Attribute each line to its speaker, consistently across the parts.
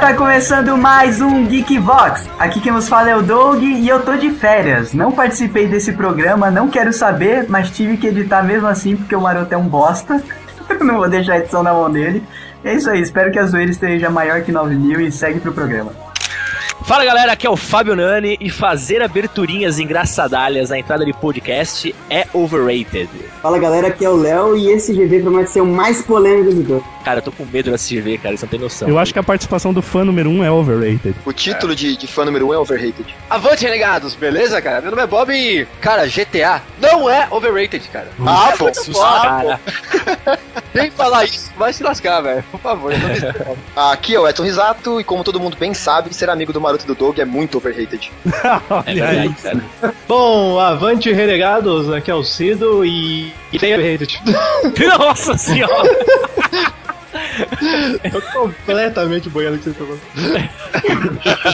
Speaker 1: Tá começando mais um Geek Vox. Aqui quem nos fala é o Doug e eu tô de férias. Não participei desse programa, não quero saber, mas tive que editar mesmo assim porque o Maroto é um bosta. não vou deixar a edição na mão dele. É isso aí, espero que a zoeira esteja maior que 9 mil e segue pro programa.
Speaker 2: Fala galera, aqui é o Fábio Nani e fazer aberturinhas engraçadalhas na entrada de podcast é overrated.
Speaker 3: Fala galera, aqui é o Léo e esse GV promete ser o mais polêmico do dois.
Speaker 2: Cara, eu tô com medo desse CV, cara, você não tem noção.
Speaker 4: Eu acho que a participação do fã número 1 um é overrated.
Speaker 5: O título de, de fã número 1 um é overrated.
Speaker 6: Avante, renegados, beleza, cara? Meu nome é Bob e, cara, GTA não é overrated, cara.
Speaker 4: Hum.
Speaker 5: Ah, pô.
Speaker 2: que susto, cara.
Speaker 6: Quem falar isso vai se lascar, velho. Por favor, não me desculpa.
Speaker 5: Aqui é o Edson Risato e como todo mundo bem sabe, ser amigo do Maroto e do Doug é muito overrated.
Speaker 2: É verdade, cara.
Speaker 7: Bom, avante renegados, aqui é o Cido e. E tem overrated.
Speaker 2: Nossa senhora!
Speaker 7: Eu completamente boiando que vocês estão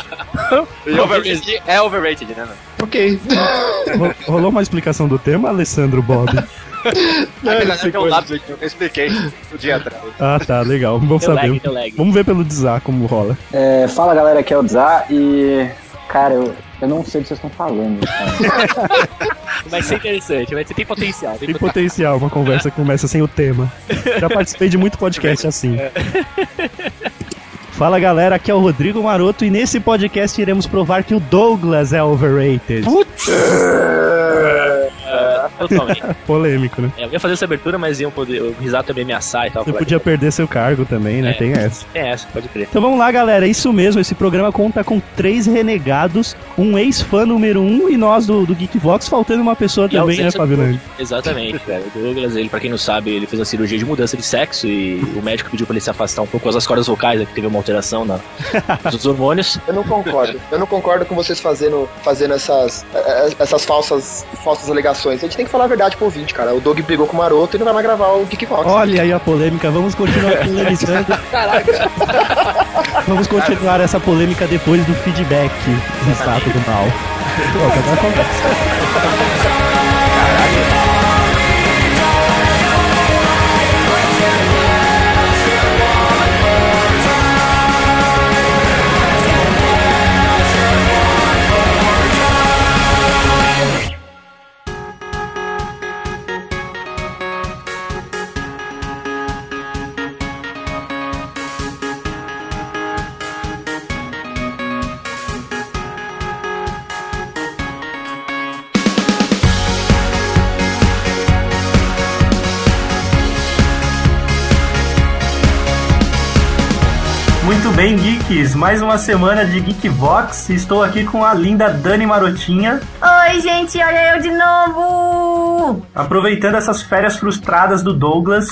Speaker 7: falando.
Speaker 6: E overrated é overrated, né, mano?
Speaker 7: Ok.
Speaker 4: Ro- Rolou uma explicação do tema, Alessandro Bob?
Speaker 7: Não, não
Speaker 6: Aquele lá
Speaker 7: sei
Speaker 6: que é um
Speaker 7: coisa.
Speaker 6: lápis aqui, eu expliquei o dia atrás.
Speaker 4: Ah, tá, legal. Vamos
Speaker 2: Deu lag,
Speaker 4: saber.
Speaker 2: deu lag.
Speaker 4: Vamos ver pelo Dizar como rola.
Speaker 3: É, fala galera, aqui é o Zá e. Cara, eu, eu não sei do que vocês estão falando. Cara.
Speaker 2: Vai ser interessante, vai ter tem potencial. Tem
Speaker 4: Tem
Speaker 2: potencial.
Speaker 4: potencial uma conversa que começa sem o tema. Já participei de muito podcast assim. Fala galera, aqui é o Rodrigo Maroto e nesse podcast iremos provar que o Douglas é overrated.
Speaker 2: Totalmente.
Speaker 4: Polêmico, né?
Speaker 2: É, eu ia fazer essa abertura, mas iam poder, o Risato ia me ameaçar e tal.
Speaker 4: Você
Speaker 2: falar
Speaker 4: podia
Speaker 2: que-
Speaker 4: perder seu cargo também, né?
Speaker 2: É.
Speaker 4: Tem essa.
Speaker 2: É essa, pode crer.
Speaker 4: Então vamos lá, galera. Isso mesmo, esse programa conta com três renegados, um ex-fã número um e nós do, do Geekvox, faltando uma pessoa
Speaker 2: E é a
Speaker 4: também, né,
Speaker 2: ausência do
Speaker 4: Fabiano?
Speaker 2: Exatamente, cara. O Douglas, ele, pra quem não sabe, ele fez uma cirurgia de mudança de sexo e o médico pediu pra ele se afastar um pouco das cordas vocais, né, que teve uma alteração na, dos hormônios.
Speaker 5: Eu não concordo. Eu não concordo com vocês fazendo, fazendo essas, eh, essas falsas, falsas alegações. A gente tem que falar a verdade pro ouvinte, cara. O Doug brigou com o Maroto e não vai mais gravar o Kickbox.
Speaker 4: Olha aí a polêmica, vamos continuar polemizando. vamos continuar essa polêmica depois do feedback do status do mal. Ó, cada um conversa.
Speaker 8: Muito bem, geeks. Mais uma semana de Geek Vox. Estou aqui com a linda Dani Marotinha,
Speaker 9: Oi, gente, olha eu de novo!
Speaker 8: aproveitando essas férias frustradas do Douglas,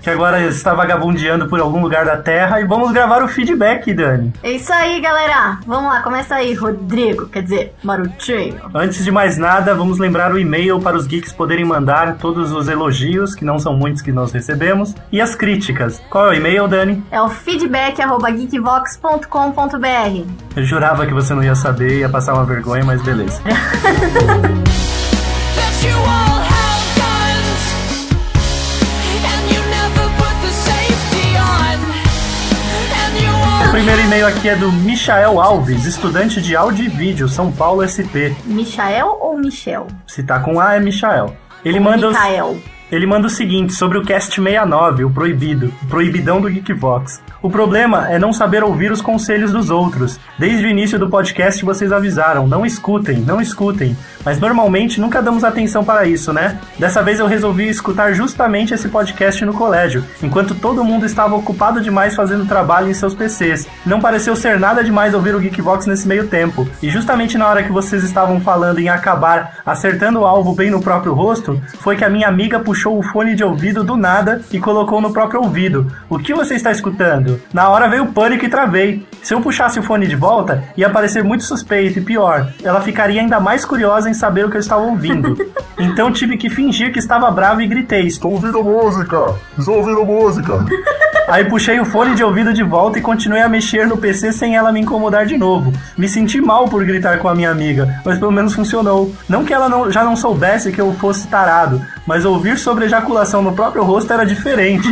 Speaker 8: que agora está vagabundeando por algum lugar da Terra. E vamos gravar o feedback, Dani.
Speaker 9: É isso aí, galera! Vamos lá, começa aí, Rodrigo, quer dizer, Marutinho.
Speaker 8: Antes de mais nada, vamos lembrar o e-mail para os geeks poderem mandar todos os elogios, que não são muitos que nós recebemos, e as críticas. Qual é o e-mail, Dani?
Speaker 9: É o feedback arroba geekvox.com.br.
Speaker 8: Eu jurava que você não ia saber, ia passar uma vergonha, mas beleza.
Speaker 10: that you all have guns and you never put the safety on and you
Speaker 8: O
Speaker 10: all
Speaker 8: primeiro e-mail aqui é do Michael Alves, estudante de áudio e vídeo, São Paulo SP.
Speaker 9: Michael ou Michel?
Speaker 8: Se tá com A, é Michael. Ele manda, o,
Speaker 9: Michael.
Speaker 8: ele manda o seguinte sobre o Cast 69, o proibido, o proibidão do Geekvox. O problema é não saber ouvir os conselhos dos outros. Desde o início do podcast vocês avisaram, não escutem, não escutem. Mas normalmente nunca damos atenção para isso, né? Dessa vez eu resolvi escutar justamente esse podcast no colégio, enquanto todo mundo estava ocupado demais fazendo trabalho em seus PCs. Não pareceu ser nada demais ouvir o Geekvox nesse meio tempo. E justamente na hora que vocês estavam falando em acabar acertando o alvo bem no próprio rosto, foi que a minha amiga puxou o fone de ouvido do nada e colocou no próprio ouvido. O que você está escutando? Na hora veio o pânico e travei. Se eu puxasse o fone de volta, ia parecer muito suspeito e pior, ela ficaria ainda mais curiosa em saber o que eu estava ouvindo. Então tive que fingir que estava bravo e gritei: Estou ouvindo música! Estou ouvindo música! Aí puxei o fone de ouvido de volta e continuei a mexer no PC sem ela me incomodar de novo. Me senti mal por gritar com a minha amiga, mas pelo menos funcionou. Não que ela não- já não soubesse que eu fosse tarado, mas ouvir sobre ejaculação no próprio rosto era diferente.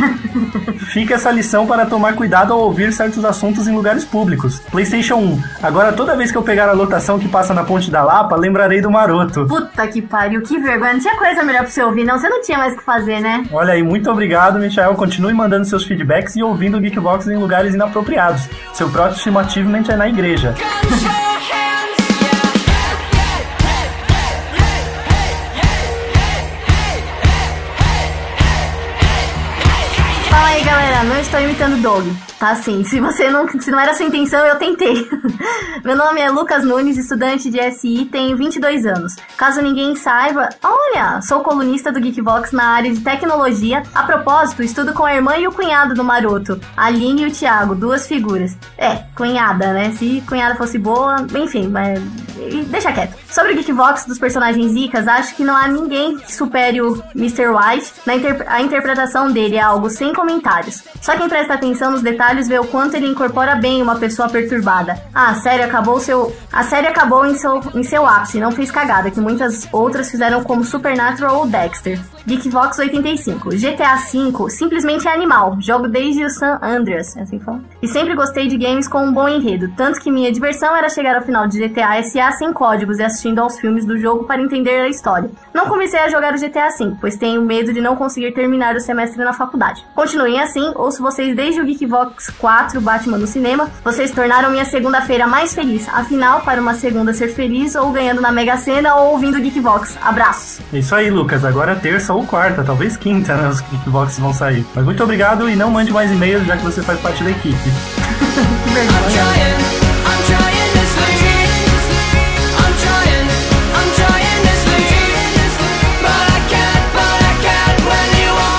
Speaker 8: Fica essa lição para tomar cuidado ao ouvir certos assuntos em lugares públicos. PlayStation 1. Agora toda vez que eu pegar a lotação que passa na Ponte da Lapa, lembrarei do maroto.
Speaker 9: Puta que pariu, que vergonha. Não tinha coisa melhor pra você ouvir, não. Você não tinha mais o que fazer, né?
Speaker 8: Olha aí, muito obrigado, Michael. Continue mandando seus feedbacks e ouvindo o Geekbox em lugares inapropriados. Seu próximo achievement é na igreja.
Speaker 9: Fala aí, galera. Não estou imitando o Doug. Tá assim, se você não, se não era sua intenção, eu tentei. Meu nome é Lucas Nunes, estudante de SI, tenho 22 anos. Caso ninguém saiba, olha, sou colunista do Geekbox na área de tecnologia. A propósito, estudo com a irmã e o cunhado do Maroto, a Aline e o Thiago, duas figuras. É, cunhada, né? Se cunhada fosse boa, enfim, mas e deixa quieto. Sobre o Geekbox dos personagens Icas, acho que não há ninguém que supere o Mr. White. Na inter- a interpretação dele é algo sem comentários. Só quem presta atenção nos detalhes vê o quanto ele incorpora bem uma pessoa perturbada. Ah, a série acabou seu. A série acabou em seu, em seu ápice, não fez cagada, que muitas outras fizeram como Supernatural ou Dexter. Geekbox 85. GTA V simplesmente é animal. Jogo desde o San Andreas. É assim que fala? E sempre gostei de games com um bom enredo. Tanto que minha diversão era chegar ao final de GTA SA sem códigos e assistindo aos filmes do jogo para entender a história. Não comecei a jogar o GTA V, pois tenho medo de não conseguir terminar o semestre na faculdade. Continuem assim, ouço vocês desde o Geekbox 4 Batman no cinema. Vocês tornaram minha segunda-feira mais feliz. Afinal, para uma segunda ser feliz, ou ganhando na Mega Sena ou ouvindo o Geekbox. Abraços!
Speaker 8: É Isso aí, Lucas. Agora é terça ou quarta, talvez quinta, né? Os kickboxes vão sair. Mas muito obrigado e não mande mais e-mails, já que você faz parte da equipe.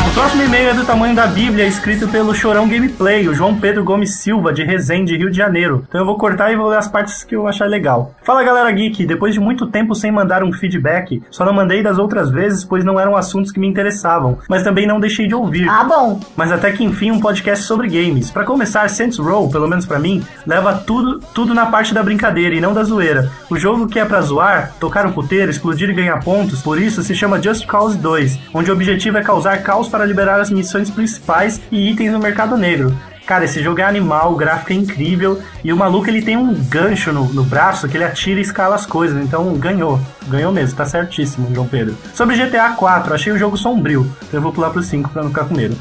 Speaker 8: O próximo e-mail é do tamanho da Bíblia, escrito pelo Chorão Gameplay, o João Pedro Gomes Silva, de Resende, Rio de Janeiro. Então eu vou cortar e vou ler as partes que eu achar legal. Fala galera geek, depois de muito tempo sem mandar um feedback, só não mandei das outras vezes, pois não eram assuntos que me interessavam, mas também não deixei de ouvir.
Speaker 9: Ah, bom.
Speaker 8: Mas até que enfim um podcast sobre games. Pra começar, Saints Row, pelo menos pra mim, leva tudo, tudo na parte da brincadeira e não da zoeira. O jogo que é pra zoar, tocar um puteiro, explodir e ganhar pontos, por isso se chama Just Cause 2, onde o objetivo é causar caos para liberar as missões principais e itens no mercado negro. Cara, esse jogo é animal, o gráfico é incrível e o maluco ele tem um gancho no, no braço que ele atira e escala as coisas, então ganhou. Ganhou mesmo, tá certíssimo, João Pedro. Sobre GTA 4, achei o jogo sombrio, então eu vou pular pro 5 pra não ficar com medo.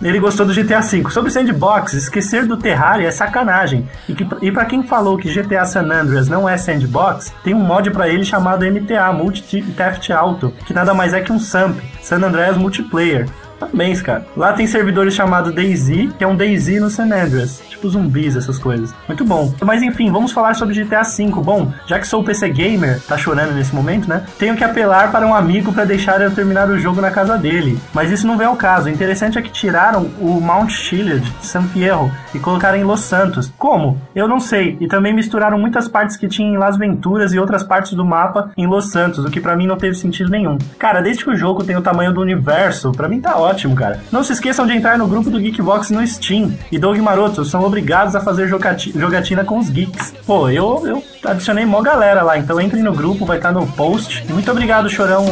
Speaker 8: Ele gostou do GTA V. Sobre sandbox, esquecer do Terraria é sacanagem. E, que, e para quem falou que GTA San Andreas não é sandbox, tem um mod pra ele chamado MTA, Multi Theft Auto, que nada mais é que um SAMP, San Andreas Multiplayer. Parabéns, cara. Lá tem servidores chamados DayZ, que é um DayZ no San Andreas. Tipo zumbis, essas coisas. Muito bom. Mas enfim, vamos falar sobre GTA V. Bom, já que sou PC gamer, tá chorando nesse momento, né? Tenho que apelar para um amigo pra deixar eu terminar o jogo na casa dele. Mas isso não vem ao caso. O interessante é que tiraram o Mount Chiliad de San Fierro e colocaram em Los Santos. Como? Eu não sei. E também misturaram muitas partes que tinha em Las Venturas e outras partes do mapa em Los Santos, o que pra mim não teve sentido nenhum. Cara, desde que o jogo tem o tamanho do universo, pra mim tá ótimo, cara. Não se esqueçam de entrar no grupo do Geekbox no Steam. E Doug e Maroto são obrigados a fazer jogati- jogatina com os geeks. Pô, eu, eu adicionei mó galera lá, então entrem no grupo, vai estar no post. E muito obrigado, Chorão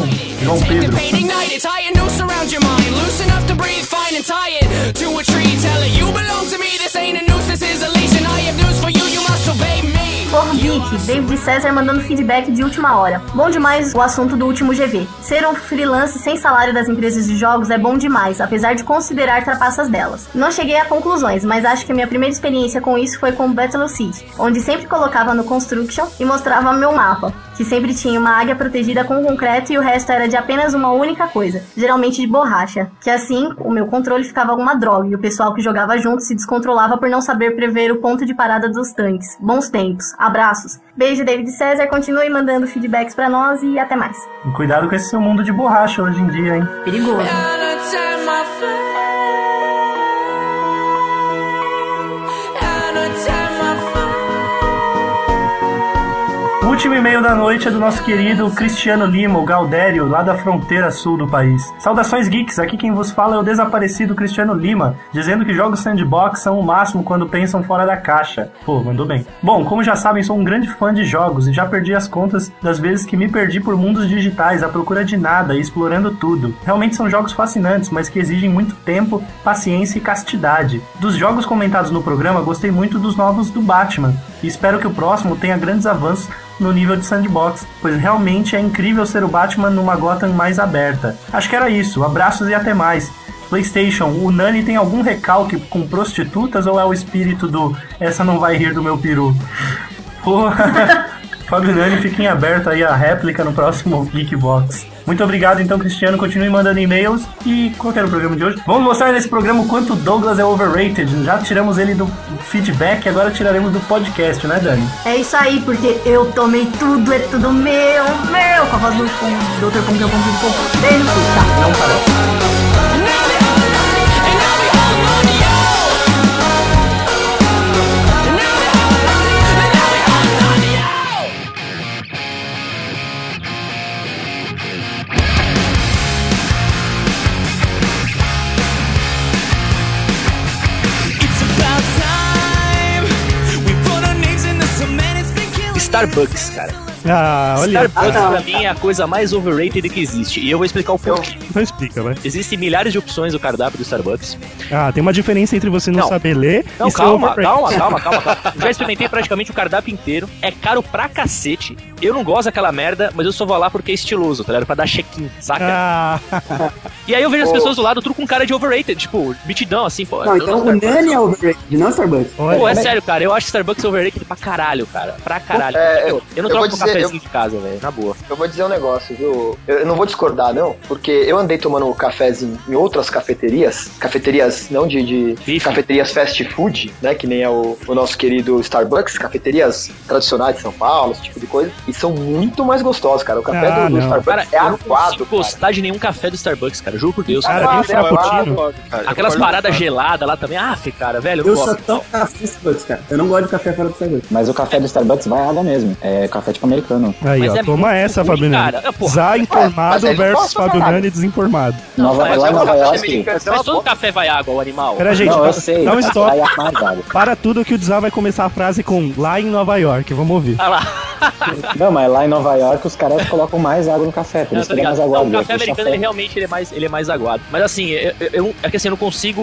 Speaker 8: João Pedro.
Speaker 2: Painting night, it's high and noose around your mind. Loosen up to breathe, fine and tie it to a tree. Tell it you belong to me. This ain't a noose, this is a leash, and I have news for you. You must obey me.
Speaker 9: Povo Geek, David César mandando feedback de última hora. Bom demais o assunto do último GV. Ser um freelance sem salário das empresas de jogos é bom demais, apesar de considerar trapaças delas. Não cheguei a conclusões, mas acho que a minha primeira experiência com isso foi com Battle City, onde sempre colocava no Construction e mostrava meu mapa, que sempre tinha uma águia protegida com concreto e o resto era de apenas uma única coisa, geralmente de borracha, que assim o meu controle ficava alguma droga e o pessoal que jogava junto se descontrolava por não saber prever o ponto de parada dos tanques. Bons tempos. Abraços. Beijo, David César. Continue mandando feedbacks pra nós e até mais.
Speaker 8: E cuidado com esse seu mundo de borracha hoje em dia, hein?
Speaker 9: Perigoso.
Speaker 8: O
Speaker 11: último e-mail da noite é do nosso querido Cristiano Lima, o Galdério, lá da fronteira sul do país. Saudações geeks, aqui quem vos fala é o desaparecido Cristiano Lima, dizendo que jogos sandbox são o máximo quando pensam fora da caixa. Pô, mandou bem. Bom, como já sabem, sou um grande fã de jogos e já perdi as contas das vezes que me perdi por mundos digitais à procura de nada e explorando tudo. Realmente são jogos fascinantes, mas que exigem muito tempo, paciência e castidade. Dos jogos comentados no programa, gostei muito dos novos do Batman e espero que o próximo tenha grandes avanços no nível de sandbox, pois realmente é incrível ser o Batman numa Gotham mais aberta. Acho que era isso, abraços e até mais. PlayStation, o Nani tem algum recalque com prostitutas ou é o espírito do essa não vai rir do meu peru? Porra! Fábio Nani, fiquem aberto aí a réplica no próximo Geekbox. Muito obrigado, então, Cristiano. Continue mandando e-mails. E qual que era o programa de hoje? Vamos mostrar nesse programa o quanto o Douglas é overrated. Já tiramos ele do feedback, agora tiraremos do podcast, né, Dani?
Speaker 9: É isso aí, porque eu tomei tudo, é tudo meu, meu, com a voz do Pum, Dr. Pum, que eu compro um pouco dentro, tá?
Speaker 11: Não parou.
Speaker 10: It's about time. We put our names in the cement. It's been killing.
Speaker 2: Starbucks, cara.
Speaker 8: Ah, olha.
Speaker 2: Starbucks pra mim é a coisa mais overrated que existe. E eu vou explicar o porquê.
Speaker 8: Então explica, vai.
Speaker 2: Existem milhares de opções do cardápio do Starbucks.
Speaker 8: Ah, tem uma diferença entre você não,
Speaker 2: Não.
Speaker 8: saber ler
Speaker 2: Não,
Speaker 8: e ser
Speaker 2: calma,
Speaker 8: overrated.
Speaker 2: calma, calma, calma, calma. Já experimentei praticamente o cardápio inteiro. É caro pra cacete. Eu não gosto daquela merda, mas eu só vou lá porque é estiloso, tá ligado? Pra dar check-in, saca?
Speaker 8: Ah,
Speaker 2: E aí eu vejo as pessoas do lado tudo com cara de overrated, tipo, bitidão, assim, pô.
Speaker 1: Não,
Speaker 2: eu
Speaker 1: então
Speaker 2: não
Speaker 1: o Nani é overrated, não Starbucks.
Speaker 2: Pô, é
Speaker 8: olha.
Speaker 2: sério, cara, eu acho Starbucks overrated pra caralho, cara. Pra caralho. Tipo,
Speaker 5: É,
Speaker 2: eu, eu não
Speaker 5: eu
Speaker 2: troco
Speaker 5: vou
Speaker 2: pro
Speaker 5: dizer,
Speaker 2: cafezinho de casa, velho, na boa.
Speaker 5: Eu vou dizer um negócio, viu? Eu eu não vou discordar, não, porque eu andei tomando cafés em, em outras cafeterias, cafeterias não de, de-
Speaker 2: Bife.
Speaker 5: cafeterias fast food, né? Que nem é o, o nosso querido Starbucks, cafeterias tradicionais de São Paulo, esse tipo de coisa, e são muito mais gostosos, cara. O café
Speaker 8: Ah,
Speaker 5: do,
Speaker 8: não.
Speaker 5: do Starbucks é
Speaker 2: eu não
Speaker 5: aguado.
Speaker 2: consigo gostar de nenhum café do Starbucks, cara, juro por Deus.
Speaker 8: Cara,
Speaker 2: cara.
Speaker 8: nem o
Speaker 5: é aguado,
Speaker 8: frappuccino.
Speaker 6: Cara,
Speaker 2: Aquelas
Speaker 6: eu concordo
Speaker 2: paradas
Speaker 6: com o
Speaker 2: geladas lá também. Ah, cara, velho, eu não
Speaker 1: Eu só
Speaker 2: gosto.
Speaker 1: tomo café Starbucks, cara. Eu não gosto de café fora do Starbucks.
Speaker 3: Mas o café do Starbucks vai água mesmo. É café tipo americano.
Speaker 8: Aí,
Speaker 2: Mas
Speaker 8: ó,
Speaker 2: é
Speaker 8: toma
Speaker 2: muito
Speaker 8: essa,
Speaker 2: ruim,
Speaker 8: Fábio Nani.
Speaker 2: cara. É, porra.
Speaker 8: Zá informado
Speaker 5: Mas aí não
Speaker 8: versus
Speaker 5: posso falar
Speaker 8: Fábio
Speaker 5: nada.
Speaker 8: Nova desinformado.
Speaker 3: Nova,
Speaker 2: mas
Speaker 3: lá
Speaker 2: é
Speaker 3: em
Speaker 2: uma
Speaker 3: Nova
Speaker 5: café
Speaker 3: York.
Speaker 5: americano, é uma
Speaker 2: Mas todo
Speaker 5: bosta.
Speaker 2: café vai água, o animal.
Speaker 8: Pera, gente,
Speaker 3: Não,
Speaker 8: dá-
Speaker 3: eu sei.
Speaker 8: dá um
Speaker 3: mas
Speaker 8: stop.
Speaker 3: Vai mais água.
Speaker 8: Para tudo que o Zá vai começar a frase com lá em Nova York. Vamos ouvir.
Speaker 2: Ah lá,
Speaker 3: Não, mas lá em Nova York os caras colocam mais água no café, por
Speaker 2: não,
Speaker 3: isso
Speaker 2: tá
Speaker 3: que ele é
Speaker 2: ligado?
Speaker 3: mais
Speaker 2: Não,
Speaker 3: aguado.
Speaker 2: o café
Speaker 3: Deixa o
Speaker 2: americano ele realmente ele é, mais, ele é mais aguado. Mas assim, eu, eu- é que assim, eu não consigo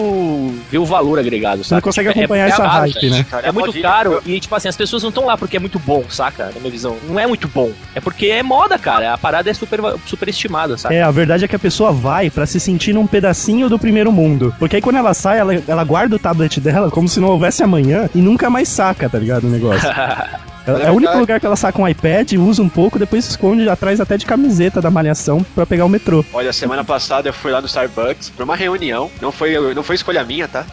Speaker 2: ver o valor agregado, sabe?
Speaker 8: Você não consegue
Speaker 2: Tipo, é-
Speaker 8: acompanhar
Speaker 2: é
Speaker 8: essa
Speaker 2: barato,
Speaker 8: hype, né?
Speaker 6: cara.
Speaker 2: É muito
Speaker 6: modinha.
Speaker 2: caro e, tipo assim, as pessoas não estão lá porque é muito bom, saca? Na minha visão. Não é muito bom. É porque é moda, cara. A parada é super, super estimada, saca?
Speaker 8: É, a verdade é que a pessoa vai pra se sentir num pedacinho do primeiro mundo. Porque aí quando ela sai, ela, ela guarda o tablet dela como se não houvesse amanhã e nunca mais saca, tá ligado? O negócio. Ela- É o único lugar que ela saca um iPad, usa um pouco, depois esconde atrás até de camiseta da malhação pra pegar o metrô.
Speaker 6: Olha, semana passada eu fui lá no Starbucks pra uma reunião. Não foi, não foi escolha minha, tá?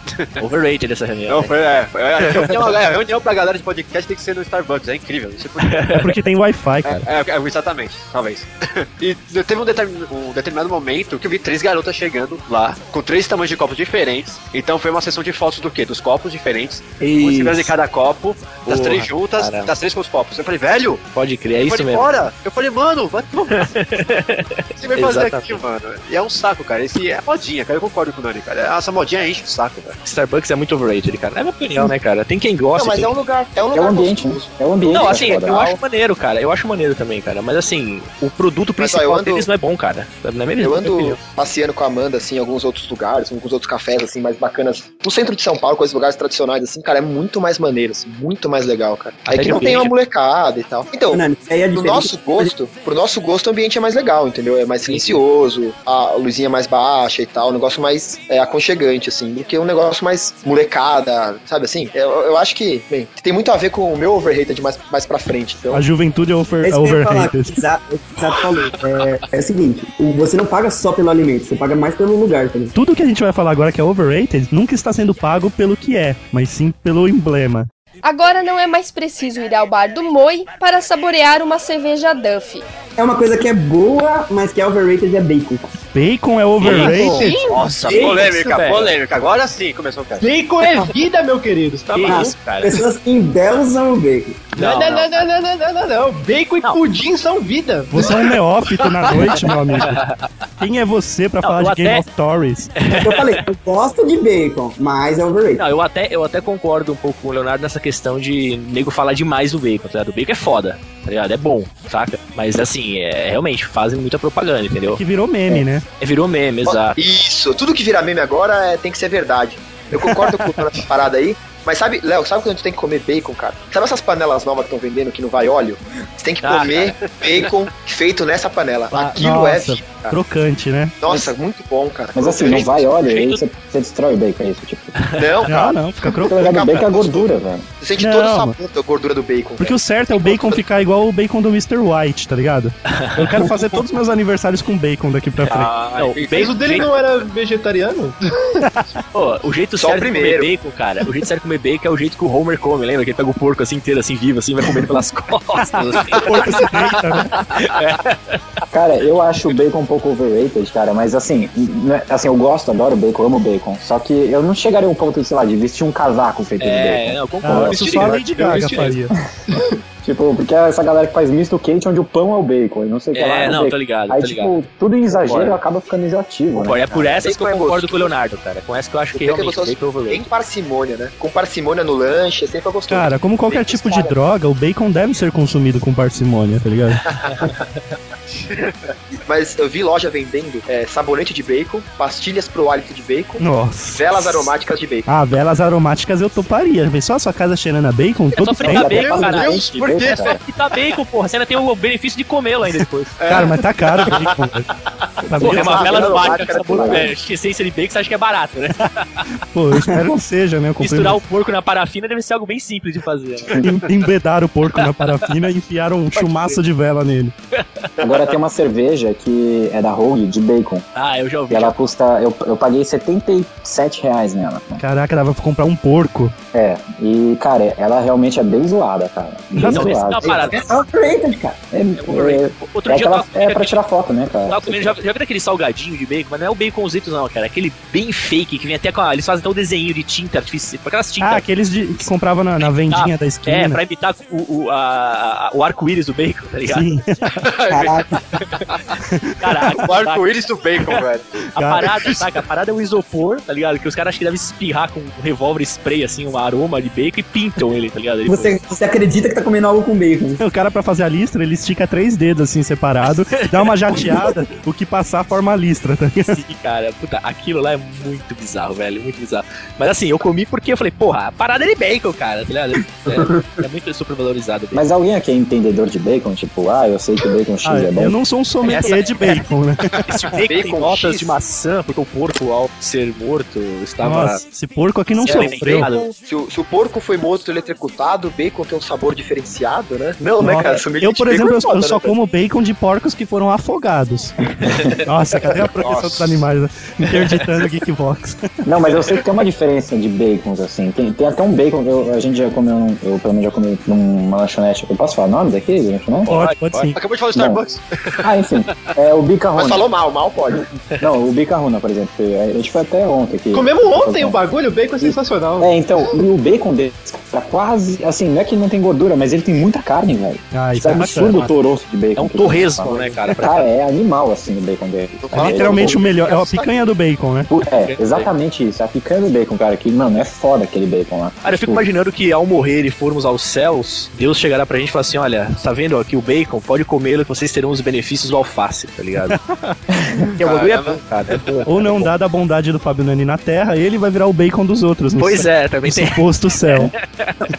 Speaker 2: Overrated essa reunião.
Speaker 6: Não foi, é. foi- é, reunião, é, reunião pra galera de podcast tem que ser no Starbucks, é incrível. Isso é
Speaker 8: É porque tem Wi-Fi, cara.
Speaker 6: É, é, exatamente, talvez. e teve um, determin- um determinado momento que eu vi três garotas chegando lá, com três tamanhos de copos diferentes. Então foi uma sessão de fotos do quê? Dos copos diferentes. Uma
Speaker 1: Isso.
Speaker 6: segurando de cada copo, das
Speaker 2: Porra,
Speaker 6: três juntas,
Speaker 2: caramba.
Speaker 6: das três com os copos. Eu falei, velho,
Speaker 2: Pode crer,
Speaker 6: eu
Speaker 2: é isso
Speaker 6: falei,
Speaker 2: mesmo.
Speaker 6: bora! Eu falei, mano, vai tomar no cu. Você vai fazer aqui, mano. E é um saco, cara. Esse é modinha, cara. Eu concordo com o Nani, cara. Essa modinha enche o saco, velho.
Speaker 2: Starbucks é muito overrated, cara. É minha opinião, né, cara? Tem quem
Speaker 5: Não,
Speaker 2: gosta.
Speaker 5: mas
Speaker 2: tem
Speaker 5: é um lugar, é um
Speaker 3: É
Speaker 5: lugar
Speaker 3: o ambiente, né?
Speaker 5: gostoso.
Speaker 3: É o ambiente.
Speaker 2: Não,
Speaker 3: da
Speaker 2: assim,
Speaker 3: escola.
Speaker 2: eu acho maneiro, cara. Eu acho maneiro também, cara. Mas assim, o produto
Speaker 5: Mas, ó,
Speaker 2: principal
Speaker 5: eu ando-
Speaker 2: deles não é bom, cara. Não é mesmo?
Speaker 5: Eu
Speaker 2: Na minha opinião.
Speaker 5: ando passeando com a Amanda, assim, em alguns outros lugares, em alguns outros cafés, assim, mais bacanas. No centro de São Paulo, com esses lugares tradicionais, assim, cara, é muito mais maneiro, assim, muito mais legal, cara. Aí
Speaker 2: Até
Speaker 5: que não
Speaker 2: de
Speaker 5: tem uma
Speaker 2: vídeo.
Speaker 5: molecada e tal. Então,
Speaker 1: Nani, aí é
Speaker 5: pro
Speaker 1: diferente.
Speaker 5: nosso gosto, pro nosso gosto, o ambiente é mais legal, entendeu? É mais silencioso, a luzinha é mais baixa e tal, um negócio mais é, aconchegante, assim, do que um negócio mais molecada, sabe assim? Eu, eu acho que, bem, tem muito a ver com o meu overrated mais, mais pra frente, então.
Speaker 8: A juventude é, over,
Speaker 1: É
Speaker 8: é
Speaker 1: isso que eu ia falar, que o
Speaker 8: overrated.
Speaker 1: Zá- o que o Zá falou. É, é o seguinte, o- você não paga só pelo alimento, você paga mais pelo lugar também.
Speaker 8: Tudo que a gente vai falar agora que é overrated nunca está sendo pago pelo que é, mas sim pelo emblema.
Speaker 12: Agora não é mais preciso ir ao bar do Moi para saborear uma cerveja Duff.
Speaker 1: É uma coisa que é boa, mas que é overrated, é bacon.
Speaker 8: Bacon é overrated?
Speaker 6: Sim. Nossa,
Speaker 8: Bacon,
Speaker 6: polêmica,
Speaker 8: velho.
Speaker 6: polêmica. Agora sim começou o cast.
Speaker 7: Bacon é vida, meu querido. Você tá
Speaker 6: Que
Speaker 7: maluco,
Speaker 6: isso, cara.
Speaker 1: Pessoas embelezam o bacon.
Speaker 7: Não, não, não, não, não, não, não, não, não. Bacon e pudim são vida.
Speaker 8: Você é um neófito na noite, meu amigo. Quem é você pra
Speaker 1: Não,
Speaker 8: falar
Speaker 1: eu
Speaker 8: de Game
Speaker 1: até-
Speaker 8: of Stories?
Speaker 1: Eu falei, eu gosto de bacon, mas é overrated.
Speaker 2: Não, eu até, eu até concordo um pouco com o Leonardo nessa questão de nego falar demais do bacon, tá ligado? O bacon é foda, tá ligado? É bom, saca? Mas assim, é, realmente, fazem muita propaganda, entendeu?
Speaker 8: Que virou meme, né?
Speaker 2: É, virou meme, exato.
Speaker 5: Isso, tudo que vira meme agora é- tem que ser verdade. Eu concordo com essa parada aí, mas sabe, Léo, sabe quando tu tem que comer bacon, cara? Sabe essas panelas novas que estão vendendo que não vai óleo? Você tem que
Speaker 8: Ah,
Speaker 5: comer bacon feito nessa panela. Aquilo é
Speaker 8: Nossa,
Speaker 5: vida, cara.
Speaker 8: crocante, né?
Speaker 5: Nossa, muito bom, cara.
Speaker 3: Mas assim, não vai, olha, aí você, você destrói o bacon, é isso, tipo.
Speaker 5: Não,
Speaker 2: É.
Speaker 5: cara.
Speaker 8: Ah, não, fica
Speaker 3: Porque o bacon é a gordura, velho.
Speaker 5: Você sente
Speaker 8: Não,
Speaker 5: todo o
Speaker 8: mano.
Speaker 5: sabor da gordura do bacon.
Speaker 8: Porque
Speaker 5: velho.
Speaker 8: o certo é o bacon ficar igual o bacon do Mr. White, tá ligado? Eu quero fazer todos os meus aniversários com bacon daqui
Speaker 2: Ah,
Speaker 8: pra frente.
Speaker 2: não,
Speaker 7: Mas o dele não era vegetariano?
Speaker 2: Pô, o jeito
Speaker 7: Só o
Speaker 2: certo de comer
Speaker 7: primeiro.
Speaker 2: bacon, cara, o jeito certo de comer bacon é o jeito que o Homer come, lembra? Que ele pega o porco assim inteiro, assim, vivo, assim, vai comendo pelas costas. assim.
Speaker 3: Cara, eu acho o bacon um pouco overrated, cara, mas assim, não é- assim, eu gosto, adoro bacon, amo bacon. Só que eu não chegaria ao ponto, de, sei lá, de vestir um casaco feito de
Speaker 2: É,
Speaker 3: bacon.
Speaker 2: eu
Speaker 8: Ah,
Speaker 2: concordo.
Speaker 3: Sabe?
Speaker 2: Isso só a Lady Gaga faria.
Speaker 3: Tipo, porque é essa galera que faz misto quente onde o pão é o bacon, e não sei o que
Speaker 2: É,
Speaker 3: lá. o
Speaker 2: não,
Speaker 3: bacon.
Speaker 2: tô ligado,
Speaker 3: Aí,
Speaker 2: tô
Speaker 3: tipo,
Speaker 2: ligado.
Speaker 3: tudo em exagero
Speaker 2: Concordo.
Speaker 3: acaba ficando enjoativo,
Speaker 2: Concordo,
Speaker 3: né?
Speaker 2: É por
Speaker 3: cara?
Speaker 2: essas que eu concordo com o Leonardo, cara. Com essa que eu acho que
Speaker 5: Bacon é
Speaker 2: realmente
Speaker 5: gostoso.
Speaker 2: bacon é overrated.
Speaker 5: Tem parcimônia, né? Com parcimônia no lanche, sempre é gostoso.
Speaker 8: Cara, como qualquer tipo de droga, o bacon deve ser consumido com parcimônia, tá ligado?
Speaker 5: Mas eu vi loja vendendo é, sabonete de bacon, pastilhas pro hálito de bacon,
Speaker 8: Nossa.
Speaker 5: velas aromáticas de bacon.
Speaker 8: Ah, velas aromáticas eu toparia. Vê só a sua casa cheirando a bacon todo
Speaker 2: Sofrer tá
Speaker 8: tempo.
Speaker 2: bacon, cara.
Speaker 8: Deus,
Speaker 2: Por quê? Só que tá bacon, porra. Você ainda tem o benefício de comê-lo ainda depois.
Speaker 8: Cara, mas tá caro o bacon. velho. Tá
Speaker 2: Porra, é
Speaker 8: mesmo?
Speaker 2: uma vela no
Speaker 8: Aromática,
Speaker 2: barco, cara.
Speaker 8: tá bom.
Speaker 2: É, essência de bacon, você acha que é barato, né?
Speaker 8: Pô, eu espero que seja, né? Eu comprei
Speaker 2: Misturar
Speaker 8: um-
Speaker 2: o porco na parafina deve ser algo bem simples de fazer. né?
Speaker 8: Em- Embedaram o porco na parafina e enfiaram um chumaço de vela nele.
Speaker 3: Agora tem uma cerveja que é da Rogue, de bacon.
Speaker 2: Ah, eu já ouvi.
Speaker 3: E ela custa. Eu, eu paguei R$ 77 reais nela. né?
Speaker 8: Caraca, dava pra comprar um porco.
Speaker 3: É, e cara, ela realmente é bem zoada, cara. Bem
Speaker 2: Não, essa é uma parada.
Speaker 3: É overrated, cara. É, é,
Speaker 2: Outro
Speaker 3: é
Speaker 2: dia eu
Speaker 3: aquela-
Speaker 2: tava-
Speaker 3: é pra tirar foto, né, cara?
Speaker 2: Tava comendo, já, já viu aquele salgadinho de bacon? Mas não é o baconzito, não, cara. Aquele bem fake que vem até com. a- Eles fazem até um desenho de tinta artificial. com Aquelas tintas.
Speaker 8: Ah, aqueles de- que comprava na, na vendinha da esquina.
Speaker 2: É, pra imitar o, o, a- a- o arco-íris do bacon, tá ligado?
Speaker 8: Sim. Caraca.
Speaker 2: Caraca,
Speaker 6: O arco-íris do bacon, velho.
Speaker 2: A parada, saca? A parada é o isopor, tá ligado? Que os caras acho que devem espirrar com um revólver spray, assim, um aroma de bacon e pintam ele, tá ligado? Ele
Speaker 1: Você, você acredita que tá comendo algo com bacon.
Speaker 8: O cara, pra fazer a listra, ele estica três dedos assim, separado, dá uma jateada, o que passar forma a listra, tá ligado?
Speaker 2: Sim, cara, puta, aquilo lá é muito bizarro, velho, muito bizarro. Mas assim, eu comi porque eu falei, porra, a parada é de bacon, cara, tá ligado? É, é muito super valorizado.
Speaker 3: Mas alguém aqui é entendedor de bacon? Tipo, ah, eu sei que bacon X
Speaker 2: Ah,
Speaker 3: é bom.
Speaker 2: eu
Speaker 8: não sou um sommelier de bacon, né?
Speaker 2: Esse bacon, tem notas de maçã, porque o porco, ao ser morto,
Speaker 3: Tá
Speaker 2: estava...
Speaker 8: Nossa, esse porco aqui não
Speaker 5: é
Speaker 2: se
Speaker 8: sofreu.
Speaker 2: alimentando.
Speaker 5: Se o, se o porco foi morto eletrocutado, o bacon tem um sabor diferenciado, né? Não, né,
Speaker 8: Nossa,
Speaker 5: cara? Sommelier
Speaker 8: eu,
Speaker 5: de
Speaker 8: por
Speaker 5: bacon
Speaker 8: exemplo,
Speaker 5: é
Speaker 8: eu,
Speaker 5: foda,
Speaker 8: eu só
Speaker 5: né, cara?
Speaker 8: como bacon de porcos que foram afogados. Nossa, cadê a proteção dos animais? né? Interditando Geekbox.
Speaker 3: Não, mas eu sei que tem uma diferença de bacons, assim. Tem, tem até um bacon, eu, a gente já comeu, num- eu pelo menos já comi numa lanchonete. Eu posso falar o nome daquele lanchonete?
Speaker 8: Pode, pode sim.
Speaker 5: Acabou de falar do
Speaker 3: Não.
Speaker 5: Starbucks.
Speaker 3: Ah, enfim. É o Bicarruna.
Speaker 5: Mas falou mal, mal pode.
Speaker 3: Não, o Bicarruna, por exemplo. que A gente foi até ontem aqui.
Speaker 7: Comemos ontem o bagulho, o bacon é sensacional.
Speaker 3: É, então, e o bacon dele tá quase. Assim, não é que não tem gordura, mas ele tem muita carne, velho.
Speaker 8: Ah,
Speaker 3: isso é absurdo o toroço de bacon.
Speaker 2: tá É um
Speaker 3: que ele
Speaker 2: torresmo,
Speaker 3: fala.
Speaker 2: né, cara?
Speaker 3: Cara, é animal, assim, o bacon dele.
Speaker 8: É literalmente o melhor. É a picanha do bacon, né?
Speaker 3: É, exatamente isso. A picanha do bacon, cara, que, mano, é foda aquele bacon lá.
Speaker 2: Cara, eu fico imaginando que ao morrer e formos aos céus, Deus chegará pra gente e falar assim: olha, tá vendo aqui o bacon? Pode comê-lo que vocês terão os benefícios do alface, tá ligado? que é o bagulho é bom, cara. é bom.
Speaker 8: Ou não, dada a bondade do Fábio Nani na Terra, ele vai virar o bacon dos outros. né? no
Speaker 2: Pois
Speaker 8: céu-
Speaker 2: é, também
Speaker 8: no
Speaker 2: tem.
Speaker 8: Suposto céu.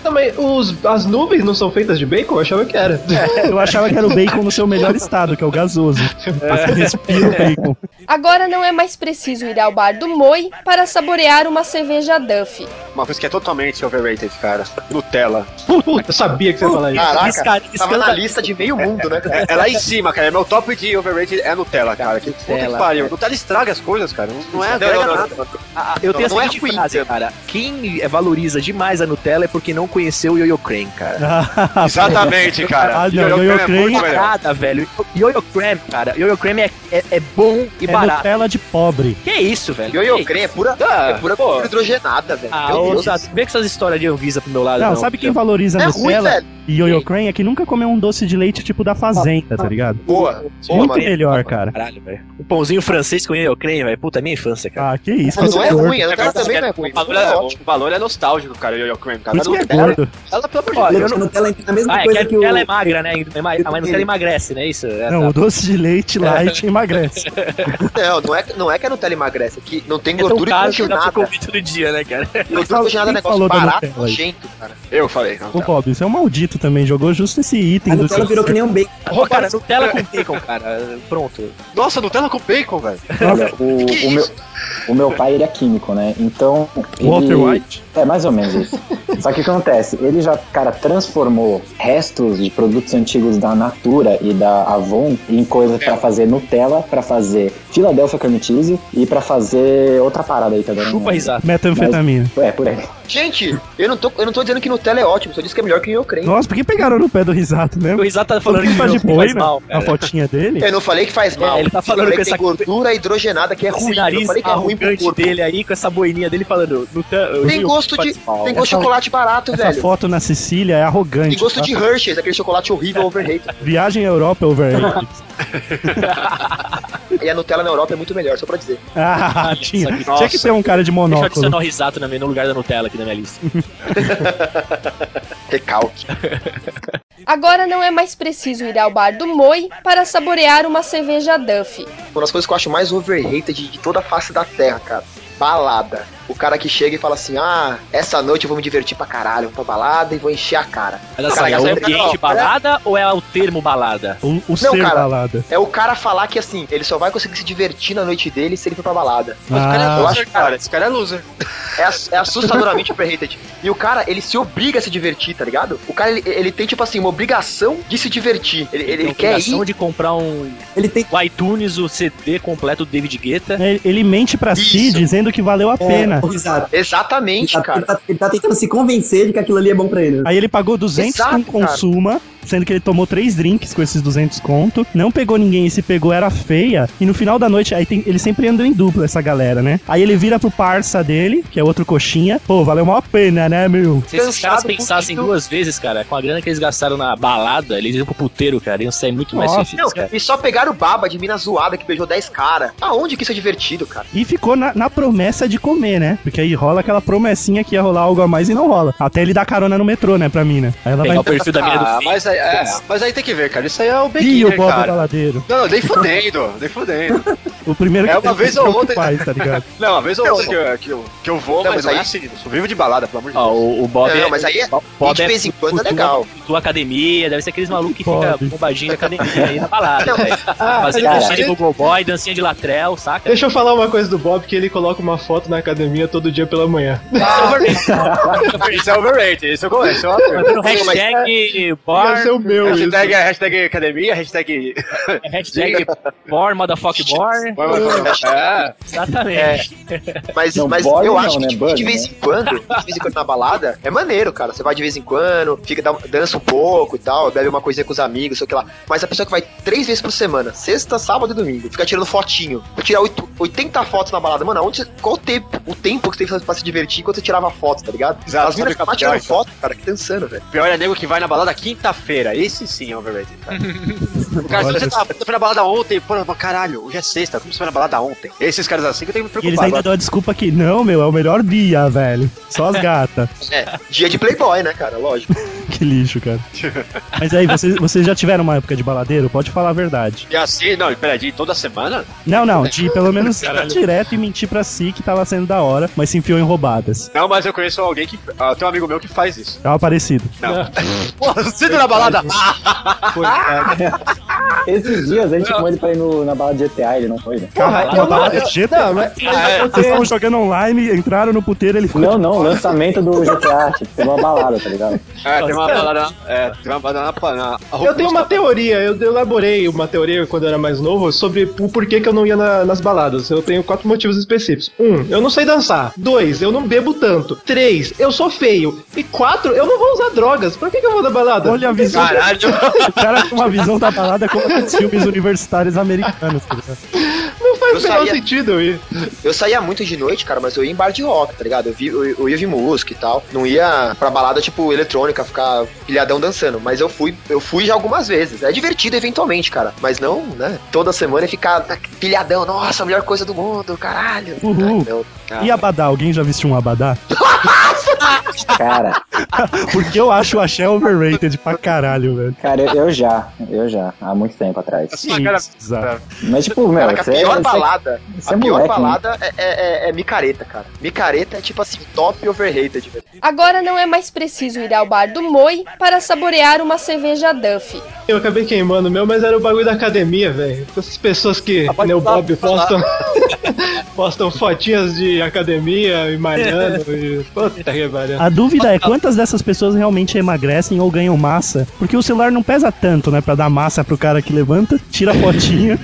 Speaker 7: Também, os, as nuvens não são feitas de bacon? Eu achava que era.
Speaker 8: Eu achava que era o bacon no seu melhor estado, que é o gasoso. Você respira o bacon.
Speaker 12: Agora não é mais preciso ir ao bar do Moi para saborear uma cerveja Duff.
Speaker 6: Uma coisa que é totalmente overrated, cara. Nutella.
Speaker 7: Puta, eu sabia que você ia falar isso.
Speaker 6: Caraca,
Speaker 7: Esca-
Speaker 6: tava na
Speaker 7: escandal-
Speaker 6: lista de meio mundo, né? É, é lá em cima, cara. É meu top de overrated é Nutella, cara. Que puta que
Speaker 2: Nutella,
Speaker 6: pariu.
Speaker 2: cara.
Speaker 6: Nutella estraga as coisas, cara. Não, não é
Speaker 2: Não,
Speaker 6: agrega
Speaker 2: não, não.
Speaker 6: nada.
Speaker 2: Ah, Eu tenho a
Speaker 6: Não é
Speaker 2: seguinte
Speaker 6: ruim,
Speaker 2: frase, cara. Quem valoriza demais a Nutella é porque não conheceu o Yo-Yo Crane, cara.
Speaker 6: É. Exatamente, cara.
Speaker 2: Ah, não,
Speaker 6: Yo-Yo Crane
Speaker 2: Yo-Yo
Speaker 6: é
Speaker 2: Crane
Speaker 6: muito
Speaker 2: é
Speaker 6: melhor.
Speaker 2: nada, velho. Yo-Yo Crane, cara. Yo-Yo Crane é, é, é bom e
Speaker 8: É
Speaker 2: barato.
Speaker 8: Nutella de pobre.
Speaker 2: Que isso, velho?
Speaker 5: Yo-Yo
Speaker 2: Que
Speaker 5: Crane é
Speaker 2: isso?
Speaker 5: pura,
Speaker 2: Ah,
Speaker 5: é pura
Speaker 2: pô.
Speaker 5: gordura hidrogenada, velho. É
Speaker 2: Ah,
Speaker 5: um
Speaker 2: ô,
Speaker 5: Meu Deus.
Speaker 2: Tato, vem com essas histórias de Anvisa pro meu lado.
Speaker 8: Não, sabe quem valoriza
Speaker 5: É ruim,
Speaker 8: Nutella
Speaker 5: velho.
Speaker 8: e Yo-Yo Crane é que nunca comeu um doce de leite tipo da fazenda, tá ligado?
Speaker 5: Boa.
Speaker 8: Muito melhor, cara.
Speaker 2: Caralho, velho. O pãozinho francês com Yo-Yo Crane, velho. Puta, é minha infância, cara.
Speaker 8: Ah, que isso.
Speaker 5: Mas não é
Speaker 8: gordo.
Speaker 5: ruim, ela também não é ruim.
Speaker 6: O valor, é, o valor é nostálgico, cara, o Yo-Yo Crane. Cara.
Speaker 8: Por isso que é
Speaker 6: Ela-
Speaker 8: gordo.
Speaker 6: Ela, pelo amor de
Speaker 2: Olha,
Speaker 6: Deus,
Speaker 2: eu não...
Speaker 1: Nutella é a mesma
Speaker 2: Ah, é
Speaker 1: coisa
Speaker 2: que,
Speaker 1: que o...
Speaker 2: ela é magra, né? Ema- A Nutella emagrece, né? Isso? É,
Speaker 8: Não,
Speaker 2: tá.
Speaker 8: o doce de leite light emagrece.
Speaker 5: Não, não é, não é que a Nutella emagrece, é que não tem
Speaker 2: é tão
Speaker 5: gordura
Speaker 2: caro que dá pra
Speaker 5: hidrogenada.
Speaker 2: comer todo dia, né, cara?
Speaker 5: Gordura hidrogenada é um
Speaker 8: Quem
Speaker 5: negócio
Speaker 8: falou da
Speaker 5: barato,
Speaker 8: Nutella aí?
Speaker 5: nojento, cara.
Speaker 6: eu falei.
Speaker 8: Ô, Bob, isso é um maldito também. Jogou justo esse item
Speaker 1: A
Speaker 8: do
Speaker 1: Nutella
Speaker 8: seu-
Speaker 1: virou que nem um bacon.
Speaker 2: Ô, cara, Nutella com bacon, cara. Pronto.
Speaker 6: Nossa, Nutella com bacon, velho.
Speaker 3: Olha, o, o meu, o meu pai ele é químico, né? Então.
Speaker 1: um
Speaker 3: ele-
Speaker 8: Walter White?
Speaker 3: É, mais ou menos isso. Só que o que acontece? Ele já, cara, transformou restos de produtos antigos da Natura e da Avon em coisas pra fazer Nutella, pra fazer Philadelphia Cream Cheese e pra fazer outra parada aí também.
Speaker 2: Chupa risada.
Speaker 8: metanfetamina.
Speaker 3: É, por aí.
Speaker 5: Gente, eu não, tô, eu não tô dizendo que Nutella é ótimo, só disse que é melhor que o creme.
Speaker 8: Nossa, por que pegaram no pé do risato, né?
Speaker 2: O Risato tá falando
Speaker 8: Falando
Speaker 2: que
Speaker 8: que faz de
Speaker 2: não
Speaker 8: boi,
Speaker 2: faz
Speaker 8: né?
Speaker 2: mal, é.
Speaker 8: A
Speaker 2: cara.
Speaker 8: fotinha dele.
Speaker 5: Eu não falei que faz mal.
Speaker 2: É, ele tá
Speaker 5: Eu
Speaker 2: falando
Speaker 5: falei
Speaker 2: com
Speaker 5: que tem
Speaker 2: esse
Speaker 5: gordura hidrogenada que é
Speaker 2: Esse
Speaker 5: ruim. Eu não
Speaker 2: nariz
Speaker 5: falei que é ruim pro
Speaker 2: tá arrogante
Speaker 5: corpo.
Speaker 2: dele aí, com essa boininha dele falando... Nutella-
Speaker 5: Tem
Speaker 2: eu-
Speaker 5: gosto de,
Speaker 2: faz mal.
Speaker 5: tem gosto de
Speaker 8: Essa-
Speaker 5: chocolate barato,
Speaker 8: Essa
Speaker 5: velho.
Speaker 8: foto na Sicília é arrogante.
Speaker 5: Tem gosto
Speaker 8: tá?
Speaker 5: de Hershey's, aquele chocolate horrível overrated.
Speaker 8: Viagem à Europa overrated.
Speaker 5: E a Nutella na Europa é muito melhor, só pra dizer.
Speaker 8: ah, tinha.
Speaker 2: Nossa.
Speaker 8: Tinha que ter um cara de
Speaker 2: Deixa eu
Speaker 8: monóculo.
Speaker 2: adicionar o risato na minha- no lugar da Nutella aqui na minha lista.
Speaker 5: Recalque.
Speaker 12: Agora não é mais preciso ir ao bar do Moi para saborear uma cerveja Duff.
Speaker 5: Uma das coisas que eu acho mais overrated de toda a face da Terra, cara. Balada. O cara que chega e fala assim, ah, essa noite eu vou me divertir pra caralho, vou pra balada e vou encher a cara.
Speaker 2: Olha só,
Speaker 5: Cara,
Speaker 2: é
Speaker 5: essa
Speaker 2: o
Speaker 5: época
Speaker 2: ambiente
Speaker 5: não,
Speaker 2: balada ou é o termo balada?
Speaker 8: O, o
Speaker 5: Não,
Speaker 8: ser
Speaker 5: cara.
Speaker 8: balada.
Speaker 5: É o cara falar que assim, ele só vai conseguir se divertir na noite dele se ele for pra balada.
Speaker 6: Mas o cara é
Speaker 8: Ah.
Speaker 5: eu
Speaker 6: loser,
Speaker 5: acho,
Speaker 6: cara. Esse cara é loser.
Speaker 5: É, ass- é assustadoramente overrated. E o cara, ele se obriga a se divertir, tá ligado? O cara, ele, ele tem, tipo assim, uma obrigação de se divertir. Ele, ele-
Speaker 2: Tem
Speaker 5: ele quer
Speaker 2: obrigação
Speaker 5: ir.
Speaker 2: de comprar um
Speaker 1: Ele tem
Speaker 2: o iTunes, o CD completo do David Guetta.
Speaker 8: Ele, é, ele mente pra si
Speaker 5: Isso.
Speaker 8: dizendo que valeu a pena.
Speaker 1: É, risada. Ele
Speaker 5: Exatamente,
Speaker 1: tá, ele
Speaker 5: cara.
Speaker 1: tá- ele tá tentando se convencer de que aquilo ali é bom pra ele.
Speaker 8: Aí ele pagou 200 com
Speaker 5: Exato, cara.
Speaker 8: consuma, sendo que ele tomou três drinks com esses 200 conto, não pegou ninguém, e se pegou era feia, e no final da noite, aí tem- ele sempre andam em dupla, essa galera, né? Aí ele vira pro parça dele, que é outro coxinha, pô, valeu mó pena, né, meu?
Speaker 2: Se esses
Speaker 5: Cansado,
Speaker 2: caras pensassem
Speaker 5: fudido.
Speaker 2: duas vezes, cara, com a grana que eles gastaram na balada, eles iam pro puteiro, cara, iam sair muito mais
Speaker 8: Nossa.
Speaker 5: Não,
Speaker 2: felizes, cara.
Speaker 5: e só pegaram o baba de mina zoada que beijou 10 cara. Aonde que isso é divertido, cara?
Speaker 8: E ficou na, na promessa de comer, né? Porque aí rola aquela promessinha que ia rolar algo a mais e não rola. Até ele dá carona no metrô, né, pra mina. Aí ela
Speaker 2: Pegar o
Speaker 8: vai...
Speaker 2: perfil da minha do
Speaker 6: Ah,
Speaker 2: fim.
Speaker 6: mas aí, é, mas aí tem que ver, cara. Isso aí é
Speaker 8: Ih,
Speaker 6: o
Speaker 8: o
Speaker 6: beginner,
Speaker 8: Bob é
Speaker 6: cara.
Speaker 8: baladeiro.
Speaker 6: Não, não, nem fudendo, nem fudendo.
Speaker 8: O primeiro
Speaker 6: É
Speaker 8: que
Speaker 6: uma
Speaker 8: tem
Speaker 6: vez
Speaker 8: que
Speaker 6: ou
Speaker 8: ver o que
Speaker 6: outra.
Speaker 8: faz, tá ligado?
Speaker 6: Não, uma vez ou
Speaker 5: Não,
Speaker 6: outra que eu, que eu, que eu vou,
Speaker 5: Não,
Speaker 6: mas,
Speaker 5: mas
Speaker 6: aí
Speaker 5: aí-
Speaker 6: é assim, eu sou vivo de balada, pelo amor de Deus.
Speaker 2: Ó, o, o Bob
Speaker 5: não,
Speaker 2: é,
Speaker 5: mas aí é-
Speaker 2: o
Speaker 5: e
Speaker 2: Bob
Speaker 5: de
Speaker 2: é
Speaker 5: vez em quando é
Speaker 2: cultua-
Speaker 5: legal.
Speaker 2: cultua academia, deve ser aqueles malucos que ficam
Speaker 8: Bob.
Speaker 2: bombadinho de academia aí na balada, velho. Fazendo
Speaker 3: cara,
Speaker 2: dancinha de Google Boy, dancinha de latrel, saca?
Speaker 7: Deixa eu falar uma coisa do Bob, que ele coloca uma foto na academia todo dia pela manhã.
Speaker 6: Isso é overrated, isso eu conheço.
Speaker 2: Fazendo é hashtag
Speaker 7: Ia
Speaker 2: bar,
Speaker 7: ser o meu isso.
Speaker 6: Hashtag, hashtag academia, hashtag.
Speaker 2: é hashtag bar, motherfucker bar.
Speaker 6: É,
Speaker 2: Exatamente.
Speaker 5: Mas,
Speaker 3: Não,
Speaker 5: mas
Speaker 3: boy
Speaker 5: eu
Speaker 3: não,
Speaker 5: acho que
Speaker 3: né?
Speaker 5: de,
Speaker 3: Bunny,
Speaker 5: de vez
Speaker 3: né?
Speaker 5: em quando, de vez em quando na balada, é maneiro, cara. Você vai de vez em quando, fica, dá- dança um pouco e tal, bebe uma coisinha com os amigos, sei o que lá. Mas a pessoa que vai três vezes por semana, sexta, sábado e domingo, fica tirando fotinho. Vou tirar oito- 80 fotos na balada. Mano, aonde, você- qual o tempo, o tempo que você teve pra se divertir enquanto você tirava foto, tá ligado?
Speaker 6: Exato,
Speaker 5: As meninas
Speaker 6: sabe o
Speaker 5: ficam
Speaker 6: que é
Speaker 5: tirando
Speaker 6: pior,
Speaker 5: foto, cara, que dançando, velho.
Speaker 6: pior é nego que vai na balada quinta-feira. Esse sim é overrated, cara. Cara, se você tá, eu fui na balada ontem, pô, mas caralho, hoje é sexta, como você foi na balada ontem? Esses caras assim que eu tenho que me
Speaker 8: E eles
Speaker 6: preocupar.
Speaker 8: ainda
Speaker 6: Agora,
Speaker 8: dão a desculpa que, não, meu, é o melhor dia, velho. Só as gatas.
Speaker 5: É, dia de playboy, né, cara? Lógico.
Speaker 8: Que lixo, cara. Mas aí, vocês, vocês já tiveram uma época de baladeiro? Pode falar a verdade.
Speaker 6: E assim, não, peraí, de toda semana?
Speaker 8: Não, não, de pelo menos direto e mentir pra si que tava sendo da hora, mas se enfiou em roubadas.
Speaker 6: Não, mas eu conheço alguém que. Ah, tem um amigo meu que faz isso.
Speaker 8: Tava parecido.
Speaker 6: Pô, você deu na balada? Ah,
Speaker 7: Coitado.
Speaker 3: Esses dias a gente chamou ele pra ir no- na bala de GTA, ele não foi, né?
Speaker 8: Porra, na balada de GTA? Vocês estavam jogando online, entraram no puteiro, ele ficou...
Speaker 3: Não, não, lançamento do GTA, tipo, teve uma balada, tá ligado?
Speaker 6: É, tem uma balada. É, tem uma balada na. na
Speaker 7: Eu tenho uma teoria, eu eu elaborei uma teoria quando eu era mais novo sobre o porquê que eu não ia na- nas baladas. Eu tenho quatro motivos específicos. Um, eu não sei dançar. Dois, eu não bebo tanto. Três, eu sou feio. E quatro, eu não vou usar drogas. Pra que, que eu vou na balada?
Speaker 8: Olha a visão.
Speaker 7: Caralho.
Speaker 8: O cara tem uma visão da balada como os filmes universitários americanos. tá ligado?
Speaker 7: Não faz
Speaker 5: Eu
Speaker 7: o menor
Speaker 5: saía-
Speaker 7: sentido eu ir.
Speaker 5: Eu saía muito de noite, cara, mas eu ia em bar de rock, tá ligado? Eu, vi, eu, eu ia ouvir música e tal. Não ia pra balada, tipo, eletrônica, ficar pilhadão dançando. Mas eu fui, eu fui já algumas vezes. É divertido eventualmente, cara. Mas não, né? Toda semana e ficar ah, pilhadão, nossa, a melhor coisa do mundo, caralho.
Speaker 8: Uhul. E Abadá? Alguém já vestiu um Abadá?
Speaker 3: Cara,
Speaker 8: Porque eu acho o Axé overrated pra caralho, velho.
Speaker 3: cara, eu, eu já, eu já, há muito tempo atrás.
Speaker 8: Sim, exato.
Speaker 3: Mas, tipo, meu,
Speaker 5: Caraca, a
Speaker 3: você-
Speaker 5: pior
Speaker 3: você-
Speaker 5: balada,
Speaker 3: você
Speaker 5: a
Speaker 3: é
Speaker 5: pior
Speaker 3: moleque,
Speaker 5: balada é, é- é- é micareta, cara. Micareta é tipo assim, top overrated, velho.
Speaker 12: Agora não é mais preciso ir ao bar do Moi para saborear uma cerveja Duff.
Speaker 7: Eu acabei queimando o meu, mas era o bagulho da academia, velho. Essas pessoas que, que nem o Bob, postam, postam fotinhas de academia e malhando. e... Puta que pariu.
Speaker 8: A dúvida é quantas dessas pessoas realmente emagrecem ou ganham massa? Porque o celular não pesa tanto, né? Pra dar massa pro cara que levanta, tira a fotinha.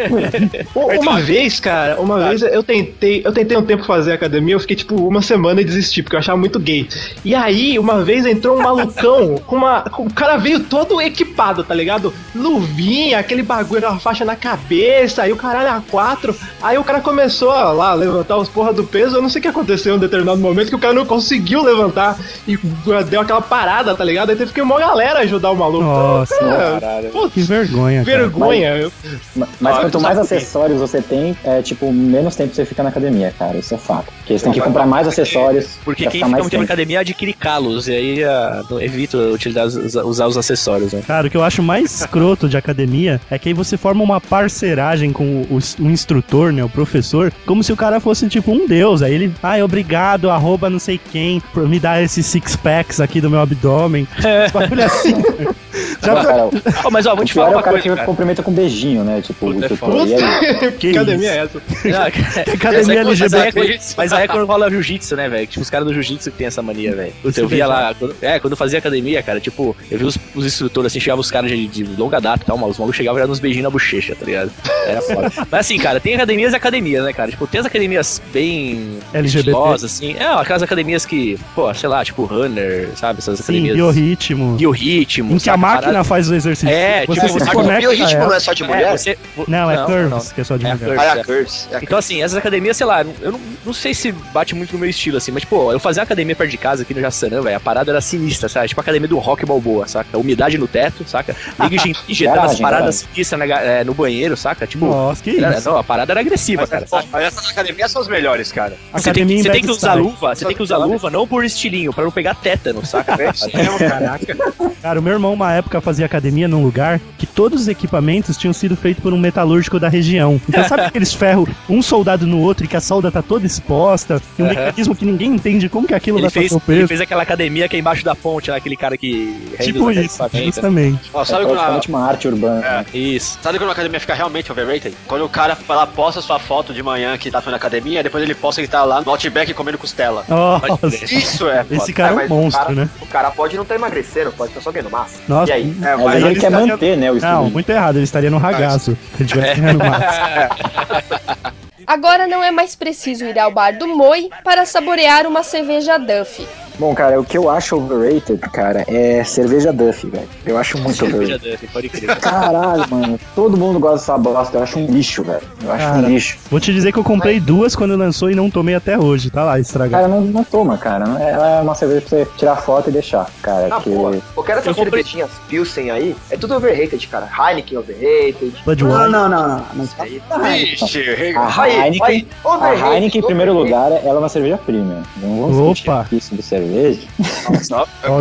Speaker 7: Pô, Uma vez, cara, uma vez eu tentei, eu tentei um tempo fazer academia, eu fiquei tipo uma semana e desisti, porque eu achava muito gay. E aí, uma vez entrou um malucão com uma. com- o cara veio todo equipado, tá ligado? Luvinha, aquele bagulho, uma faixa na cabeça, aí o caralho a quatro. Aí o cara começou a lá levantar os porra do peso. Eu não sei o que aconteceu em um determinado momento que o cara não conseguiu levantar e eh, deu aquela parada, tá ligado? Aí teve que uma galera ajudar o maluco.
Speaker 8: Nossa,
Speaker 7: Cara,
Speaker 8: caralho.
Speaker 7: putz,
Speaker 8: que vergonha. cara.
Speaker 7: vergonha. eu-
Speaker 3: né? Ma- Mas
Speaker 7: Ah,
Speaker 3: quanto
Speaker 7: eu
Speaker 3: mais
Speaker 7: sabia.
Speaker 3: acessórios você tem, é, tipo, menos tempo você fica na academia, cara. Isso é fato. é Porque você tem que
Speaker 2: Não,
Speaker 3: comprar
Speaker 2: mas-
Speaker 3: mais acessórios
Speaker 2: Porque
Speaker 3: pra
Speaker 2: quem
Speaker 3: ficar
Speaker 2: fica
Speaker 3: mais
Speaker 2: muito na
Speaker 3: tempo.
Speaker 2: academia adquire calos, e aí ah, não- evita utilizar, os- usar os acessórios, né?
Speaker 8: Cara, o que eu acho mais escroto de academia é que aí você forma uma parceragem com o, o- o instrutor, né? O professor, como se o cara fosse tipo um deus. Aí ele, ai, obrigado, arroba não sei quem, por me dar esses six packs aqui do meu abdômen. Esse bagulho é assim. Já
Speaker 3: Não, cara,
Speaker 2: Ó, mas ó, vou
Speaker 3: o
Speaker 2: te
Speaker 3: pior
Speaker 2: falar
Speaker 3: é
Speaker 2: uma
Speaker 3: o cara
Speaker 2: coisa,
Speaker 3: que
Speaker 2: cara.
Speaker 3: cumprimenta com beijinho, né? Tipo, o tutor.
Speaker 2: foda.
Speaker 3: E aí?
Speaker 7: que academia é essa?
Speaker 2: Não,
Speaker 8: Academia
Speaker 2: mas é aí-
Speaker 8: LGBT.
Speaker 2: Mas aí é quando rola jiu-jitsu, né, velho? Tipo, os caras do jiu-jitsu que tem essa mania, velho.
Speaker 8: Você
Speaker 2: Eu via
Speaker 8: beijava.
Speaker 2: lá, quando- é, quando eu fazia academia, cara, tipo, eu vi os, os instrutores assim, chegavam os caras de, de longa data e tal, mas os malucos chegavam e davam uns beijinhos na bochecha, tá ligado? Era foda. mas assim, cara, tem academias e academias, né, cara? Tipo, tem as academias bem
Speaker 8: LGBT.
Speaker 2: estilosas, assim. É, aquelas academias que, pô, sei lá, tipo, runner, sabe? Essas
Speaker 8: Sim,
Speaker 2: academias.
Speaker 8: biorritmo.
Speaker 2: Biorritmo.
Speaker 8: Em que a
Speaker 2: saca?
Speaker 8: máquina
Speaker 2: Parada-
Speaker 8: faz o exercício.
Speaker 2: É,
Speaker 8: você
Speaker 2: tipo,
Speaker 8: se
Speaker 2: saca?
Speaker 8: conecta.
Speaker 5: Biorritmo
Speaker 8: a ela.
Speaker 5: não é só de mulher?
Speaker 2: você-
Speaker 8: Não, é curves,
Speaker 2: não.
Speaker 8: que é só de
Speaker 2: É
Speaker 8: mulher.
Speaker 2: curves,
Speaker 5: Ah, é
Speaker 2: é.
Speaker 5: a Curse. É a
Speaker 2: Então, assim, essas academias, sei lá, eu não, não sei se bate muito no meu estilo, assim, mas, pô, eu fazia academia perto de casa aqui no Jaçanã, velho, a parada era sinistra, sabe? Tipo a academia do rock balboa, saca? Umidade no teto, saca? Liga inje- injetando as
Speaker 3: Garagem,
Speaker 2: paradas
Speaker 3: garagem.
Speaker 2: sinistras na ga- é, no banheiro, saca? Tipo.
Speaker 8: Nossa, que
Speaker 2: era-
Speaker 8: isso.
Speaker 2: não, a parada era agressiva, cara.
Speaker 6: Ó,
Speaker 2: saca?
Speaker 6: Mas essas academias são as melhores, cara.
Speaker 2: Você tem, que-
Speaker 8: Academia
Speaker 2: você
Speaker 8: em
Speaker 2: tem que usar
Speaker 8: Bed-Stuy.
Speaker 2: luva, você tem que usar luva não por estilinho, pra não pegar tétano, saca?
Speaker 6: é um
Speaker 8: Cara, o meu irmão, uma época, fazia academia num lugar que todos os equipamentos tinham sido feitos por um metalúrgico da região. Então, sabe aqueles ferros, um soldado no outro, e que a solda tá toda exposta, e um
Speaker 2: Aham.
Speaker 8: mecanismo que ninguém entende como que aquilo
Speaker 2: ele,
Speaker 8: vai
Speaker 2: fez,
Speaker 8: fazer o
Speaker 2: ele
Speaker 8: peso.
Speaker 2: fez aquela academia que é embaixo da ponte, lá, aquele cara que.
Speaker 8: Tipo
Speaker 2: rende os
Speaker 8: isso,
Speaker 2: equipamentos, né?
Speaker 8: justamente.
Speaker 6: Ó,
Speaker 3: É
Speaker 6: sabe quando a,
Speaker 3: praticamente uma arte urbana. né?
Speaker 2: Isso.
Speaker 6: Sabe quando a academia fica realmente overrated? Quando o cara fala, posta sua foto de manhã que tá fazendo academia, depois ele posta que tá lá no Outback comendo costela.
Speaker 8: Nossa,
Speaker 6: Isso é,
Speaker 8: esse
Speaker 6: foda.
Speaker 8: cara é um
Speaker 5: Ah, mas o
Speaker 8: monstro,
Speaker 5: cara-
Speaker 8: né?
Speaker 5: O cara pode não estar emagrecendo, pode estar só ganhando massa.
Speaker 8: Nossa,
Speaker 5: E aí?
Speaker 8: hum,
Speaker 5: É,
Speaker 3: Às
Speaker 5: mas
Speaker 3: vezes ele
Speaker 5: ele
Speaker 3: quer
Speaker 5: tá-
Speaker 3: manter, né, o
Speaker 8: não,
Speaker 3: estudo.
Speaker 8: muito errado, ele estaria no ragaço. Se ele
Speaker 5: É.
Speaker 8: tivesse ganhando mais.
Speaker 12: Agora não é mais preciso ir ao bar do Moi para saborear uma cerveja Duff.
Speaker 3: Bom, cara, o que eu acho overrated, cara, é cerveja Duff, velho. Eu acho muito overrated.
Speaker 2: Pode crer.
Speaker 3: Caralho, mano. Todo mundo gosta dessa bosta. Eu acho um lixo, velho. Eu acho
Speaker 8: Cara.
Speaker 3: um lixo.
Speaker 8: Vou te dizer que eu comprei duas quando lançou e não tomei até hoje. Tá lá, estragado.
Speaker 3: Cara, não, não toma, cara. Não- Ela é uma cerveja pra você tirar foto e deixar, cara.
Speaker 5: Na
Speaker 3: é que-
Speaker 5: boa. Qualquer
Speaker 2: Eu
Speaker 5: dessas
Speaker 2: comprei-
Speaker 5: cervejinhas Pilsen aí, é tudo overrated, cara. Heineken overrated.
Speaker 1: Não,
Speaker 8: Budweiser.
Speaker 1: não, não, não. Mas
Speaker 6: Vixe,
Speaker 3: A
Speaker 5: Aí,
Speaker 3: Heineken,
Speaker 5: aí,
Speaker 3: a
Speaker 5: overrated,
Speaker 3: Heineken em primeiro
Speaker 5: overrated.
Speaker 3: lugar, ela é uma cerveja premium. Não vamos
Speaker 8: Opa.
Speaker 3: discutir isso de cerveja.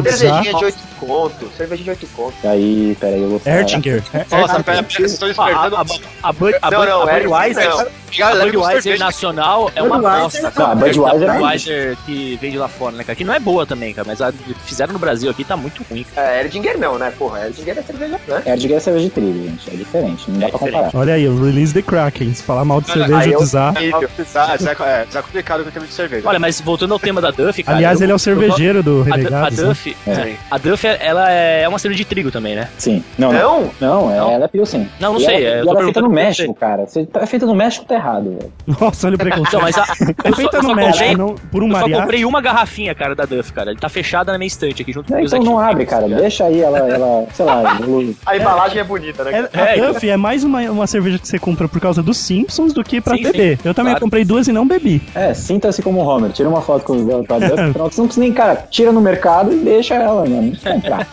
Speaker 5: Cervejinha de 8 conto. Cerveja de 8 conto.
Speaker 3: Aí, peraí, eu vou falar.
Speaker 8: Ertinger.
Speaker 6: Nossa, pera, pera, vocês estão despertando.
Speaker 2: A, a, a, Bud- a,
Speaker 6: Não,
Speaker 2: Bud-
Speaker 6: não,
Speaker 2: a
Speaker 6: é-
Speaker 2: Budweiser,
Speaker 6: não. Já
Speaker 2: a
Speaker 6: leva uma
Speaker 2: Budweiser
Speaker 6: cerveja.
Speaker 2: nacional é uma
Speaker 1: Budweiser
Speaker 2: bosta,
Speaker 1: não.
Speaker 2: cara.
Speaker 3: Ah, Budweiser
Speaker 2: A
Speaker 3: é
Speaker 2: Budweiser que vende lá fora, né, cara? Que não é boa também, cara, mas a que fizeram no Brasil aqui tá muito ruim. cara.
Speaker 5: É, Erdinger não, né? Porra, Erdinger é cerveja, né?
Speaker 3: Erdinger é cerveja de trigo, gente. É diferente, não dá
Speaker 2: É
Speaker 3: pra
Speaker 2: diferente.
Speaker 3: comparar.
Speaker 8: Olha aí, o release the Kraken. Se falar mal de
Speaker 6: Cara,
Speaker 8: cerveja
Speaker 6: aí
Speaker 8: do
Speaker 6: eu-
Speaker 8: Zá.
Speaker 6: Ah, isso é, é, isso é complicado com o tema de cerveja.
Speaker 2: Olha, mas voltando ao tema da Duff, cara.
Speaker 8: Aliás,
Speaker 2: eu-
Speaker 8: ele é o
Speaker 2: eu-
Speaker 8: cervejeiro do
Speaker 2: A, Du- a
Speaker 8: Renegados. né?
Speaker 2: Duff,
Speaker 6: É.
Speaker 2: a Duff, ela é uma cerveja de trigo também, né?
Speaker 3: Sim. Não, não.
Speaker 5: Não?
Speaker 3: Não, é-
Speaker 2: Não?
Speaker 3: ela é Pilsen.
Speaker 2: Não, não
Speaker 3: E
Speaker 2: sei,
Speaker 3: Ela,
Speaker 2: é, eu
Speaker 3: e
Speaker 2: tô
Speaker 3: ela é feita
Speaker 2: perguntando
Speaker 3: no
Speaker 2: pra
Speaker 3: México, cara. Se tá feita no México, tá errado, velho.
Speaker 8: Nossa, olha o
Speaker 2: Então,
Speaker 8: preconceito.
Speaker 2: mas a,
Speaker 8: É
Speaker 2: eu só,
Speaker 8: feita
Speaker 2: eu só
Speaker 8: no
Speaker 2: comprei,
Speaker 8: México, não, por um
Speaker 2: eu só
Speaker 8: mariachi.
Speaker 2: comprei uma garrafinha, cara, da Duff, cara. Ele tá fechada na minha estante aqui, junto
Speaker 3: É,
Speaker 2: com os
Speaker 3: então não abre, cara. Deixa aí ela, ela sei lá, evolui.
Speaker 5: A embalagem é bonita, né?
Speaker 8: É,
Speaker 2: É,
Speaker 8: a Duff é mais uma, uma cerveja que você compra por causa dos Simpsons do que pra
Speaker 2: Sim,
Speaker 8: beber. eu também
Speaker 2: claro.
Speaker 8: comprei duas e não bebi.
Speaker 3: É, sinta-se como o Homer. Tira uma foto com os dela pra Duff. Pronto, você não precisa nem, cara, tira no mercado e deixa ela, mano. Não precisa comprar.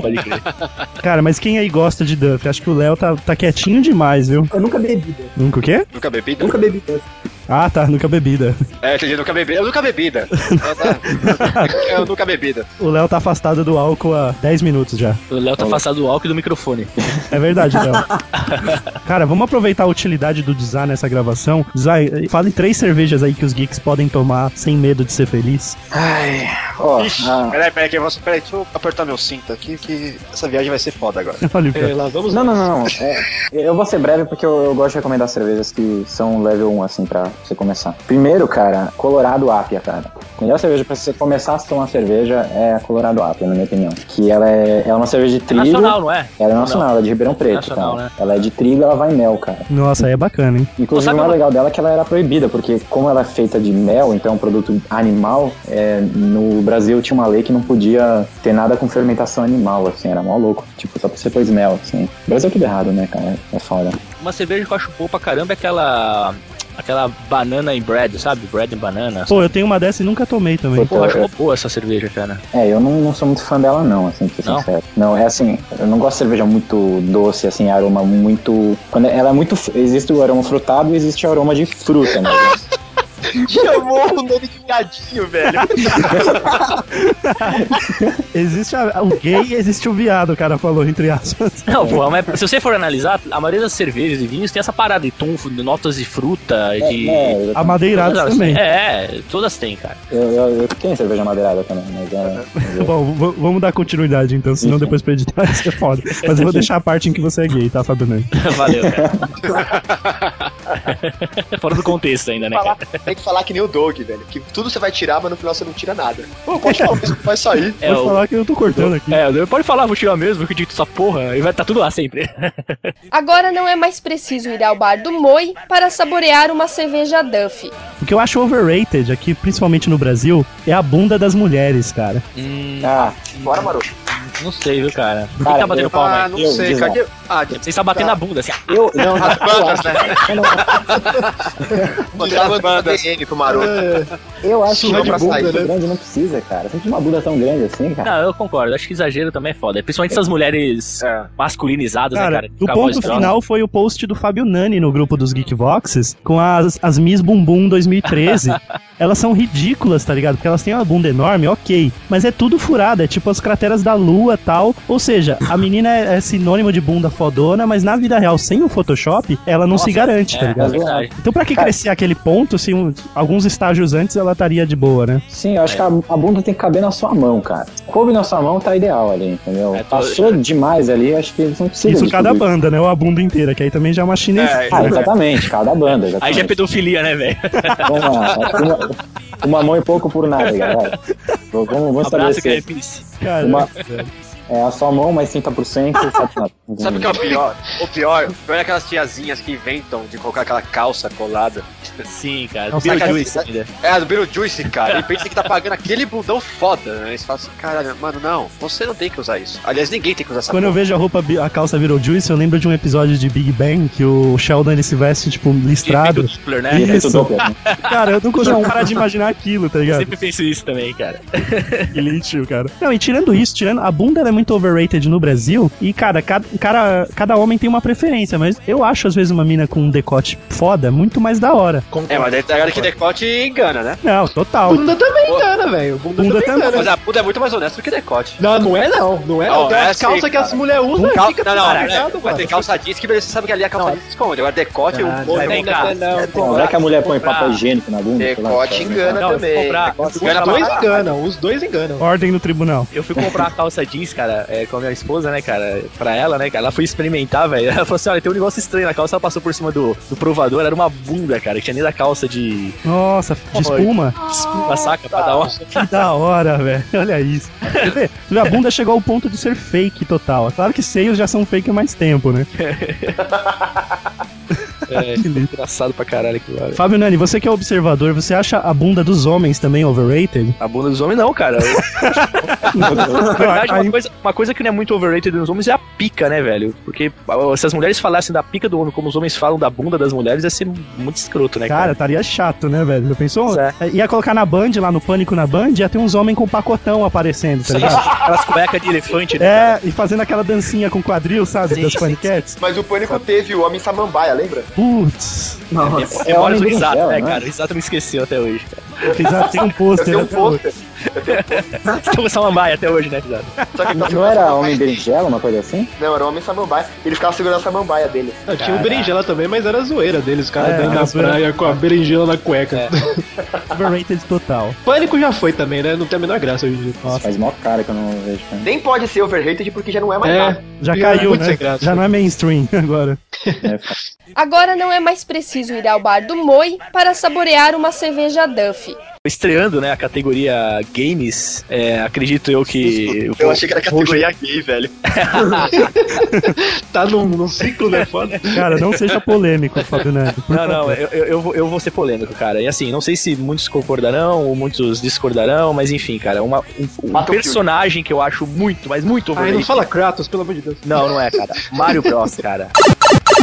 Speaker 2: Pode crer.
Speaker 8: Cara, mas quem aí gosta de Duff? Acho que o Léo tá, tá quietinho demais, viu?
Speaker 1: Eu nunca bebi, né?
Speaker 8: Nunca o quê?
Speaker 6: Nunca bebida?
Speaker 1: nunca bebi. tanto.
Speaker 8: Ah, tá, nunca bebida.
Speaker 6: É, entendi, nunca bebida. Eu nunca bebida. Eu nunca bebida.
Speaker 8: O Léo tá afastado do álcool há 10 minutos já.
Speaker 2: O Léo tá afastado do álcool e do microfone.
Speaker 8: É verdade, Léo. Cara, vamos aproveitar a utilidade do Zá nessa gravação. Zá, fale três cervejas aí que os geeks podem tomar sem medo de ser feliz.
Speaker 5: Ai,
Speaker 3: Ó,
Speaker 6: Ixi,
Speaker 3: a-
Speaker 6: peraí, peraí, que eu vou, peraí, deixa eu apertar meu cinto aqui, que essa viagem vai ser foda agora.
Speaker 8: Olha o pior.
Speaker 3: Não, não, não. não. É, eu vou ser breve porque eu, eu gosto de recomendar cervejas que são level 1, assim, pra você começar. Primeiro, cara, Colorado Apia, cara. A melhor cerveja pra você começar a tomar cerveja é a Colorado Apia, na minha opinião. Que ela é, ela é uma cerveja de
Speaker 2: É
Speaker 3: trigo.
Speaker 2: nacional, não é?
Speaker 3: Ela é nacional, ela é de Ribeirão Preto,
Speaker 2: Nacional,
Speaker 3: cara.
Speaker 2: né?
Speaker 3: Ela é de trigo, ela vai mel, cara.
Speaker 8: Nossa, aí é bacana, hein?
Speaker 3: Inclusive,
Speaker 2: Sabe
Speaker 3: o mais
Speaker 2: uma-
Speaker 3: legal dela é que ela era proibida, porque como ela é feita de mel, então é um produto animal, é, no Brasil tinha uma lei que não podia ter nada com fermentação animal, assim, era mó louco. Tipo, só porque você pôs mel, assim. O Brasil é tudo errado, né, cara? É foda.
Speaker 2: Uma cerveja que eu acho boa pra caramba é aquela. Aquela banana em bread, sabe? Bread em banana.
Speaker 8: Pô, eu tenho uma dessa e nunca tomei também.
Speaker 2: Pô, eu acho
Speaker 3: eu-
Speaker 2: uma boa essa cerveja, cara.
Speaker 3: É, eu não, não sou muito fã dela, não, assim, pra ser
Speaker 2: Não?
Speaker 3: sincero. Não, é assim, eu não gosto de cerveja muito doce, assim, aroma muito. Quando ela é muito. fr- Existe o aroma frutado e existe o aroma de fruta, né?
Speaker 5: Chamou o nome de viadinho, velho.
Speaker 8: Existe a- o gay e existe o viado, o cara falou, entre aspas.
Speaker 2: Não, pô, mas se você for analisar, a maioria das cervejas e vinhos tem essa parada de tonfo, de notas de fruta, de.
Speaker 3: É, eu,
Speaker 8: A madeirada
Speaker 2: Todas
Speaker 8: também.
Speaker 2: É, é, todas têm, cara.
Speaker 3: eu, eu, eu tenho cerveja madeirada também, mas é.
Speaker 8: Bom, v- vamos dar continuidade então, senão
Speaker 3: Isso.
Speaker 8: depois pra editar vai ser foda. Mas eu vou deixar a parte em que você é gay, tá, Fabiano?
Speaker 2: Valeu, cara. Fora do contexto ainda, né, cara?
Speaker 5: Tem que falar que nem o Doug, velho. Que tudo você vai tirar, mas no final você não tira nada. Pô, pode falar, mas vai sair.
Speaker 2: É,
Speaker 8: Pode
Speaker 2: o...
Speaker 8: falar que eu tô cortando aqui.
Speaker 2: é, o- pode falar, vou tirar mesmo, eu acredito essa porra, e vai tá tudo lá sempre.
Speaker 12: Agora não é mais preciso ir ao bar do Moi para saborear uma cerveja Duff.
Speaker 8: O que eu acho overrated aqui, principalmente no Brasil, é a bunda das mulheres, cara.
Speaker 2: Hum,
Speaker 3: Ah,
Speaker 5: Bora, maroto.
Speaker 2: não sei, viu, cara? Por que
Speaker 3: Cara,
Speaker 2: tá batendo
Speaker 3: eu- Tá.
Speaker 2: palma
Speaker 6: Ah,
Speaker 2: aí?
Speaker 6: não
Speaker 3: Eu,
Speaker 6: sei,
Speaker 3: diz
Speaker 6: cara.
Speaker 3: lá.
Speaker 6: que- Ah, de-
Speaker 2: Você está batendo a bunda, assim, ah,
Speaker 3: eu. Não, não, eu acho, eu não-
Speaker 5: Mandar uma banda DM pro maroto.
Speaker 3: Eu acho que uma
Speaker 5: Surra de
Speaker 3: bunda
Speaker 5: bunda,
Speaker 3: muito
Speaker 5: né?
Speaker 3: grande não precisa, cara. Sempre uma bunda tão grande assim, cara.
Speaker 2: Ah, Não, eu concordo. Acho que exagero também é foda. Principalmente essas mulheres
Speaker 6: É.
Speaker 2: masculinizadas, né, cara?
Speaker 8: Cara,
Speaker 2: Com
Speaker 8: o
Speaker 2: a voz
Speaker 8: ponto
Speaker 2: grossa.
Speaker 8: final foi o post do Fábio Nani no grupo dos Geekvoxes com as, as Miss Bumbum 2013. elas são ridículas, tá ligado? Porque elas têm uma bunda enorme, ok. Mas é tudo furado, é tipo as crateras da lua tal. Ou seja, a menina é, é sinônimo de bunda fodona, mas na vida real, sem o Photoshop, ela não se garante, tá
Speaker 2: É, é
Speaker 8: ligado?
Speaker 2: verdade.
Speaker 8: Então pra que crescer aquele ponto se um- alguns estágios antes ela estaria de boa, né?
Speaker 3: Sim, eu acho que a, a bunda tem que caber na sua mão, cara. Coube na sua mão, tá ideal ali, entendeu?
Speaker 2: É, tô-
Speaker 3: Passou demais ali, acho que não precisa.
Speaker 8: Isso
Speaker 3: de
Speaker 8: cada
Speaker 3: tudo
Speaker 8: banda, né? Ou a bunda inteira, que aí também já é uma chinesa.
Speaker 6: É,
Speaker 3: Ah, exatamente, cada banda.
Speaker 2: Aí
Speaker 3: Exatamente.
Speaker 2: já é pedofilia, né, velho?
Speaker 3: Vamos lá. Uma, uma mão e pouco por nada, galera. Vamos, vamos
Speaker 2: Abraço,
Speaker 3: estabelecer.
Speaker 2: Crepice.
Speaker 8: Cara,
Speaker 3: Uma- É a sua mão, mais 30%, sabe?
Speaker 6: Sabe o que é o pior? O pior, o pior é aquelas tiazinhas que inventam de colocar aquela calça colada.
Speaker 2: Sim, cara.
Speaker 8: Não,
Speaker 2: Bill
Speaker 6: saca-
Speaker 2: Juice ainda.
Speaker 6: É, a do Beetlejuice, cara. E pensa que tá pagando aquele bundão foda, né? E você fala assim, caralho, mano, não, você não tem que usar isso. Aliás, ninguém tem que usar essa
Speaker 8: Quando eu
Speaker 6: porra.
Speaker 8: vejo a roupa, bi- a calça virou juice, eu lembro de um episódio de Big Bang que o Sheldon ele se veste, tipo, listrado.
Speaker 2: Efeito Doppler, né?
Speaker 8: Isso.
Speaker 3: Efeito Doppler, né?
Speaker 8: Cara, eu não consigo parar de imaginar aquilo, tá
Speaker 2: Eu
Speaker 8: ligado?
Speaker 2: Sempre penso isso também, cara.
Speaker 8: Que lixo, cara. Não, e tirando isso, tirando. A bunda ela é muito overrated no Brasil. E, cara, cada, cara, cada homem tem uma preferência, mas eu acho, às vezes, uma mina com um decote foda muito mais da hora.
Speaker 6: É, mas daí agora que decote engana, né?
Speaker 8: Não, total.
Speaker 7: Bunda também engana, velho. Bunda,
Speaker 8: Bunda
Speaker 7: também engana.
Speaker 6: Mas a bunda é muito mais honesta do que decote. assim,
Speaker 7: Não, não é não. Não é não. Tem umas calças que as mulheres usam e fica
Speaker 6: Não, não,
Speaker 7: desmarcado,
Speaker 6: não. Vai ter calça jeans que você sabe que ali a
Speaker 7: Tá.
Speaker 6: calça jeans esconde. Agora decote
Speaker 7: Ah,
Speaker 6: é um pouco.
Speaker 3: Não,
Speaker 6: é
Speaker 3: não, Será que a mulher põe papel higiênico na bunda?
Speaker 6: Decote engana
Speaker 2: Não, eu fui
Speaker 6: também.
Speaker 2: comprar-
Speaker 6: Decote
Speaker 2: eu fui
Speaker 6: engana
Speaker 7: Os dois
Speaker 6: pra-
Speaker 7: enganam, os dois enganam.
Speaker 8: Ordem no tribunal.
Speaker 2: Eu fui comprar a calça jeans, cara, é, com a minha esposa, né, cara, pra ela, né, cara. Ela foi experimentar, velho. Ela falou assim: olha, tem um negócio estranho na calça. Ela passou por cima do, do provador, era uma bunda, cara, que tinha nem da calça de,
Speaker 8: Nossa, de espuma.
Speaker 2: de espuma, saca? Pra dar uma.
Speaker 8: Que da hora, velho. Olha isso. Você vê? Você vê, A bunda chegou ao ponto de ser fake total. É Claro que seios já são fake há mais tempo, né?
Speaker 2: É, engraçado pra caralho aquilo lá. velho.
Speaker 8: Fábio Nani, você que é observador, você acha a bunda dos homens também overrated?
Speaker 2: A bunda dos homens não, cara. Na verdade, uma coisa, uma coisa que não é muito overrated nos homens é a pica, né, velho? Porque ó, se as mulheres falassem da pica do homem como os homens falam da bunda das mulheres, ia ser muito escroto, né,
Speaker 8: Cara,
Speaker 2: cara?
Speaker 8: estaria chato, né, velho? Já Pensou?
Speaker 2: Pois é.
Speaker 8: Ia colocar na Band, lá no Pânico na Band, ia ter uns homens com pacotão aparecendo, tá ligado?
Speaker 2: Aquelas cuecas de elefante, né?
Speaker 8: É, e fazendo aquela dancinha com quadril, sabe?
Speaker 2: Sim,
Speaker 8: das
Speaker 2: sim,
Speaker 8: paniquetes.
Speaker 5: Mas o Pânico teve o Homem Samambaia, lembra?
Speaker 8: Putz,
Speaker 13: Nossa.
Speaker 2: Memórias
Speaker 3: É, homem
Speaker 2: do Risato,
Speaker 3: berinjela,
Speaker 2: né,
Speaker 3: né?
Speaker 2: cara? O Risato me esqueceu até hoje, cara.
Speaker 8: fiz até um
Speaker 5: Eu
Speaker 8: pôster.
Speaker 5: tenho um
Speaker 8: até hoje.
Speaker 5: pôster.
Speaker 2: Estamos samambaia até hoje, né, Risato?
Speaker 5: Só que
Speaker 3: Não era homem berinjela, uma coisa assim?
Speaker 5: Não, era o Homem Samambaia. Ele ficava segurando a samambaia dele.
Speaker 7: Não, tinha o berinjela também, mas era zoeira deles, os caras
Speaker 8: É,
Speaker 7: dando
Speaker 8: era
Speaker 7: na
Speaker 8: zoeira.
Speaker 7: praia com a berinjela na cueca.
Speaker 8: Overrated total.
Speaker 7: Pânico já foi também, né? Não tem a menor graça hoje em dia. Nossa.
Speaker 3: Faz mó cara que eu não vejo. cara.
Speaker 5: Nem pode ser overrated porque já não é mais nada.
Speaker 7: É,
Speaker 8: Já
Speaker 7: É,
Speaker 8: caiu,
Speaker 7: muito
Speaker 8: né?
Speaker 7: sem graça.
Speaker 8: Já não é mainstream agora.
Speaker 12: Agora não é mais preciso ir ao bar do Moi para saborear uma cerveja Duff.
Speaker 2: Estreando, né, a categoria games, é, acredito eu que...
Speaker 6: Eu achei que era categoria gay, velho.
Speaker 7: tá num, num ciclo, né? Foda.
Speaker 8: Cara, não seja polêmico, Fábio Nani. por
Speaker 2: Não, não,
Speaker 8: favor.
Speaker 2: eu, eu, eu vou, eu vou ser polêmico, cara. E assim, não sei se muitos concordarão ou muitos discordarão, mas enfim, cara, uma- um, um personagem que eu acho muito, mas muito
Speaker 7: Aí não
Speaker 2: overrated.
Speaker 7: fala Kratos, pelo amor de Deus.
Speaker 2: Não, não é, cara. Mario Bros, cara.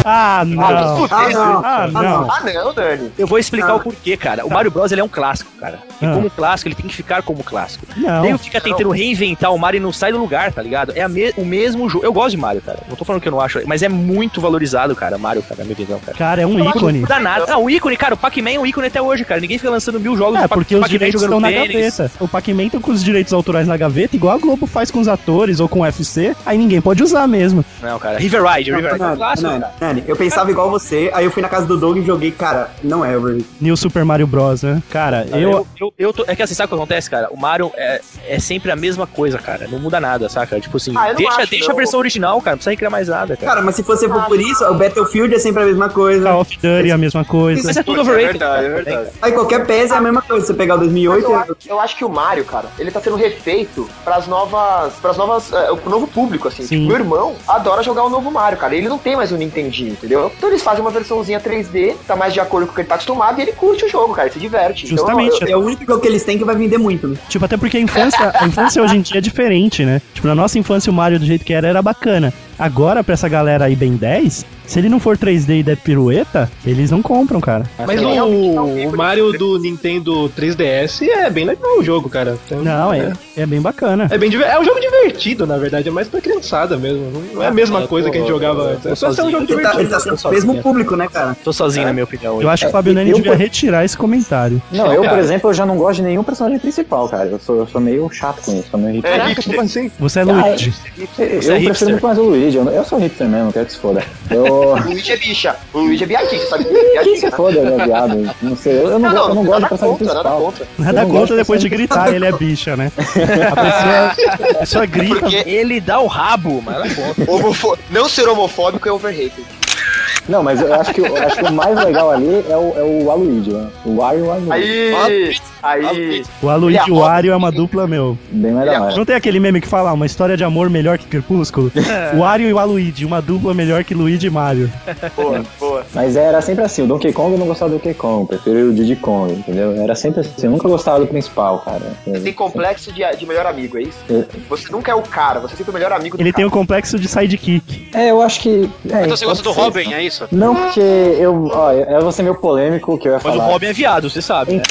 Speaker 8: Ah, não.
Speaker 13: Ah, não.
Speaker 8: Ah, não.
Speaker 5: Ah, não, Dani.
Speaker 2: Eu vou explicar
Speaker 7: Ah.
Speaker 2: o porquê, cara. O
Speaker 7: Tá.
Speaker 2: Mario Bros, ele é um clássico, cara. E
Speaker 8: Ah.
Speaker 2: como clássico, ele tem que ficar como clássico.
Speaker 8: Não.
Speaker 2: Nego fica tentando reinventar o Mario e não sai do lugar, tá ligado? É a me- o mesmo jogo. Eu gosto de Mario, cara. Não tô falando que eu não acho, mas é muito valorizado, cara. Mario, cara, na minha visão, cara.
Speaker 8: Cara, é um
Speaker 2: Eu acho
Speaker 8: ícone.
Speaker 2: que Não dá nada. Não, o ícone, cara, o Pac-Man é um ícone até hoje, cara. Ninguém fica lançando mil jogos
Speaker 8: É,
Speaker 2: do Pac-
Speaker 8: porque os
Speaker 2: Pac-Man
Speaker 8: direitos
Speaker 2: jogando
Speaker 8: estão na
Speaker 2: tênis.
Speaker 8: gaveta. O Pac-Man tá com os direitos autorais na gaveta, igual a Globo faz com os atores ou com o UFC, aí ninguém pode usar mesmo.
Speaker 2: Não, cara. River Ride, River Ride. é um
Speaker 1: Não,
Speaker 2: clássico,
Speaker 1: não,
Speaker 2: cara.
Speaker 1: não, não. Eu pensava igual você, aí eu fui na casa do Doug e joguei, cara, não é overrated.
Speaker 8: New Super Mario Bros, né? Cara,
Speaker 2: Cara,
Speaker 8: eu.
Speaker 2: Eu, eu, eu tô- é que assim, sabe o que acontece, cara? O Mario é, é sempre a mesma coisa, cara. Não muda nada, saca? Tipo assim,
Speaker 5: Ah, eu não
Speaker 2: deixa,
Speaker 5: acho,
Speaker 2: deixa
Speaker 5: não.
Speaker 2: a versão original, cara. Não precisa recriar mais nada, cara.
Speaker 1: Cara, mas se você for por isso, o Battlefield é sempre a mesma coisa.
Speaker 8: Call of Duty é a mesma coisa.
Speaker 2: Mas é tudo overrated.
Speaker 5: verdade, é
Speaker 2: cara.
Speaker 5: verdade.
Speaker 1: Aí qualquer PES é a mesma coisa. Você pegar o
Speaker 5: Mas
Speaker 1: 2008,
Speaker 5: eu, acho, eu acho que o Mario, cara, ele tá sendo refeito pras novas. pras novas. eh, pro novo público, assim.
Speaker 8: Sim.
Speaker 5: Tipo, meu irmão adora jogar o novo Mario, cara. Ele não tem mais o Nintendinho, entendeu? Então eles fazem uma versãozinha 3D, tá mais de acordo com o que ele tá acostumado e ele curte o jogo, cara. Ele se diverte. Então,
Speaker 8: Justamente.
Speaker 5: eu-
Speaker 1: é o único jogo que eles têm que vai vender muito, né?
Speaker 8: Tipo, até porque a infância, a infância hoje em dia é diferente, né? Tipo, na nossa infância o Mario do jeito que era era bacana. Agora, pra essa galera aí bem 10, se ele não for 3D e der pirueta, eles não compram, cara.
Speaker 7: Mas
Speaker 5: Ele
Speaker 7: o,
Speaker 5: realmente não tem
Speaker 7: o Mario do Nintendo 3DS é bem legal o jogo, cara. Então,
Speaker 8: Não, é, é bem bacana.
Speaker 7: É, bem, diver- é um jogo divertido, na verdade, é mais pra criançada mesmo. Não é a
Speaker 2: Ah,
Speaker 7: mesma coisa que a gente jogava antes. É só ser um jogo
Speaker 1: Ele tá, ele tá
Speaker 7: divertido.
Speaker 1: sendo o mesmo público, né, cara?
Speaker 2: Tô sozinho, na minha opinião. hoje.
Speaker 8: Eu acho que o Fábio
Speaker 3: eu-
Speaker 8: Nani
Speaker 3: eu-
Speaker 8: devia retirar esse comentário.
Speaker 3: Não, eu, por
Speaker 7: Cara.
Speaker 3: exemplo, eu já não gosto de nenhum personagem principal, cara. Eu sou, eu sou meio chato com isso. Sou meio hipster.
Speaker 7: Caraca, como assim?
Speaker 8: Você é
Speaker 3: Ah, é.
Speaker 8: Luigi.
Speaker 3: Eu,
Speaker 2: É, Você é hipster.
Speaker 3: prefiro muito mais o Luigi. Eu, eu sou hipster mesmo, quero que se foda. Eu.
Speaker 5: O Luigi é bicha. O Luigi é biadinho, sabe?
Speaker 3: que se
Speaker 5: Biadinho, né?
Speaker 3: foda, né, viado? Não sei. Eu, eu não, gosto- eu não gosto de personagem
Speaker 5: contra, Ah, nada
Speaker 3: principal.
Speaker 5: contra.
Speaker 8: Nada
Speaker 3: é. Eu não gosto
Speaker 8: contra
Speaker 3: de
Speaker 8: depois de
Speaker 3: personagem
Speaker 8: gritar, ele é bicha, né? A pessoa, a pessoa grita.
Speaker 5: Porque
Speaker 2: Ele dá o rabo, mas ela conta.
Speaker 5: homofo- não ser homofóbico é overrated.
Speaker 3: Não, mas eu acho que, eu acho que o mais legal ali é o, é o Waluigi, né? O Wario e o Waluigi.
Speaker 5: Aí. Aí.
Speaker 8: O Aloysio
Speaker 5: Ele
Speaker 8: e
Speaker 5: é
Speaker 8: o Wario é uma dupla, meu.
Speaker 3: Bem mais da hora.
Speaker 8: Não tem aquele meme que fala "Ah, uma história de amor melhor que Crepúsculo? O Wario e o Aluigi, uma dupla melhor que Luigi e Mario.
Speaker 5: Boa, boa.
Speaker 3: Mas era sempre assim, o Donkey Kong eu não gostava do Donkey Kong, eu prefiro o Diddy Kong, entendeu? Era sempre assim, eu nunca gostava do principal, cara.
Speaker 5: Você tem complexo de, de melhor amigo, é isso? Você nunca é o cara, você é sempre o melhor amigo do
Speaker 8: Ele
Speaker 5: cara.
Speaker 8: tem o complexo de sidekick.
Speaker 3: É, eu acho que. É,
Speaker 6: Então você gosta do
Speaker 3: pode ser.
Speaker 6: Robin, é isso?
Speaker 3: Não, porque eu. Ó, eu eu vou ser meio polêmico o que eu ia
Speaker 2: Mas o
Speaker 3: falar.
Speaker 2: Robin é viado, você sabe, né?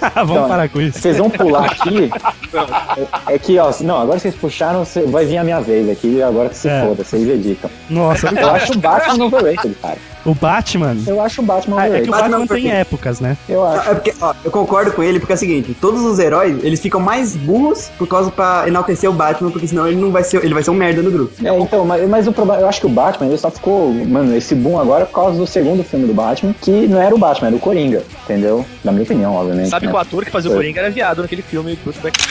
Speaker 8: Ah, Vamos parar com isso.
Speaker 3: Vocês vão pular aqui. É, é que, ó, não, agora vocês puxaram, cê- vai vir a minha vez aqui, agora que se foda, vocês editam.
Speaker 8: Nossa,
Speaker 3: eu acho o Batman overrated, cara.
Speaker 8: O Batman?
Speaker 3: Eu acho o Batman
Speaker 8: Ah, é
Speaker 3: overrated.
Speaker 8: que o Batman tem épocas, né?
Speaker 3: Eu
Speaker 1: acho. é eu concordo com ele, porque é o seguinte, todos os heróis, eles ficam mais burros por causa pra enaltecer o Batman, porque senão ele não vai ser. Ele vai ser um merda no grupo.
Speaker 3: É, então, mas, mas o problema, eu acho que o Batman ele só ficou, mano, esse boom agora por causa do segundo filme do Batman, que não era o Batman, era o Coringa, entendeu? Na minha opinião, obviamente.
Speaker 2: Sabe
Speaker 3: né?
Speaker 6: é?
Speaker 2: que o ator que fazia o
Speaker 3: Foi.
Speaker 2: Coringa era viado naquele filme. Bruce Beck.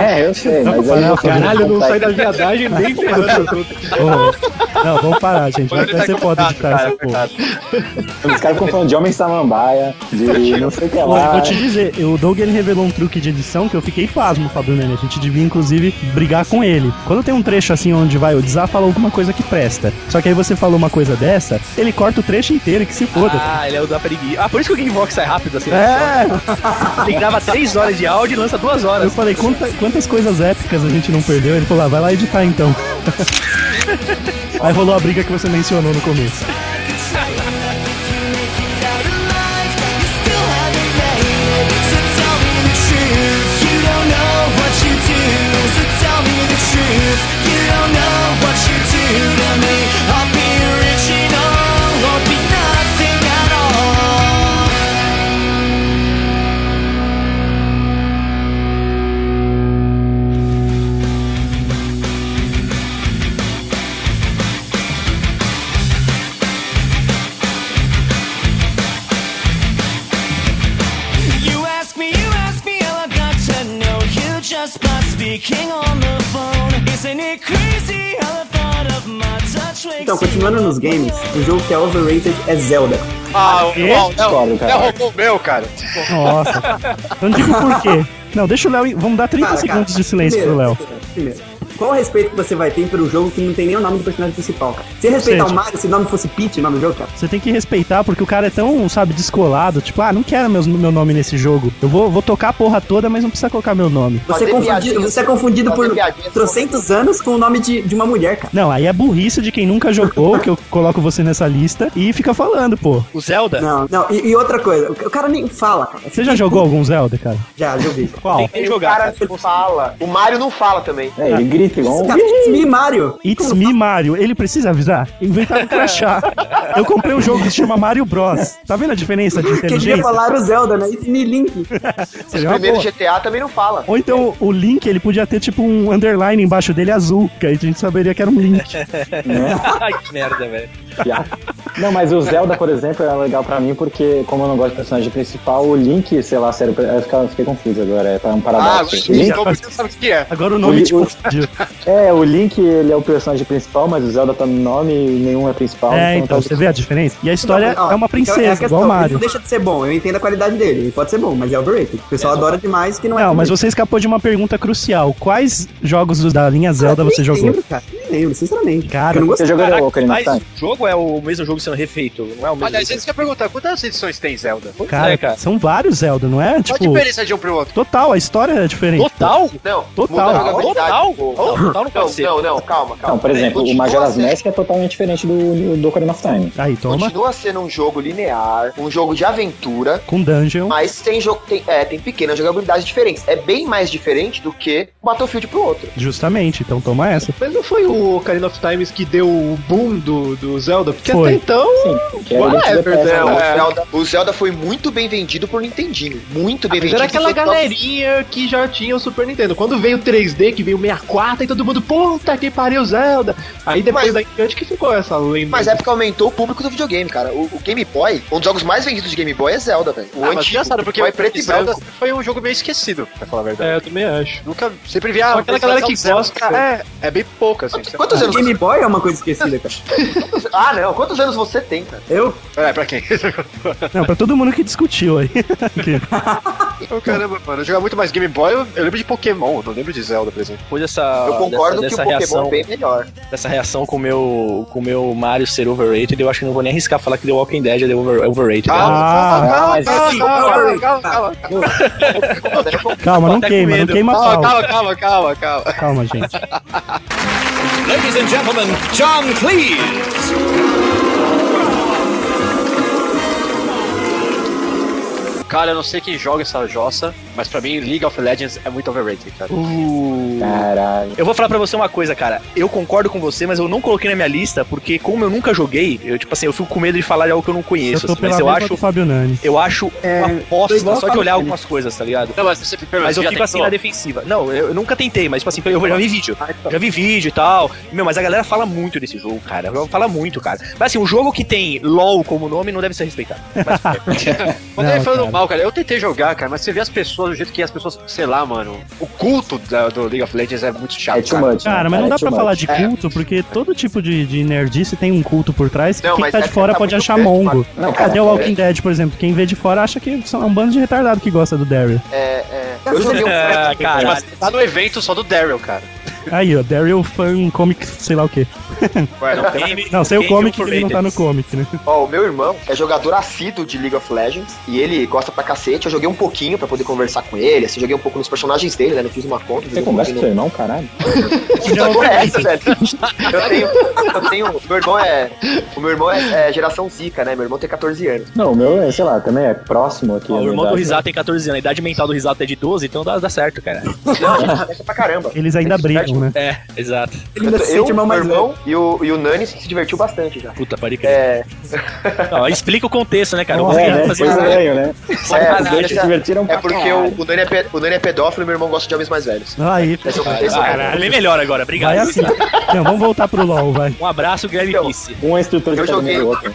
Speaker 3: É, eu sei, mas eu não-
Speaker 7: Caralho, não sai da viadagem nem ferrando.
Speaker 8: Ô, Não, vamos parar, gente. Vai
Speaker 3: Mas ele
Speaker 8: vai
Speaker 3: tá
Speaker 8: ser foda editar
Speaker 3: cara,
Speaker 8: essa porra.
Speaker 3: Os caras ficam falando de homem samambaia, de não sei o que
Speaker 8: Ó, eu
Speaker 3: lá.
Speaker 8: vou te dizer, o Doug ele revelou um truque de edição que eu fiquei pasmo, Fábio Nene. A gente devia, inclusive, brigar com ele. Quando tem um trecho assim onde vai o Dizá fala alguma coisa que presta. Só que aí você falou uma coisa dessa, ele corta o trecho inteiro e que se foda.
Speaker 2: Ah, ele é o da Perigui. Ah, por isso que o Gamebox sai rápido assim.
Speaker 8: É.
Speaker 2: Ele grava 3 horas de áudio e lança 2 horas.
Speaker 8: Eu falei, "Quanta- quantas coisas épicas a gente não perdeu? Ele falou, ah, vai lá editar então. aí rolou a briga que você mencionou no começo.
Speaker 10: You ask me, you ask me, all I've got to know. You just by speaking on the phone. Isn't it crazy how the thought of my touch wakes
Speaker 1: Então, continuando nos games, o jogo que é overrated é Zelda.
Speaker 6: Ah, o
Speaker 1: Quê?
Speaker 6: Léo
Speaker 1: Discordo, cara.
Speaker 6: Léo roubou o meu, cara.
Speaker 8: Nossa. Não digo por quê. Não, deixa o Léo. ir- Vamos dar 30
Speaker 1: Para,
Speaker 8: segundos
Speaker 1: cara.
Speaker 8: de silêncio pro
Speaker 1: Primeiro,
Speaker 8: Léo.
Speaker 1: Primeiro, qual o respeito que você vai ter pelo jogo que não tem nem o nome do personagem principal, cara? Se respeitar
Speaker 8: Gente.
Speaker 1: o Mario, se o nome fosse Peach, o nome do jogo, cara.
Speaker 8: Você tem que respeitar, porque o cara é tão, sabe, descolado. Tipo, ah, não quero meus, meu nome nesse jogo. Eu vou, vou tocar a porra toda, mas não precisa colocar meu nome.
Speaker 1: Você é confundido, você é confundido por trocentos anos com o nome de, de uma mulher, cara.
Speaker 8: Não, aí é burrice de quem nunca jogou, que eu coloco você nessa lista e fica falando, pô.
Speaker 2: O Zelda?
Speaker 1: Não, não. E, e outra coisa, o ca- o cara nem fala, cara.
Speaker 8: Você já jogou algum Zelda, cara?
Speaker 1: Já, joguei.
Speaker 8: Qual?
Speaker 5: Tem o cara que fala. O Mario não fala também.
Speaker 3: É, ele grita igual um...
Speaker 1: It's tipo, me, Mario.
Speaker 8: It's me, Mario. Ele precisa avisar? Inventaram um crachá. Eu comprei um jogo que se chama Mario Bros. Tá vendo a diferença de
Speaker 1: Queria
Speaker 8: inteligência?
Speaker 1: falar o Zelda, né? It's me, Link.
Speaker 8: Seria é uma boa.
Speaker 5: GTA também não fala.
Speaker 8: Ou então o Link, ele podia ter tipo um underline embaixo dele azul, que aí a gente saberia que era um Link.
Speaker 2: Ai, que merda, velho.
Speaker 3: Já. um Não, mas o Zelda, por exemplo, era legal pra mim, porque como eu não gosto do personagem principal, o Link, sei lá, sério, eu fica- eu fiquei confuso agora, é um paradoxo.
Speaker 6: Ah,
Speaker 3: Link-
Speaker 6: então você sabe o que é.
Speaker 8: Agora o
Speaker 3: O
Speaker 8: nome tipo,
Speaker 3: Li-
Speaker 8: te confundiu.
Speaker 3: É, o Link, ele é o personagem principal, mas o Zelda tá no nome e nenhum é principal.
Speaker 8: É,
Speaker 3: tá-
Speaker 8: então, você vê a diferença? E a história
Speaker 1: Não, ó,
Speaker 8: é uma princesa,
Speaker 1: então é a questão,
Speaker 8: igual o
Speaker 1: Ele não
Speaker 8: Mario.
Speaker 1: deixa de ser bom, eu entendo a qualidade dele. Ele pode ser bom, mas é overrated. O pessoal adora demais que não, é.
Speaker 8: Não, mas você escapou de uma pergunta crucial. Quais jogos do- da linha Zelda você
Speaker 1: nem
Speaker 8: jogou?
Speaker 1: lembro, cara. Nem lembro, sinceramente.
Speaker 8: Cara,
Speaker 1: eu não gostei.
Speaker 2: Caraca, mas o jogo é o mesmo jogo sendo refeito, não é o mesmo.
Speaker 6: Aliás, a gente quer perguntar, quantas edições tem Zelda?
Speaker 8: Cara,
Speaker 2: É, cara.
Speaker 8: são vários Zelda, não é?
Speaker 6: Qual a
Speaker 8: Tipo,
Speaker 6: diferença de um pro outro?
Speaker 8: total, a história é diferente.
Speaker 2: Total?
Speaker 6: Não.
Speaker 8: Total.
Speaker 6: muda a jogabilidade.
Speaker 2: Total?
Speaker 6: Pô,
Speaker 2: Não, total não pode ser.
Speaker 6: Não, não, calma, calma.
Speaker 3: Não,
Speaker 5: É,
Speaker 3: por exemplo, o
Speaker 6: Continua
Speaker 3: Majora's
Speaker 6: sendo-
Speaker 3: Mask é totalmente diferente do, do Ocarina of Time.
Speaker 8: Aí, toma.
Speaker 5: Continua sendo um jogo linear, um jogo de aventura,
Speaker 8: Com dungeon.
Speaker 5: mas tem jogo tem, é, tem pequenas jogabilidades diferentes. É bem mais diferente do que um Battlefield pro outro.
Speaker 8: Justamente, então toma essa.
Speaker 7: Mas não foi o Ocarina of Times que deu o boom do, do Zelda? Porque
Speaker 8: Foi.
Speaker 7: até então.
Speaker 3: que era
Speaker 7: whatever,
Speaker 3: Link to the Past,
Speaker 1: É,
Speaker 7: Zelda.
Speaker 5: O
Speaker 3: né?
Speaker 5: Zelda, o Zelda foi muito bem vendido por Nintendinho. Muito
Speaker 1: Ah,
Speaker 5: bem
Speaker 7: Mas
Speaker 5: vendido.
Speaker 7: era aquela
Speaker 5: Foi top-
Speaker 7: galerinha que já tinha o Super Nintendo. Quando veio o 3D, que veio o 64, e todo mundo, puta que pariu Zelda. Aí depois
Speaker 5: Mas-
Speaker 7: daí em diante que ficou essa lenda.
Speaker 5: Mas é porque aumentou o público do videogame, cara. O, o Game Boy, um dos jogos mais vendidos de Game Boy é Zelda, velho. O
Speaker 6: Ah, mas
Speaker 5: antigo,
Speaker 6: engraçado, porque
Speaker 5: o Game Boy preto e branco.
Speaker 6: Zelda foi um jogo meio esquecido, pra falar a verdade.
Speaker 7: É, eu também acho.
Speaker 6: Nunca, sempre via...
Speaker 7: Só aquela galera que
Speaker 6: Zelda,
Speaker 7: gosta, né?
Speaker 6: É, é bem pouca, assim.
Speaker 5: Quantos anos?
Speaker 1: Game Boy é uma coisa esquecida, cara.
Speaker 5: Ah, não. Quantos anos você tem, cara?
Speaker 1: Eu?
Speaker 6: É, pra quem?
Speaker 8: Não, pra todo mundo que discutiu aí. Que-
Speaker 6: Oh, caramba, mano. Eu jogava muito mais Game Boy, eu, eu lembro de Pokémon, eu não lembro de Zelda, por exemplo.
Speaker 2: Depois dessa,
Speaker 5: Eu concordo
Speaker 2: Ah, dessa,
Speaker 5: que
Speaker 2: dessa
Speaker 5: o Pokémon
Speaker 2: reação,
Speaker 5: é bem melhor.
Speaker 2: dessa reação com o meu, com o meu Mario ser overrated, eu acho que não vou nem arriscar falar que The Walking Dead é over- overrated.
Speaker 8: Ah,
Speaker 5: calma,
Speaker 3: mas-
Speaker 1: assim,
Speaker 5: calma, calma, calma,
Speaker 1: tá,
Speaker 5: calma,
Speaker 8: calma, não
Speaker 7: Tá
Speaker 2: Até com
Speaker 8: queima, não
Speaker 2: medo.
Speaker 8: queima a
Speaker 6: Calma,
Speaker 8: pauta.
Speaker 6: calma, calma, calma, calma.
Speaker 8: Calma, gente.
Speaker 10: Ladies and gentlemen, John Cleese.
Speaker 6: Cara, eu não sei quem joga essa jossa, mas pra mim League of Legends é muito overrated, cara.
Speaker 8: uh.
Speaker 3: Caralho.
Speaker 2: Eu vou falar pra você uma coisa, cara. Eu concordo com você, mas eu não coloquei na minha lista, porque como eu nunca joguei, eu, tipo assim, eu fico com medo de falar de algo que eu não
Speaker 8: Eu
Speaker 2: conheço.
Speaker 8: tô
Speaker 2: assim,
Speaker 8: pela
Speaker 2: mas eu
Speaker 8: mesma do
Speaker 2: acho,
Speaker 8: Fábio Nani.
Speaker 2: eu acho uma aposta
Speaker 1: tô igual
Speaker 2: só
Speaker 1: a
Speaker 2: de olhar
Speaker 1: Fábio
Speaker 2: algumas coisas, tá ligado?
Speaker 6: Não, mas você pelo menos
Speaker 2: Mas eu
Speaker 6: já
Speaker 2: fico assim
Speaker 6: tentou.
Speaker 2: na defensiva. Não, eu, eu nunca tentei, mas tipo assim, eu já vi vídeo. Já vi vídeo e tal. Meu, mas a galera fala muito desse jogo, cara. Fala muito, cara. Mas assim, um jogo que tem LOL como nome não deve ser respeitado.
Speaker 6: Mas ele
Speaker 8: Não,
Speaker 6: é falando
Speaker 8: cara.
Speaker 6: mal, cara, eu tentei jogar, cara, mas você vê as pessoas do jeito que as pessoas, sei lá, mano, o culto da- do League of Legends é muito chato.
Speaker 3: É too
Speaker 6: cara.
Speaker 3: much.
Speaker 8: Cara, mas não dá pra falar de
Speaker 6: É.
Speaker 8: culto, porque todo tipo de, de nerdice tem um culto por trás.
Speaker 6: Não,
Speaker 8: Quem
Speaker 6: mas
Speaker 8: tá
Speaker 6: é
Speaker 8: de
Speaker 6: que
Speaker 8: fora
Speaker 6: tá
Speaker 8: pode
Speaker 6: muito
Speaker 8: achar
Speaker 6: perto,
Speaker 8: mongo.
Speaker 3: Não, cara,
Speaker 6: é-
Speaker 8: Cadê o Walking Dead, por exemplo? Quem vê de fora acha que são um bando de retardado que gosta do Daryl.
Speaker 6: É, é. Eu joguei um
Speaker 2: Ah,
Speaker 6: cara,
Speaker 2: cara.
Speaker 6: tá no evento só do Daryl, cara.
Speaker 7: É.
Speaker 8: Aí, ó, Daryl fan comic, sei lá o quê.
Speaker 6: Ué, não tem.
Speaker 2: Game-
Speaker 8: Não, sei o
Speaker 2: Game
Speaker 8: comic que ele não tá no
Speaker 2: overrated.
Speaker 8: comic, né?
Speaker 5: Ó, o meu irmão é jogador assíduo de League of Legends e ele gosta pra cacete. Eu joguei um pouquinho pra poder conversar com ele, assim, joguei um pouco nos personagens dele, né? Não fiz uma conta.
Speaker 3: Você
Speaker 5: joguei um
Speaker 3: conversa com
Speaker 5: pouquinho
Speaker 3: seu irmão, caralho?
Speaker 5: Que porra é essa, velho? Eu tenho, eu tenho. Meu irmão é. O meu irmão é, é geração zica, né? Meu irmão tem 14 anos.
Speaker 3: Não, o meu, é, sei lá, também é próximo aqui.
Speaker 2: Ó, o
Speaker 3: na
Speaker 2: irmão do
Speaker 3: verdade.
Speaker 2: Risato tem 14 anos, a idade mental do Risato é de 12, então dá, dá certo, cara.
Speaker 5: Essa pra caramba.
Speaker 8: Eles ainda brigam, né?
Speaker 2: É, exato.
Speaker 1: Ele ainda se
Speaker 5: eu,
Speaker 1: sente irmão
Speaker 5: meu
Speaker 1: mais velho.
Speaker 5: irmão e o, e o Nani se divertiu bastante já.
Speaker 2: Puta, pode crer.
Speaker 5: É,
Speaker 2: Não, explica o contexto, né, cara? Eu vou
Speaker 3: É, né?
Speaker 2: fazer
Speaker 3: Foi estranho, né?
Speaker 5: é,
Speaker 3: Os dois se divertiram
Speaker 5: é
Speaker 3: pra
Speaker 5: porque
Speaker 3: caralho.
Speaker 5: o, o, Nani é pe- o Nani é pedófilo e meu irmão gosta de homens mais velhos.
Speaker 8: Aí,
Speaker 5: Esse é o contexto.
Speaker 2: Caralho, é melhor agora,
Speaker 8: vai
Speaker 2: obrigado.
Speaker 8: assim. Não, vamos voltar pro LoL, vai.
Speaker 2: Um abraço, Guilherme
Speaker 5: Então,
Speaker 2: Pisse.
Speaker 3: Um é instrutor
Speaker 5: Eu
Speaker 3: de
Speaker 5: joguei.
Speaker 3: academia do outro.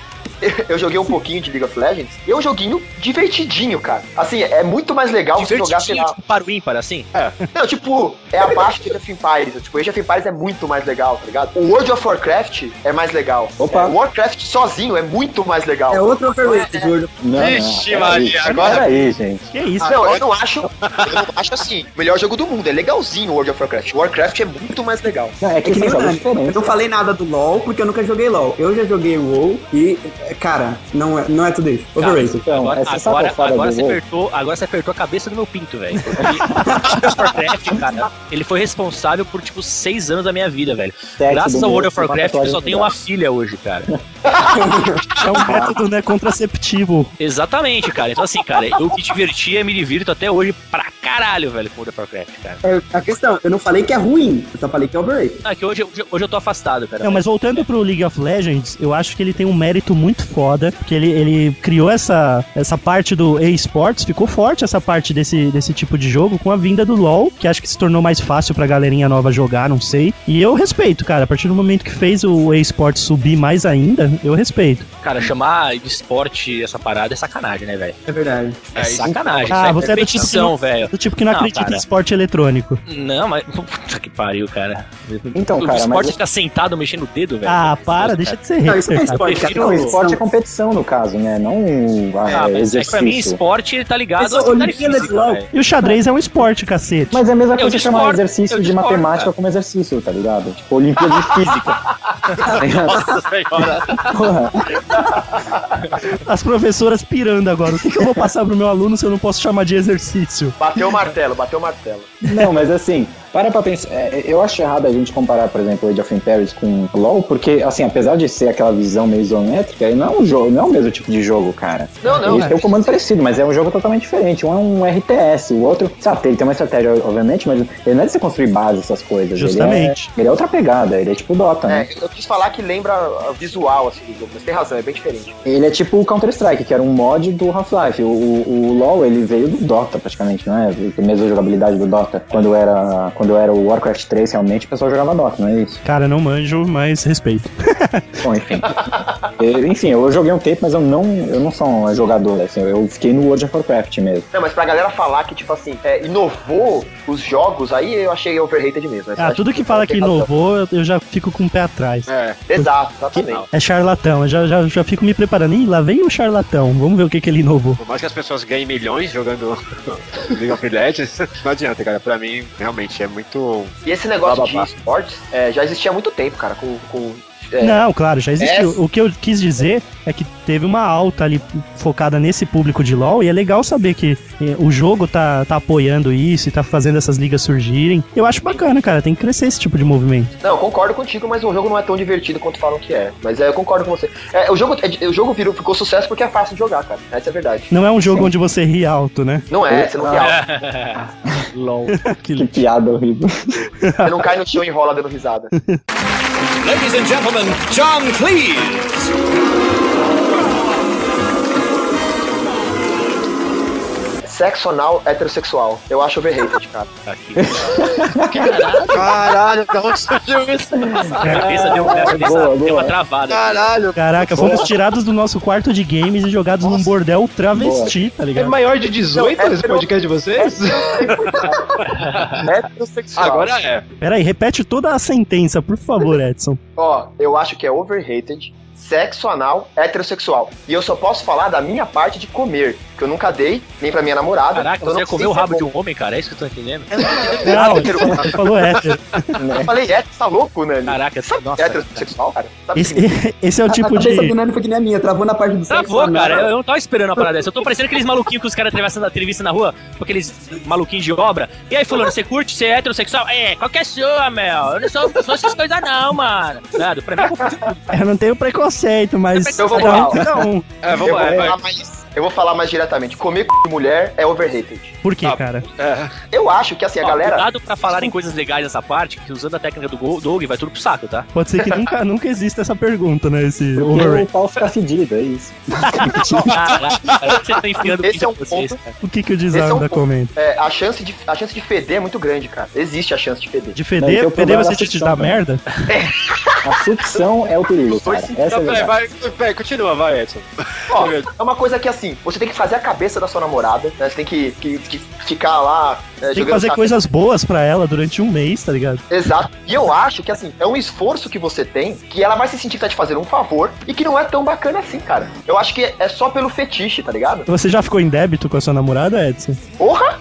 Speaker 5: Eu joguei um pouquinho de League of Legends e é um joguinho divertidinho, cara. Assim, é muito mais legal você jogar, sei
Speaker 2: Divertidinho,
Speaker 5: lá.
Speaker 2: tipo, para o ímpar, assim.
Speaker 5: Não, tipo, é abaixo do Age of Empires. Tipo, o Age of Empires é muito mais legal, tá ligado? O World of Warcraft é mais legal.
Speaker 3: Opa.
Speaker 5: O Warcraft sozinho é muito mais legal.
Speaker 1: É outro overrated, Gordo.
Speaker 3: Ah, Não, é
Speaker 6: Vixe,
Speaker 3: não.
Speaker 6: Maria,
Speaker 3: Peraí,
Speaker 6: agora-
Speaker 3: Peraí, gente.
Speaker 8: Que isso?
Speaker 5: Ah, não, eu não acho. Eu não acho assim. o Melhor jogo do mundo. É legalzinho o World of Warcraft. Warcraft é muito mais legal.
Speaker 3: Não, é que
Speaker 1: É que nem
Speaker 3: são
Speaker 1: o
Speaker 3: jogos
Speaker 1: Nani. Eu
Speaker 3: diferentes.
Speaker 1: não falei nada do LoL porque eu nunca joguei LoL. Eu já joguei WoW e, cara, não é, não é tudo isso. Overrated.
Speaker 3: Então,
Speaker 2: Agora,
Speaker 3: essa
Speaker 2: agora,
Speaker 3: safada
Speaker 2: agora
Speaker 3: do
Speaker 2: você
Speaker 3: gol.
Speaker 2: apertou, agora você apertou a cabeça do meu pinto, velho. Porque World of Warcraft, cara, ele foi responsável por, tipo, seis anos da minha vida, velho.
Speaker 3: Sexo
Speaker 2: Graças
Speaker 3: do
Speaker 2: ao
Speaker 3: meu,
Speaker 2: World of
Speaker 3: uma
Speaker 2: Warcraft, eu
Speaker 3: tatuagem
Speaker 2: só
Speaker 3: no
Speaker 2: tenho uma
Speaker 3: braço.
Speaker 2: filha hoje, cara.
Speaker 8: É um método, né, contraceptivo.
Speaker 2: Exatamente, cara. Então, assim, cara, eu me divertia, me divirto até hoje pra caralho, velho, com World of Warcraft, cara.
Speaker 1: É a questão, eu não falei que é ruim, eu só falei que é overrated.
Speaker 2: Não, é que hoje, hoje, hoje eu tô afastado, cara.
Speaker 8: Não, mas voltando pro League of Legends, eu acho que ele tem um mérito muito foda, porque ele, ele criou essa, essa parte do e-sports, ficou forte essa parte desse, desse tipo de jogo com a vinda do LoL, que acho que se tornou mais fácil pra galerinha nova jogar, não sei. E eu respeito, cara, a partir do momento que fez o e-sports subir mais ainda, eu respeito.
Speaker 2: Cara, chamar de esporte essa parada é sacanagem, né, velho?
Speaker 1: É verdade.
Speaker 2: É sacanagem.
Speaker 8: Ah,
Speaker 2: isso
Speaker 8: você é
Speaker 2: é
Speaker 8: do tipo que
Speaker 2: competição,
Speaker 8: não-
Speaker 2: velho.
Speaker 8: Do tipo que não,
Speaker 2: Não,
Speaker 8: acredita
Speaker 2: cara.
Speaker 8: em esporte eletrônico.
Speaker 2: Não, mas. Puta que pariu, cara.
Speaker 3: Então,
Speaker 2: o
Speaker 3: cara, mas
Speaker 2: esporte
Speaker 3: eu-
Speaker 2: fica sentado mexendo o dedo, velho.
Speaker 8: Ah, para,
Speaker 2: Nossa,
Speaker 8: deixa
Speaker 2: cara.
Speaker 8: de ser
Speaker 1: Não, isso
Speaker 8: hater,
Speaker 1: não é
Speaker 8: cara.
Speaker 1: esporte, cara.
Speaker 2: prefiro
Speaker 1: Não,
Speaker 3: Não,
Speaker 1: esporte
Speaker 3: esporte é competição no caso, né? Não ah,
Speaker 2: Ah, mas é que
Speaker 3: exercício.
Speaker 2: pra mim, esporte tá ligado
Speaker 1: Mas a
Speaker 2: à atividade
Speaker 1: Olimpíada de
Speaker 2: física,
Speaker 1: LOL-
Speaker 2: velho.
Speaker 8: E o xadrez é um esporte, cacete.
Speaker 3: Mas é a mesma
Speaker 2: Eu
Speaker 3: coisa que chamar
Speaker 2: discordo, eu
Speaker 3: exercício de
Speaker 2: discordo,
Speaker 3: matemática
Speaker 2: cara.
Speaker 3: como exercício, tá ligado? Tipo, Olimpíada de Física. Porra,
Speaker 8: As professoras pirando agora. O que, que eu vou passar pro meu aluno se eu não posso chamar de exercício?
Speaker 5: Bateu o martelo, bateu o martelo.
Speaker 3: Não, mas assim, para pra pensar. é, Eu acho errado a gente comparar, por exemplo, Age of Empires com LoL, porque, assim, apesar de ser aquela visão meio isométrica, ele não é um jogo, não é o mesmo tipo de jogo, cara.
Speaker 5: Não, não.
Speaker 3: Eles têm um comando parecido, mas é um jogo totalmente diferente. Um é um RTS, o outro, sabe, ele tem uma estratégia, obviamente, mas ele não é de você construir base, essas coisas. Ele é-
Speaker 8: Justamente.
Speaker 3: Ele é, outra pegada, ele é tipo Dota, né?
Speaker 5: É, eu quis falar que lembra o visual assim, do jogo, mas tem razão, é bem diferente.
Speaker 3: Ele é tipo o Counter-Strike, que era um mod do Half-Life. O, o, o LoL, ele veio do Dota, praticamente, não é? A mesma jogabilidade do Dota. Quando era, quando era o Warcraft 3, realmente, o pessoal jogava Dota, não é isso?
Speaker 8: Cara, não manjo, mas respeito.
Speaker 3: Bom, enfim. Eu- enfim, eu joguei um tempo, mas eu não, eu não sou um jogador, assim. Eu fiquei no World of Warcraft mesmo.
Speaker 5: Não, mas pra galera falar que, tipo assim, é, inovou os jogos, aí eu achei overrated mesmo. né?
Speaker 8: Ah, tudo que fala que inovou, eu- eu já fico com o pé atrás.
Speaker 6: É,
Speaker 5: Exato, exatamente.
Speaker 8: É charlatão, eu já, já, já fico me preparando. Ih, lá vem o charlatão, vamos ver o que, que ele inovou.
Speaker 6: por mais que as pessoas ganhem milhões jogando League of Legends, não adianta, cara. Pra mim, realmente, é muito.
Speaker 5: E esse negócio
Speaker 6: Bababá.
Speaker 5: de esportes é, já existia há muito tempo, cara, com, com É.
Speaker 8: Não, claro, já existiu.
Speaker 5: Essa-
Speaker 8: O que eu quis dizer é que teve uma alta ali focada nesse público de LoL e é legal saber que eh, o jogo tá, tá apoiando isso e tá fazendo essas ligas surgirem. Eu acho bacana, cara, tem que crescer esse tipo de movimento.
Speaker 5: Não, eu concordo contigo, mas o jogo não é tão divertido quanto falam que é. Mas é, eu concordo com você. É, o jogo, é, o jogo virou, ficou sucesso porque é fácil de jogar, cara. Essa é a verdade.
Speaker 8: Não é um jogo onde você ri alto, né?
Speaker 5: Não é, você não ri alto.
Speaker 8: LOL. que
Speaker 3: Que piada horrível.
Speaker 5: Você não cai no chão e rola dando risada.
Speaker 10: Ladies and gentlemen, John Cleese.
Speaker 5: É Sexo anal heterossexual. Eu acho overrated, cara.
Speaker 6: Caralho, da onde surgiu isso?
Speaker 2: A cabeça deu, a cabeça
Speaker 3: Ah, Boa,
Speaker 2: deu
Speaker 3: boa.
Speaker 2: uma travada.
Speaker 6: Caralho.
Speaker 8: Caraca, fomos tirados do nosso quarto de games e jogados num bordel travesti, tá
Speaker 7: É
Speaker 8: ligado?
Speaker 7: maior de 18
Speaker 5: Não, é
Speaker 7: esse podcast de vocês?
Speaker 5: heterossexual.
Speaker 6: Agora é.
Speaker 8: Pera aí, repete toda a sentença, por favor, Edson.
Speaker 5: Ó, eu acho que é overrated, sexo anal, heterossexual. E eu só posso falar da minha parte de comer, que eu nunca dei, nem pra minha namorada.
Speaker 2: Caraca,
Speaker 5: então
Speaker 2: você
Speaker 5: eu não
Speaker 2: ia
Speaker 5: sei
Speaker 2: comer o
Speaker 5: se é
Speaker 2: rabo
Speaker 5: bom.
Speaker 2: de um homem, cara? É isso que eu tô entendendo?
Speaker 5: É,
Speaker 8: Não, ele falou hétero.
Speaker 5: Eu falei hétero, tá louco, né?
Speaker 2: Caraca,
Speaker 5: Sabe
Speaker 2: nossa.
Speaker 5: heterossexual, cara? Tá Sabe
Speaker 8: Esse, esse é o tipo
Speaker 1: a
Speaker 8: de.
Speaker 1: cabeça do Nani Tá, foi que nem a minha, travou na parte do sexo. tá
Speaker 2: Travou,
Speaker 1: anal.
Speaker 2: cara. Eu, eu não tava esperando a parada dessa. Eu tô parecendo aqueles maluquinhos que os caras atravessando a entrevista na rua, com aqueles maluquinhos de obra. E aí, fulano, você curte ser heterossexual? É, qual que é a sua, Mel? Eu não sou, não sou essas coisas não, mano. Nada, pra mim é
Speaker 8: Eu não tenho preconceito, mas.
Speaker 5: Eu vou
Speaker 8: cada um,
Speaker 5: mal.
Speaker 8: cada um.
Speaker 6: É,
Speaker 5: eu,
Speaker 6: vamos
Speaker 5: vou
Speaker 6: lá, vai.
Speaker 5: falar mais, eu vou falar mais diretamente. Comer c... de mulher é overrated.
Speaker 8: Por quê,
Speaker 6: Tá.
Speaker 8: cara?
Speaker 5: Eu acho que assim, a
Speaker 2: Ó,
Speaker 5: galera.
Speaker 2: Cuidado pra falarem coisas legais nessa parte, que usando a técnica do Go- Doug vai tudo pro saco, tá?
Speaker 8: Pode ser que nunca, nunca exista essa pergunta, né? Esse
Speaker 3: Porque o
Speaker 8: overrated.
Speaker 3: pau fica fedido, é isso.
Speaker 2: Caraca, cara, você tá enfiando
Speaker 5: Esse
Speaker 2: bicho
Speaker 5: é um
Speaker 2: em vocês, cara.
Speaker 8: O que, que o
Speaker 5: Esse é um
Speaker 8: design da
Speaker 5: ponto.
Speaker 8: comenta?
Speaker 5: é, a, chance de, a chance de feder é muito grande, cara. Existe a chance de feder.
Speaker 8: De
Speaker 3: Não, tem
Speaker 8: feder,
Speaker 3: o
Speaker 8: feder
Speaker 3: problema
Speaker 8: você
Speaker 3: da
Speaker 8: te, te
Speaker 3: ficção,
Speaker 8: dá
Speaker 3: né?
Speaker 8: merda?
Speaker 3: A sucção é o perigo, cara. Essa é a
Speaker 6: Não, peraí,
Speaker 3: verdade.
Speaker 6: vai, peraí, continua, vai, Edson.
Speaker 5: Ó, é uma coisa que assim, você tem que fazer a cabeça da sua namorada, né? Você tem que, que- que ficar lá é,
Speaker 8: Tem que fazer
Speaker 5: xadrez.
Speaker 8: coisas boas pra ela durante um mês, tá ligado?
Speaker 5: Exato. E eu acho que, assim, é um esforço que você tem que ela vai se sentir que tá te fazendo um favor e que não é tão bacana assim, cara. Eu acho que é só pelo fetiche, tá ligado?
Speaker 8: Então, Você já ficou em débito com a sua namorada, Edson?
Speaker 5: Porra!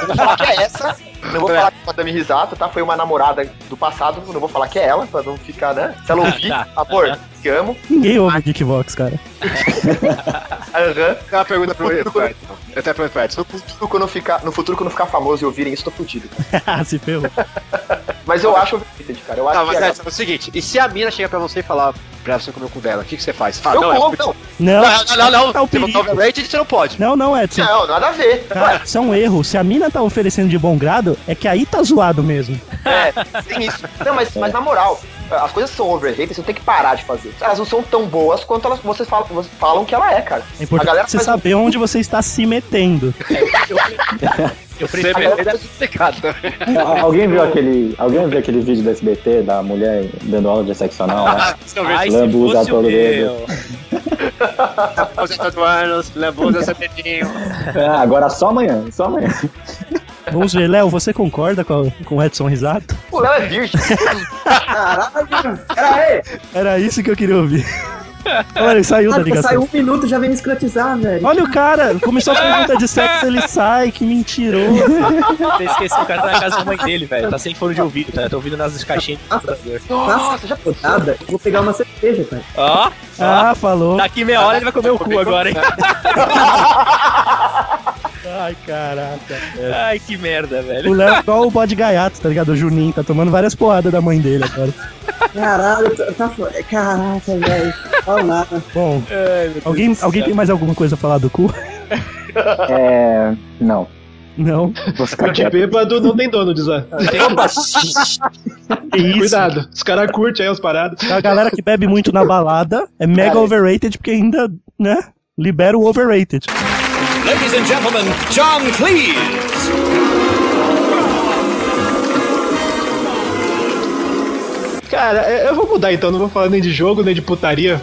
Speaker 5: Eu vou falar que é essa. Não vou falar que é Madame Risato, tá? Foi uma namorada do passado. Não vou falar que é ela, pra não ficar, né? Se ela ouvir, amor, te amo.
Speaker 8: Ninguém ouve o Geekbox, cara.
Speaker 5: Aham.
Speaker 6: Tem uma pergunta pro Edson. vai, então. Eu tenho uma pergunta pro Edson.
Speaker 5: No futuro, quando eu ficar, no futuro, quando eu ficar famoso e ouvirem isso, tô fudido. cara.
Speaker 8: Se ferrou.
Speaker 5: Mas
Speaker 7: Ah,
Speaker 5: eu acho overrated, cara. Eu acho
Speaker 6: Tá, mas
Speaker 5: que é.
Speaker 6: Edson, é o seguinte, e se a mina chega pra você e falar pra você comer o cu dela, o que, que você faz?
Speaker 7: Ah,
Speaker 6: Fala,
Speaker 5: Eu
Speaker 6: não, é
Speaker 5: como,
Speaker 6: um-
Speaker 5: não.
Speaker 8: Não,
Speaker 6: Não, não, não, não,
Speaker 8: Tá o
Speaker 6: você botar
Speaker 8: perigo.
Speaker 6: overrated, você não pode.
Speaker 8: não, não, Edson.
Speaker 5: Não, nada a ver.
Speaker 8: Cara, isso é um erro. Se a mina tá oferecendo de bom grado, é que aí tá zoado mesmo.
Speaker 5: É, tem isso. Não, mas, mas na moral, as coisas são overrated, você tem que parar de fazer. Elas não são tão boas quanto elas, vocês, falam, vocês falam que ela é, cara.
Speaker 8: É importante você
Speaker 5: faz- um
Speaker 8: saber onde você está se metendo.
Speaker 2: Eu
Speaker 6: Você
Speaker 2: prefiro.
Speaker 6: é pecado.
Speaker 3: Al- Alguém viu aquele, alguém viu aquele vídeo do SBT da mulher dando aula de sexo anal? lá?
Speaker 2: Ai, se
Speaker 3: Lambuza
Speaker 2: fosse o
Speaker 3: todo
Speaker 2: meu.
Speaker 6: Você tatuanos, lambuza, sapetinho.
Speaker 3: Ah, agora só amanhã, só amanhã.
Speaker 8: Vamos ver, Léo, você concorda com, a- com o Edson Risato?
Speaker 5: O Léo é virgem.
Speaker 1: Caralho! Pera aí!
Speaker 8: Era isso que eu queria ouvir. Olha, ele saiu da
Speaker 1: Cara,
Speaker 8: ligação.
Speaker 1: saiu um minuto já vem me escrotizar, velho.
Speaker 8: Olha o cara, começou a pergunta de sexo, ele sai, que mentiroso.
Speaker 2: Você esqueceu, o cara tá na casa da mãe dele, velho. Tá sem fone de ouvido, tá? Tá ouvindo nas caixinhas do computador.
Speaker 1: Nossa, já nada. Vou pegar uma cerveja, cara.
Speaker 2: Ó,
Speaker 8: Ah, falou.
Speaker 2: daqui meia hora ele vai comer o cu agora, hein?
Speaker 8: Ai, caraca.
Speaker 2: Ai, que merda, velho.
Speaker 8: O Léo é igual o bode gaiato, tá ligado? O Juninho tá tomando várias porradas da mãe dele agora.
Speaker 1: Caralho, tá, tá fo- Caraca, velho. Fala nada.
Speaker 8: Bom, alguém, alguém tem mais alguma coisa a falar do cu?
Speaker 3: É. Não.
Speaker 8: Não.
Speaker 3: Vou ficar
Speaker 7: De
Speaker 3: quieto.
Speaker 7: bêbado não tem dono, Dizan.
Speaker 8: Que isso?
Speaker 7: Cuidado, os caras curtem aí as paradas.
Speaker 8: A galera que bebe muito na balada é mega
Speaker 5: Cara,
Speaker 8: overrated porque ainda, né? Libera o overrated.
Speaker 10: Ladies and gentlemen, John Cleese.
Speaker 7: é, Cara, eu eu vou mudar então, não vou falar nem de jogo, nem de putaria.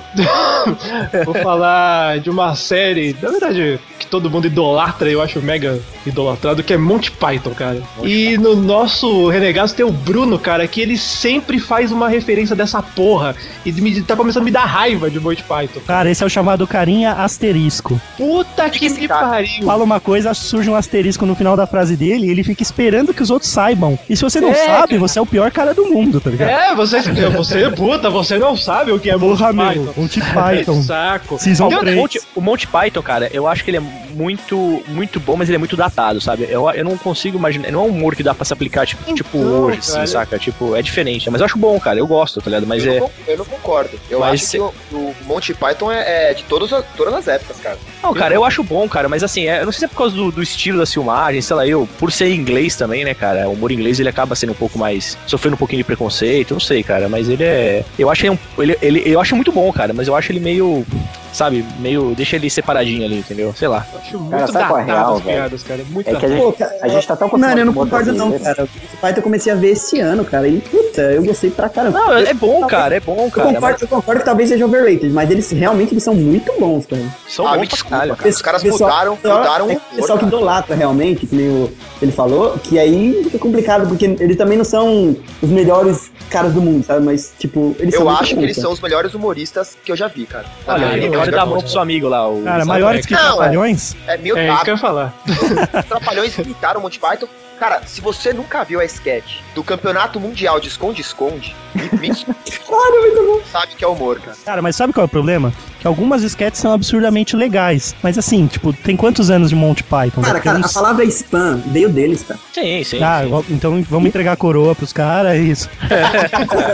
Speaker 7: Vou falar de uma série, na verdade, que todo mundo idolatra, eu acho mega idolatrado, que é Monty Python, cara. E no nosso Renegados tem o Bruno, cara, que ele sempre faz uma referência dessa porra. E me, tá começando a me dar raiva de Monty Python.
Speaker 8: Cara, esse é o chamado carinha asterisco.
Speaker 7: Puta que, me pariu.
Speaker 8: Fala uma coisa, surge um asterisco no final da frase dele e ele fica esperando que os outros saibam. E se você não
Speaker 7: É,
Speaker 8: sabe,
Speaker 7: cara.
Speaker 8: você é o pior cara do mundo, tá ligado?
Speaker 7: É, você, você puta, você não sabe o que é Monty
Speaker 8: Porra, meu,
Speaker 7: Python.
Speaker 8: Monty Python.
Speaker 7: Saco.
Speaker 8: Season
Speaker 7: Então,
Speaker 2: o,
Speaker 8: três.
Speaker 2: Monty, um o Monty Python, cara, eu acho que ele é muito, muito bom, mas ele é muito datado, sabe? Eu, eu não consigo imaginar. Não é um humor que dá pra se aplicar, tipo, tipo
Speaker 10: Então,
Speaker 2: hoje, assim,
Speaker 7: cara.
Speaker 2: saca? Tipo, é diferente. Mas eu acho bom, cara. Eu gosto, tá ligado? Mas
Speaker 5: eu,
Speaker 2: é.
Speaker 5: não, con- eu não concordo. Eu
Speaker 2: Mas
Speaker 5: acho
Speaker 2: cê-
Speaker 5: que o, o Monty Python é, é de todas as, todas as épocas, cara.
Speaker 2: Não, cara, eu acho bom, cara, mas assim, é- eu não sei se é por causa do, do estilo da filmagem, sei lá, eu, por ser inglês também, né, cara, o humor inglês ele acaba sendo um pouco mais, sofrendo um pouquinho de preconceito, não sei, cara, mas ele é, eu acho ele, um- ele, ele- eu acho muito bom, cara, mas eu acho ele meio, sabe, meio, deixa ele separadinho ali, entendeu, sei lá.
Speaker 7: Acho muito
Speaker 3: Cara, sabe qual é a
Speaker 7: datado
Speaker 3: real,
Speaker 7: as
Speaker 3: velho?
Speaker 7: piadas, cara. Muito
Speaker 3: É que a
Speaker 7: datado.
Speaker 3: gente, a gente tá tão
Speaker 1: Mano, eu não
Speaker 3: com outras
Speaker 1: concordo não, É
Speaker 3: vezes.
Speaker 1: cara. O Monty Python eu comecei a ver esse ano, cara. E puta, eu gostei pra caramba.
Speaker 2: Não, é bom, cara, é bom,
Speaker 1: Eu
Speaker 2: cara,
Speaker 1: concordo, eu concordo que talvez seja overrated, mas eles realmente eles são muito bons, cara.
Speaker 2: mas são
Speaker 5: Ah,
Speaker 2: bons
Speaker 5: me
Speaker 2: Então, pra
Speaker 5: desculpa,
Speaker 2: caralho,
Speaker 5: cara. Os caras mudaram,
Speaker 1: pessoal-
Speaker 3: é,
Speaker 5: mudaram o né?
Speaker 1: tem um
Speaker 5: humor,
Speaker 1: pessoal que idolatra realmente, que nem o- ele falou, que aí fica complicado, porque eles também não são os melhores caras do mundo, sabe? Mas, tipo, eles são
Speaker 5: Eu
Speaker 1: muito
Speaker 5: acho que
Speaker 1: bons,
Speaker 5: eles
Speaker 1: cara.
Speaker 5: são os melhores humoristas que eu já vi, cara.
Speaker 2: Olha,
Speaker 5: Ah,
Speaker 2: ele
Speaker 5: eu
Speaker 2: pode
Speaker 5: acho
Speaker 2: dar a
Speaker 5: que
Speaker 2: mão pro seu amigo lá, o...
Speaker 8: Cara,
Speaker 2: sabe?
Speaker 8: maiores que
Speaker 5: Não, é.
Speaker 8: trapalhões?
Speaker 5: É mil
Speaker 7: É
Speaker 5: tapas.
Speaker 7: isso
Speaker 8: então.
Speaker 7: que eu ia falar.
Speaker 5: Os Trapalhões imitaram o Monty Python. Cara, se você nunca viu a sketch do Campeonato Mundial de Esconde-Esconde, me- me sabe que é humor, cara.
Speaker 8: Cara, mas sabe qual é o problema? Que algumas esquetes são absurdamente legais. Mas assim, tipo, tem quantos anos de Monty Python?
Speaker 1: Cara,
Speaker 8: Deve ter
Speaker 1: cara, a
Speaker 8: uns-
Speaker 1: palavra spam veio deles, cara.
Speaker 2: Sim, sim,
Speaker 8: Ah,
Speaker 2: sim.
Speaker 8: então vamos entregar a coroa pros caras, é isso.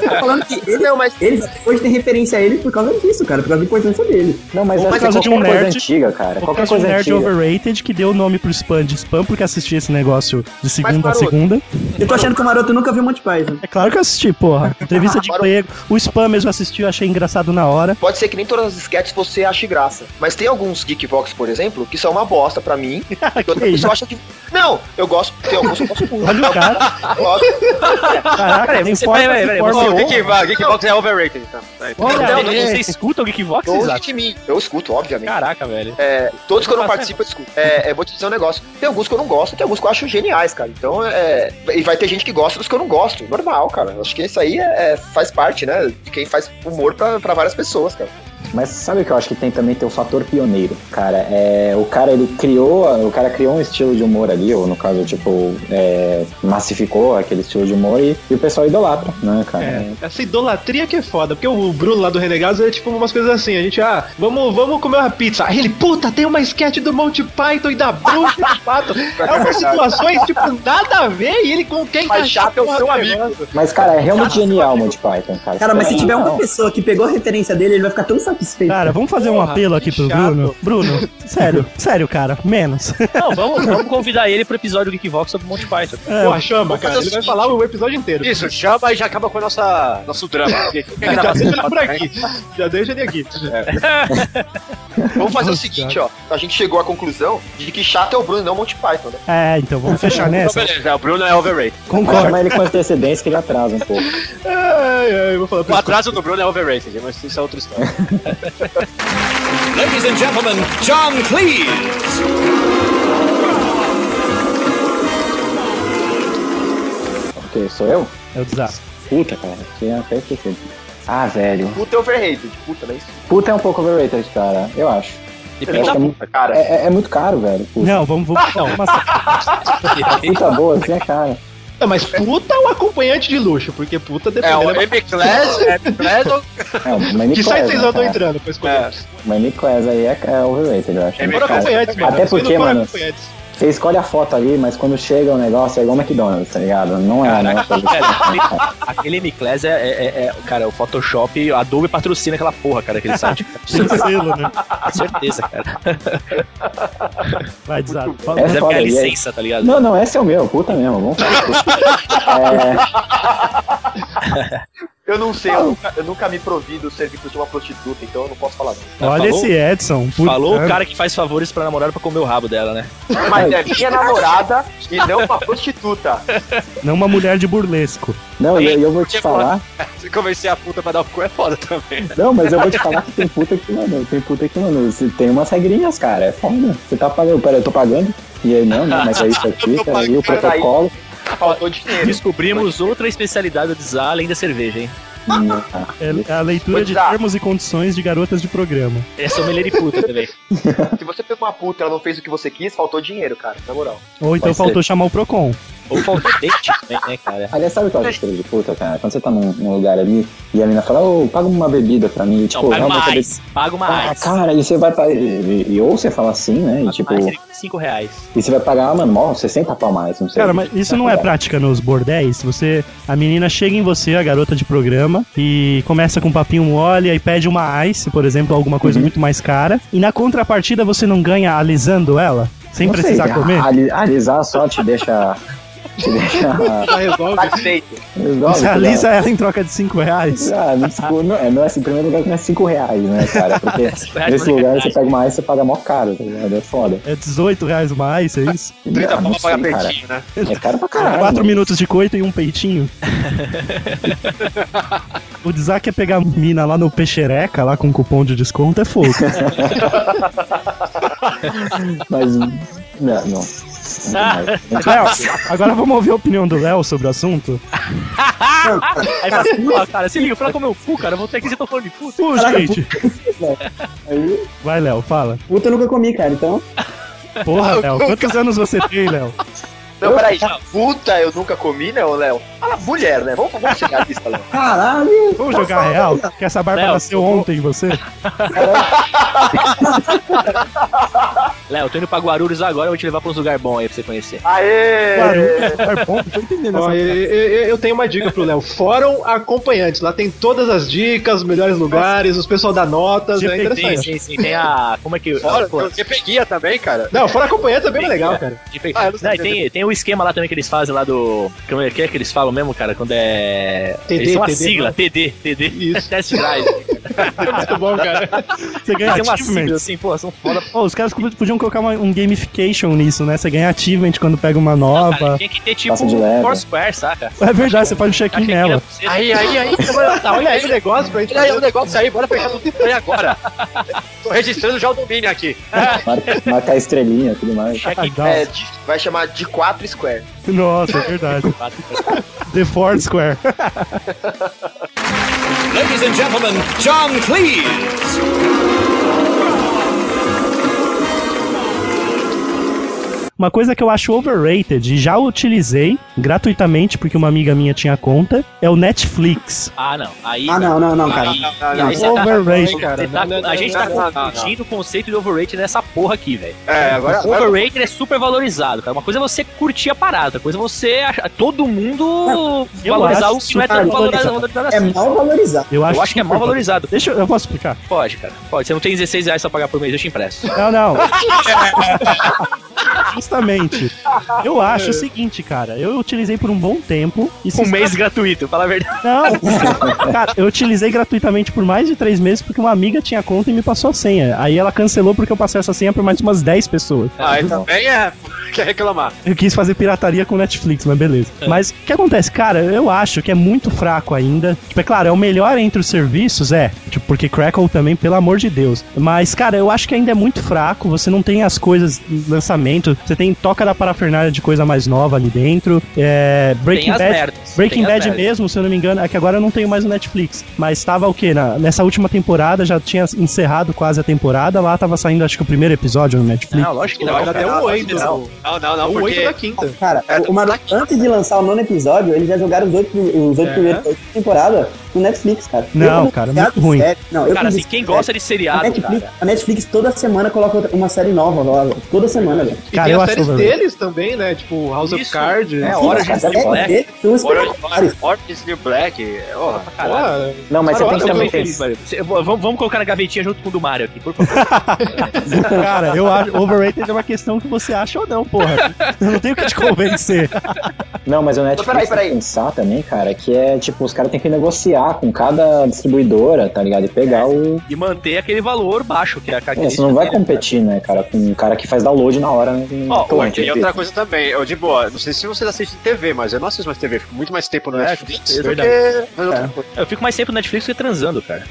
Speaker 1: Eu tô falando que eles,
Speaker 5: Não, mas
Speaker 1: eles até hoje têm referência a ele por causa disso, cara, por causa da importância dele.
Speaker 3: Não, mas
Speaker 5: Ou
Speaker 3: essa
Speaker 5: por
Speaker 3: é
Speaker 8: causa de
Speaker 3: qualquer
Speaker 8: um
Speaker 3: coisa
Speaker 8: nerd.
Speaker 3: antiga, cara.
Speaker 8: Por causa
Speaker 3: Qualquer
Speaker 8: de um
Speaker 3: coisa
Speaker 8: nerd
Speaker 3: antiga.
Speaker 8: overrated que deu o nome pro spam de spam, porque assistia esse negócio de segunda a
Speaker 5: Maroto-
Speaker 8: segunda.
Speaker 1: Eu tô achando que o Maroto nunca viu Monty Python.
Speaker 8: É claro que eu assisti, porra. Entrevista de
Speaker 5: Maroto-
Speaker 8: emprego. O spam mesmo assistiu, achei engraçado na hora.
Speaker 5: pode ser que nem todas as sketches você ache graça. Mas tem alguns Geekbox, por exemplo, que são uma bosta pra mim. que outra
Speaker 8: Que
Speaker 5: pessoa acha que. Não, eu gosto. Tem alguns que eu gosto muito.
Speaker 8: Olha o cara.
Speaker 5: Eu gosto.
Speaker 8: Caraca, tem
Speaker 2: você-
Speaker 8: forte.
Speaker 2: peraí, peraí,
Speaker 8: forte-
Speaker 6: Ô, o Geekbox, Geekbox é overrated, então. Aí.
Speaker 8: Olha,
Speaker 2: Não, não,
Speaker 8: é.
Speaker 2: você escuta o Geekbox?
Speaker 5: Longe
Speaker 2: Exato.
Speaker 5: de mim. Eu escuto, obviamente.
Speaker 2: Caraca, velho.
Speaker 5: É, todos que eu não participo, eu escuto. É, é, vou te dizer um negócio. Tem alguns que eu não gosto, tem alguns que eu acho geniais, cara. Então, é. E vai ter gente que gosta dos que eu não gosto. Normal, cara. Eu Acho que isso aí é- é- faz parte, né? De quem faz humor pra, pra várias pessoas, cara.
Speaker 3: Mas sabe o que eu acho que tem também? Tem o fator pioneiro, cara. É, o cara, ele criou, o cara criou um estilo de humor ali, ou no caso, tipo, é, massificou aquele estilo de humor e, e o pessoal idolatra, né, cara?
Speaker 7: É, essa idolatria que é foda, porque o Bruno lá do Renegados é tipo umas coisas assim, a gente, ah, vamos, vamos comer uma pizza. Aí ele, puta, tem uma sketch do Monty Python e da bruxa e do pato. É umas situações, tipo, nada a ver e ele com quem
Speaker 8: tá
Speaker 5: Mas chato é o seu amigo.
Speaker 3: Mas, cara, é realmente genial o Monty Python, cara.
Speaker 1: Cara, mas se
Speaker 3: É,
Speaker 1: tiver
Speaker 3: não.
Speaker 1: uma pessoa que pegou a referência dele, ele vai ficar tão satisfeito.
Speaker 8: Cara, vamos fazer um
Speaker 7: Porra,
Speaker 8: apelo
Speaker 7: que
Speaker 8: aqui pro
Speaker 7: chato.
Speaker 8: Bruno. Bruno, sério, sério, cara, menos.
Speaker 2: Não, vamos, vamos convidar ele pro episódio do Geekbox sobre Monty Python.
Speaker 7: Pô, É, chama, cara,
Speaker 6: fazer
Speaker 7: ele
Speaker 6: o
Speaker 7: vai
Speaker 6: seguinte.
Speaker 7: falar o episódio inteiro.
Speaker 6: Isso, chama e já acaba com a nossa, nosso drama. Porque quer
Speaker 7: Já
Speaker 6: gravar
Speaker 7: deixa
Speaker 6: sempre
Speaker 7: ele por aqui. Já deixa ele aqui.
Speaker 6: É,
Speaker 5: Vamos fazer o seguinte, ó. A gente chegou à conclusão de que chato é o Bruno e não o Monty Python, né?
Speaker 8: É, então vamos fechar
Speaker 6: Então,
Speaker 8: nessa.
Speaker 6: beleza, o Bruno é overrated.
Speaker 3: Mas
Speaker 8: Concordo.
Speaker 3: chama ele com antecedência que ele atrasa um pouco.
Speaker 2: É.
Speaker 7: Ai, ai, eu vou falar
Speaker 6: O
Speaker 7: pra
Speaker 6: atraso do Bruno é overrated, mas isso é outra história.
Speaker 10: Ladies and gentlemen, John Cleese.
Speaker 3: Porque sou eu?
Speaker 8: É o desastre.
Speaker 3: Puta, cara, tinha até esquecido. Ah, velho.
Speaker 5: Puta é overrated. Puta, né? Isso.
Speaker 3: Puta é um pouco overrated, cara. Eu acho. Eu acho que é, muito,
Speaker 5: Cara,
Speaker 3: é, é- é muito caro, velho. Puta,
Speaker 8: Não, vamos. vamos não, mas-
Speaker 3: puta boa, assim é cara.
Speaker 7: Não, mas puta é um acompanhante de luxo, porque puta
Speaker 6: É o
Speaker 7: dependendo... É,
Speaker 6: M-Class, M-Class ou
Speaker 3: É, o Mine
Speaker 7: que sai
Speaker 3: Class,
Speaker 7: vocês
Speaker 3: né,
Speaker 7: andam
Speaker 3: cara?
Speaker 7: entrando pra escolher.
Speaker 3: Mine Class aí é, é overrated, eu acho.
Speaker 6: É
Speaker 7: É,
Speaker 6: bem
Speaker 7: Fora
Speaker 6: cara.
Speaker 7: acompanhantes, mano.
Speaker 3: Até
Speaker 7: Vocês não
Speaker 3: porque,
Speaker 7: foram
Speaker 3: mano,
Speaker 7: acompanhantes.
Speaker 3: Você escolhe a foto ali, mas quando chega o negócio é igual McDonald's, tá ligado? Não é, né?
Speaker 2: Aquele M-Class é, é- é- é- Cara, o Photoshop, a Adobe patrocina aquela porra, cara, aquele site.
Speaker 8: Tem selo, né?
Speaker 2: Com certeza, cara.
Speaker 8: Vai, desastre. Fala-
Speaker 2: Mas é porque
Speaker 3: foda,
Speaker 2: é
Speaker 3: e aí?
Speaker 2: licença, tá ligado?
Speaker 3: Não, não, É, esse é o meu, puta mesmo, vamos falar. disso.
Speaker 14: Eu não sei, eu nunca, eu nunca me provi do serviço de uma prostituta, então eu não posso falar não.
Speaker 8: Olha
Speaker 2: Falou-
Speaker 8: esse Edson. é, puta-
Speaker 2: Falou o cara que faz favores pra namorada pra comer o rabo dela, né?
Speaker 14: Mas é minha namorada e não uma prostituta.
Speaker 8: Não uma mulher de burlesco.
Speaker 3: Não, e eu, eu vou te falar.
Speaker 6: Se convencer a puta pra dar o cu é foda também.
Speaker 3: Não, mas eu vou te falar que tem puta que, mano, tem puta que, mano, você tem umas regrinhas, cara. É foda. Você tá pagando, pera, eu tô pagando. E aí, não, não, mas é isso aqui, cara, aí o protocolo.
Speaker 14: Faltou dinheiro.
Speaker 2: Descobrimos outra especialidade do Zá além da cerveja, hein?
Speaker 8: É a leitura
Speaker 14: Vou te
Speaker 8: de
Speaker 14: dar.
Speaker 8: termos e condições de garotas de programa.
Speaker 2: É sommelier e puta também.
Speaker 14: Se você pegou uma puta e ela não fez o que você quis, faltou dinheiro, cara, na moral.
Speaker 8: Ou então
Speaker 3: Pode
Speaker 8: faltou
Speaker 3: ser.
Speaker 8: chamar o Procon.
Speaker 2: Ou faltou dente também, né, cara?
Speaker 3: Aliás, sabe o que eu acho estrela de puta, cara? Quando você tá num, num lugar ali e a mina fala, ô, paga uma bebida pra mim. E, tipo,
Speaker 2: paga
Speaker 3: realmente
Speaker 2: uma
Speaker 3: ele-
Speaker 2: ice, paga uma
Speaker 3: Ah,
Speaker 2: ice.
Speaker 3: cara, e você vai pagar. E, e- ou você fala assim, né? E, tipo,
Speaker 2: Mais 5 reais.
Speaker 3: e você vai pagar, mano, mó, 60 pau mais, não sei.
Speaker 8: Cara, mas isso não é prática nos bordéis? Você, a menina chega em você, a garota de programa, e começa com um papinho mole, aí pede uma ice, por exemplo, alguma coisa muito mais cara, e na contrapartida você não ganha alisando ela? Sem
Speaker 3: Não sei, Ah,
Speaker 8: precisar comer?
Speaker 3: ali- Alisar só te deixa. Te deixa.
Speaker 6: Tá
Speaker 14: Satisfeito.
Speaker 3: resolve,
Speaker 8: Você
Speaker 3: tá
Speaker 8: alisa ela em troca de 5 reais?
Speaker 3: Ah, não, tipo, não, é, não é assim, em primeiro lugar que não é 5 reais, né, cara?
Speaker 1: É
Speaker 3: Porque nesse lugar você pega uma ice você paga mó caro, tá ligado? É foda.
Speaker 8: É 18 reais uma ice, é isso?
Speaker 6: 30
Speaker 3: Ah,
Speaker 6: pau
Speaker 3: não
Speaker 6: pra pagar
Speaker 3: sei, cara.
Speaker 6: peitinho, né?
Speaker 3: É caro pra caralho.
Speaker 8: 4
Speaker 3: mano.
Speaker 8: minutos de coito e um peitinho? O Dizak é pegar a mina lá no Peixereca, lá com cupom de desconto, é fogo.
Speaker 3: Mas. Não, não.
Speaker 8: Léo, agora vamos ouvir a opinião do Léo sobre o assunto?
Speaker 2: Aí fala assim, ó, cara, se liga, fala com o meu cu, cara, eu vou ter que você tá falando de cu.
Speaker 8: Pô,
Speaker 1: Caraca,
Speaker 8: gente.
Speaker 1: Aí,
Speaker 8: Vai, Léo, fala.
Speaker 1: puta eu nunca comi, cara, então.
Speaker 8: Porra, Léo, quantos anos você tem, Léo?
Speaker 14: Não, peraí, puta eu nunca comi, não, Léo. Fala mulher, né? Vamos, vamos chegar aqui, Léo.
Speaker 1: Caralho!
Speaker 8: Vamos jogar real? Que essa barba
Speaker 2: Léo,
Speaker 8: nasceu ontem, você?
Speaker 2: Léo, tô indo pra Guarulhos agora, eu vou te levar pra uns lugar bom aí pra você conhecer.
Speaker 14: Aê!
Speaker 8: Claro, é bom, tô entendendo
Speaker 7: Ó,
Speaker 8: essa
Speaker 7: eu, eu- eu tenho uma dica pro Léo. Fórum acompanhantes. Lá tem todas as dicas, os melhores lugares, os pessoal dá notas. É
Speaker 2: Sim,
Speaker 7: interessante.
Speaker 2: sim, sim, tem a... como é que...
Speaker 6: Olha,
Speaker 2: a- pô,
Speaker 6: você peguia também, cara.
Speaker 7: Não, fora acompanhantes é bem mais legal, cara.
Speaker 2: de pe-
Speaker 6: Ah, eu não sei
Speaker 2: Não, e
Speaker 6: entender.
Speaker 2: tem, tem um esquema lá também que eles fazem lá do. Como é que é que eles falam mesmo, cara? Quando é.
Speaker 7: TD,
Speaker 2: eles têm uma
Speaker 7: TD,
Speaker 2: sigla,
Speaker 7: não.
Speaker 2: TD, TD.
Speaker 7: Isso.
Speaker 2: Test Drive.
Speaker 7: Muito bom, cara.
Speaker 8: Você ganha
Speaker 2: tem uma
Speaker 8: achievement.
Speaker 2: sigla assim, pô, são foda.
Speaker 8: Pô, os caras podiam colocar uma- um gamification nisso, né? Você ganha achievement quando pega uma nova.
Speaker 2: Cara, tinha que ter tipo
Speaker 3: Passa de leve.
Speaker 2: Foursquare, saca?
Speaker 8: É verdade, você faz um check-in
Speaker 2: Achei que era
Speaker 8: nela.
Speaker 2: pra você.
Speaker 6: Aí, aí, aí.
Speaker 7: Tá, olha aí o negócio pra gente.
Speaker 6: Olha aí o negócio aí, bora fechar tudo aí agora. Tô registrando já o domínio aqui.
Speaker 3: Marca, marca a estrelinha e tudo mais.
Speaker 2: Check in.
Speaker 8: Legal.
Speaker 14: É, de- vai chamar de 4 Square.
Speaker 8: Nossa, é verdade. The Ford Square.
Speaker 10: Ladies and gentlemen, John Cleese.
Speaker 8: Uma coisa que eu acho overrated e já utilizei gratuitamente porque uma amiga minha tinha conta é o Netflix.
Speaker 2: Ah, não. Aí.
Speaker 1: Ah, não, não, não, cara.
Speaker 2: Aí,
Speaker 6: não,
Speaker 2: aí você tá-
Speaker 8: Overrated.
Speaker 2: você tá-
Speaker 7: Não, não,
Speaker 2: a gente
Speaker 6: não,
Speaker 2: tá
Speaker 6: não, não, não.
Speaker 2: confundindo o conceito de overrated nessa porra aqui, velho.
Speaker 6: É, agora. agora
Speaker 2: Overrated é super valorizado, cara. Uma coisa é você curtir a parada, outra coisa é você achar, todo mundo
Speaker 8: eu
Speaker 2: valorizar
Speaker 8: acho
Speaker 2: o que não
Speaker 8: super
Speaker 2: é tão valorizado,
Speaker 8: valorizado.
Speaker 2: valorizado
Speaker 1: É
Speaker 2: assim.
Speaker 1: mal valorizado.
Speaker 8: Eu acho,
Speaker 2: Eu acho que é mal valorizado.
Speaker 8: Deixa eu, eu posso explicar.
Speaker 2: Pode, cara. Pode. Você não tem 16 reais pra pagar por mês, eu te empresto.
Speaker 8: Não, não. Justamente. Eu acho o seguinte, cara. Eu utilizei por um bom tempo. E se
Speaker 2: Um mês gratuito, fala a verdade.
Speaker 8: Não. Cara, eu utilizei gratuitamente por mais de três meses porque uma amiga tinha conta e me passou a senha. Aí ela cancelou porque eu passei essa senha pra mais de umas 10 pessoas.
Speaker 6: aí também é. Quer reclamar.
Speaker 8: Eu quis fazer pirataria com Netflix, mas beleza.
Speaker 2: É.
Speaker 8: Mas o que acontece? Cara, eu acho que é muito fraco ainda. Tipo, é claro, é o melhor entre os serviços, é. Tipo, porque Crackle também, pelo amor de Deus. Mas, cara, eu acho que ainda é muito fraco. Você não tem as coisas, lançamento. Você tem toca da parafernália de coisa mais nova ali dentro. É, Breaking
Speaker 2: tem as
Speaker 8: Bad.
Speaker 2: merdas.
Speaker 8: Breaking
Speaker 2: tem as
Speaker 8: Bad
Speaker 2: merdas.
Speaker 8: mesmo, se eu não me engano, é que agora eu não tenho mais o Netflix. Mas tava o quê? Na- nessa última temporada, já tinha encerrado quase a temporada. Lá tava saindo, acho que o primeiro episódio no Netflix.
Speaker 2: Não, lógico que não.
Speaker 7: Vai dar até
Speaker 2: cara.
Speaker 6: um
Speaker 7: o 8.
Speaker 6: Não, não, não, não
Speaker 7: O 8
Speaker 6: porque.
Speaker 7: da quinta.
Speaker 1: Cara, o Maru- antes de lançar o nono episódio, eles já jogaram os oito, prime- os oito
Speaker 7: É.
Speaker 1: primeiros oito temporadas no Netflix, cara.
Speaker 8: Não,
Speaker 1: Eu-
Speaker 8: cara,
Speaker 1: eu-
Speaker 8: muito ruim.
Speaker 1: sério. Não, eu
Speaker 2: Cara,
Speaker 1: fiz
Speaker 2: assim,
Speaker 1: isso,
Speaker 2: quem
Speaker 1: sério.
Speaker 2: gosta de
Speaker 1: a
Speaker 2: seriado,
Speaker 1: Netflix,
Speaker 2: cara.
Speaker 1: a Netflix toda semana coloca outra- uma série nova lá, velho. toda semana, velho.
Speaker 7: E
Speaker 8: Cara,
Speaker 7: tem
Speaker 8: eu
Speaker 7: as
Speaker 8: acho
Speaker 7: séries
Speaker 8: overrated.
Speaker 7: deles também, né? Tipo House of
Speaker 2: Isso.
Speaker 7: Cards.
Speaker 2: É,
Speaker 7: Sim,
Speaker 2: hora de
Speaker 1: Cara,
Speaker 2: Origins New
Speaker 1: é-
Speaker 2: Black.
Speaker 1: é- são espetaculares.
Speaker 6: Orange- Orange New Black. é, ó,
Speaker 7: Pô,
Speaker 3: Não, mas você
Speaker 7: Cara,
Speaker 3: tem
Speaker 7: olha,
Speaker 3: que também.
Speaker 7: eu tô feliz.
Speaker 3: pensar-
Speaker 2: Você- eu vou- Vamos, vamos colocar na gavetinha junto com o do Mario aqui, por favor.
Speaker 8: Cara, eu acho overrated é uma questão que você acha ou não. porra. Eu não tenho que te convencer.
Speaker 3: é- Não, mas o Netflix
Speaker 8: peraí,
Speaker 3: tem que pensar também, cara, que é tipo, os caras têm que negociar com cada distribuidora, tá ligado? E pegar o.
Speaker 2: E manter aquele valor baixo que é a
Speaker 3: É, você
Speaker 2: característica.
Speaker 3: não vai
Speaker 2: dele.
Speaker 3: competir, né, cara, com um cara que faz download na hora. né, no
Speaker 6: Ó,
Speaker 3: torrent,
Speaker 6: e
Speaker 3: né?
Speaker 6: outra coisa também, eu de boa, não sei se vocês assistem TV, mas eu não assisto mais TV, fico muito mais tempo no Netflix
Speaker 2: É
Speaker 6: do
Speaker 2: verdade.
Speaker 6: que fazer outra coisa.
Speaker 2: Eu fico mais tempo no Netflix do que transando, cara.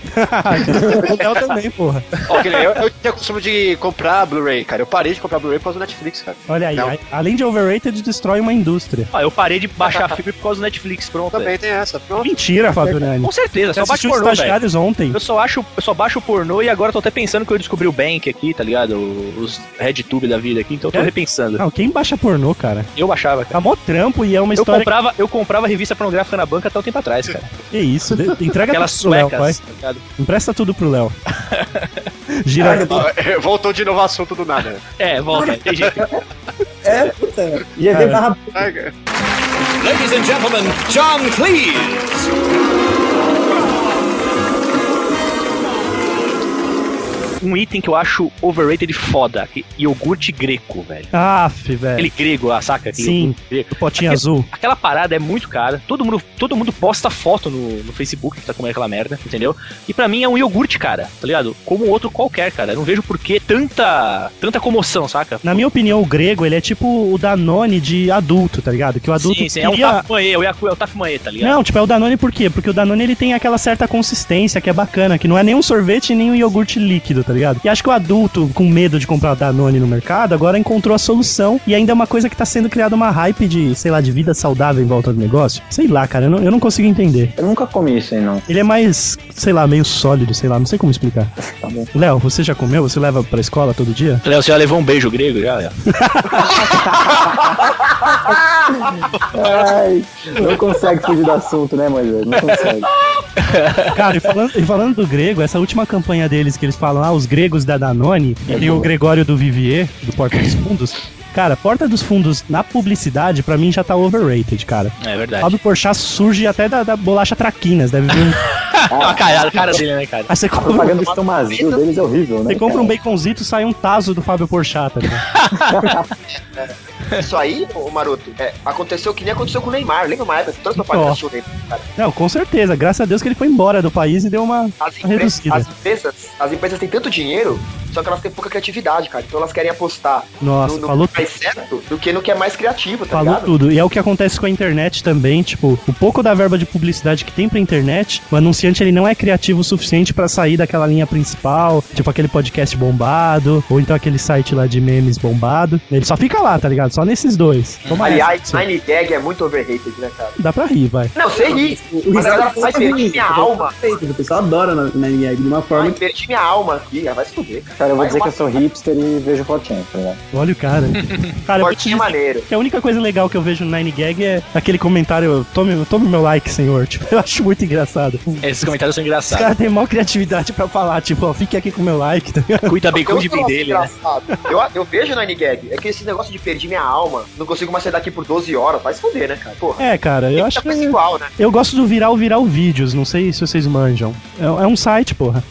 Speaker 8: eu também, porra.
Speaker 6: Ó, que nem eu, eu tinha costume de comprar Blu-ray, cara. Eu parei de comprar Blu-ray por causa do Netflix, cara.
Speaker 8: Olha aí,
Speaker 6: Não.
Speaker 8: a- além de overrated, destrói uma indústria.
Speaker 2: Ah, eu parei de baixar filme por causa do Netflix, pronto.
Speaker 6: Também tem essa, pronto.
Speaker 8: Mentira, Fábio Nani.
Speaker 2: Com certeza,
Speaker 8: Você
Speaker 2: só bate
Speaker 8: assistiu
Speaker 2: pornô,
Speaker 8: Estagiários
Speaker 2: velho.
Speaker 8: ontem.
Speaker 2: Eu só, acho, eu só baixo pornô e agora tô até pensando que eu descobri o Bank aqui, tá ligado? Os RedTube da vida aqui, então eu tô
Speaker 8: É?
Speaker 2: repensando.
Speaker 8: Não, quem baixa pornô, cara?
Speaker 2: Eu baixava,
Speaker 8: Tá mó trampo e é uma
Speaker 2: Eu
Speaker 8: história...
Speaker 2: comprava, eu comprava revista pornográfica na banca até um tempo atrás, cara.
Speaker 8: Que é isso, de- entrega
Speaker 2: Aquelas
Speaker 8: tudo pro Léo, pai.
Speaker 2: suecas, tá ligado?
Speaker 8: Empresta tudo pro Léo. Gira...
Speaker 6: Ó, né? Voltou de novo o assunto do nada. né?
Speaker 2: É, volta, tem jeito.
Speaker 1: É, puta. Já veio barra.
Speaker 10: Ladies and gentlemen, John Cleese.
Speaker 2: Um item que eu acho overrated foda, que- iogurte greco, velho.
Speaker 8: Aff, velho.
Speaker 2: Aquele grego, ah, saca? Aquele
Speaker 8: Sim,
Speaker 2: iogurte grego.
Speaker 8: o potinho
Speaker 2: Aquele-
Speaker 8: azul.
Speaker 2: Aquela parada é muito cara. Todo mundo, todo mundo posta foto no, no Facebook que tá comendo aquela merda, entendeu? E pra mim é um iogurte, cara, tá ligado? Como outro qualquer, cara. Eu não vejo por que tanta, tanta comoção, saca?
Speaker 8: Na minha opinião, o grego, ele é tipo o Danone de adulto, tá ligado? Que o adulto
Speaker 2: Sim, sim, é um
Speaker 8: queria-
Speaker 2: tafumanê, é o Yaku é o tafumanê, tá ligado?
Speaker 8: Não, tipo, é o Danone por quê? Porque o Danone ele tem aquela certa consistência que é bacana, que não é nem um sorvete nem um iogurte líquido, tá ligado? E acho que o adulto, com medo de comprar Danone no mercado, agora encontrou a solução e ainda é uma coisa que tá sendo criada uma hype de, sei lá, de vida saudável em volta do negócio. Sei lá, cara, eu não, eu não consigo entender.
Speaker 3: Eu nunca comi isso aí, não.
Speaker 8: Ele é mais, sei lá, meio sólido, sei lá, não sei como explicar.
Speaker 3: Tá bom.
Speaker 8: Léo, você já comeu? Você leva pra escola todo dia?
Speaker 2: Léo, você já levou um beijo grego já, Léo?
Speaker 3: Ai, não consegue fugir do assunto, né, Moisés? Não consegue.
Speaker 8: Cara, e falando, e falando do grego, essa última campanha deles que eles falam, ah, os gregos da Danone,
Speaker 3: É
Speaker 8: e tem o Gregório do Vivier, do Porta dos Fundos. Cara, Porta dos Fundos na publicidade, pra mim, já tá overrated, cara.
Speaker 2: É verdade.
Speaker 8: Fábio Porchat surge até da, da bolacha Traquinas, deve vir. um-
Speaker 2: Ah, cara, a cara dele, né, cara?
Speaker 8: Aí você
Speaker 3: A
Speaker 8: compra,
Speaker 3: propaganda do estão vazio deles é horrível, né?
Speaker 8: você compra
Speaker 3: cara?
Speaker 8: um baconzito e sai um taso do Fábio Porchat, tá ligado?
Speaker 14: Isso aí, ô Maroto, é, aconteceu que nem aconteceu com o Neymar. Lembra uma época? Tanto propaganda
Speaker 8: Ó.
Speaker 14: achou o Neymar, cara.
Speaker 8: Não, com certeza. Graças a Deus que ele foi embora do país e deu uma,
Speaker 14: As
Speaker 6: tá
Speaker 8: uma
Speaker 14: empresas,
Speaker 8: reduzida.
Speaker 14: as, empresas, as empresas têm tanto dinheiro, só que elas têm pouca criatividade, cara. Então elas querem apostar
Speaker 8: Nossa,
Speaker 14: no, no
Speaker 8: falou
Speaker 14: que é mais certo do que no que é mais criativo, tá
Speaker 8: Falou
Speaker 14: ligado?
Speaker 8: tudo. E é o que acontece com a internet também, tipo, o pouco da verba de publicidade que tem pra internet, o anunciante ele não é criativo o suficiente pra sair daquela linha principal, tipo aquele podcast bombado, ou então aquele site lá de memes bombado. Ele só fica lá, tá ligado? Só nesses dois. Toma
Speaker 14: Aliás,
Speaker 8: essa,
Speaker 14: Tiny Gag é muito overrated, né, cara?
Speaker 8: Dá pra rir, vai.
Speaker 14: Não, sei rir, mas a galera vai perder minha alma.
Speaker 1: É O pessoal adora na, na linha de uma
Speaker 14: Vai
Speaker 1: forma.
Speaker 14: perder minha alma aqui, ah, vai se fuder.
Speaker 3: Cara, eu vou dizer que eu sou hipster e vejo Fortune, tá ligado?
Speaker 8: Olha o cara. Cara, eu vou te
Speaker 14: Fortinho
Speaker 8: dizer
Speaker 14: maneiro.
Speaker 8: que a única coisa legal que eu vejo no Nine Gag é aquele comentário, tome, tome meu like, senhor. Tipo, eu acho muito engraçado. Os
Speaker 2: Esses comentários são engraçados.
Speaker 8: caras têm maior criatividade pra falar, tipo, ó, fique aqui com meu like, tá ligado?
Speaker 2: Cuida bem,
Speaker 14: Eu
Speaker 2: cuide bem
Speaker 14: acho
Speaker 2: dele, né?
Speaker 14: engraçado. Eu, eu vejo na Gag, é que esse negócio de perder minha alma, não consigo mais sair daqui por 12 horas, vai se fuder, né, cara? Porra.
Speaker 8: É, cara, eu acho
Speaker 14: Tá
Speaker 8: que.
Speaker 14: pessoal, né?
Speaker 8: Eu gosto do Viral Viral Vídeos, não sei se vocês manjam. É, é um site, porra.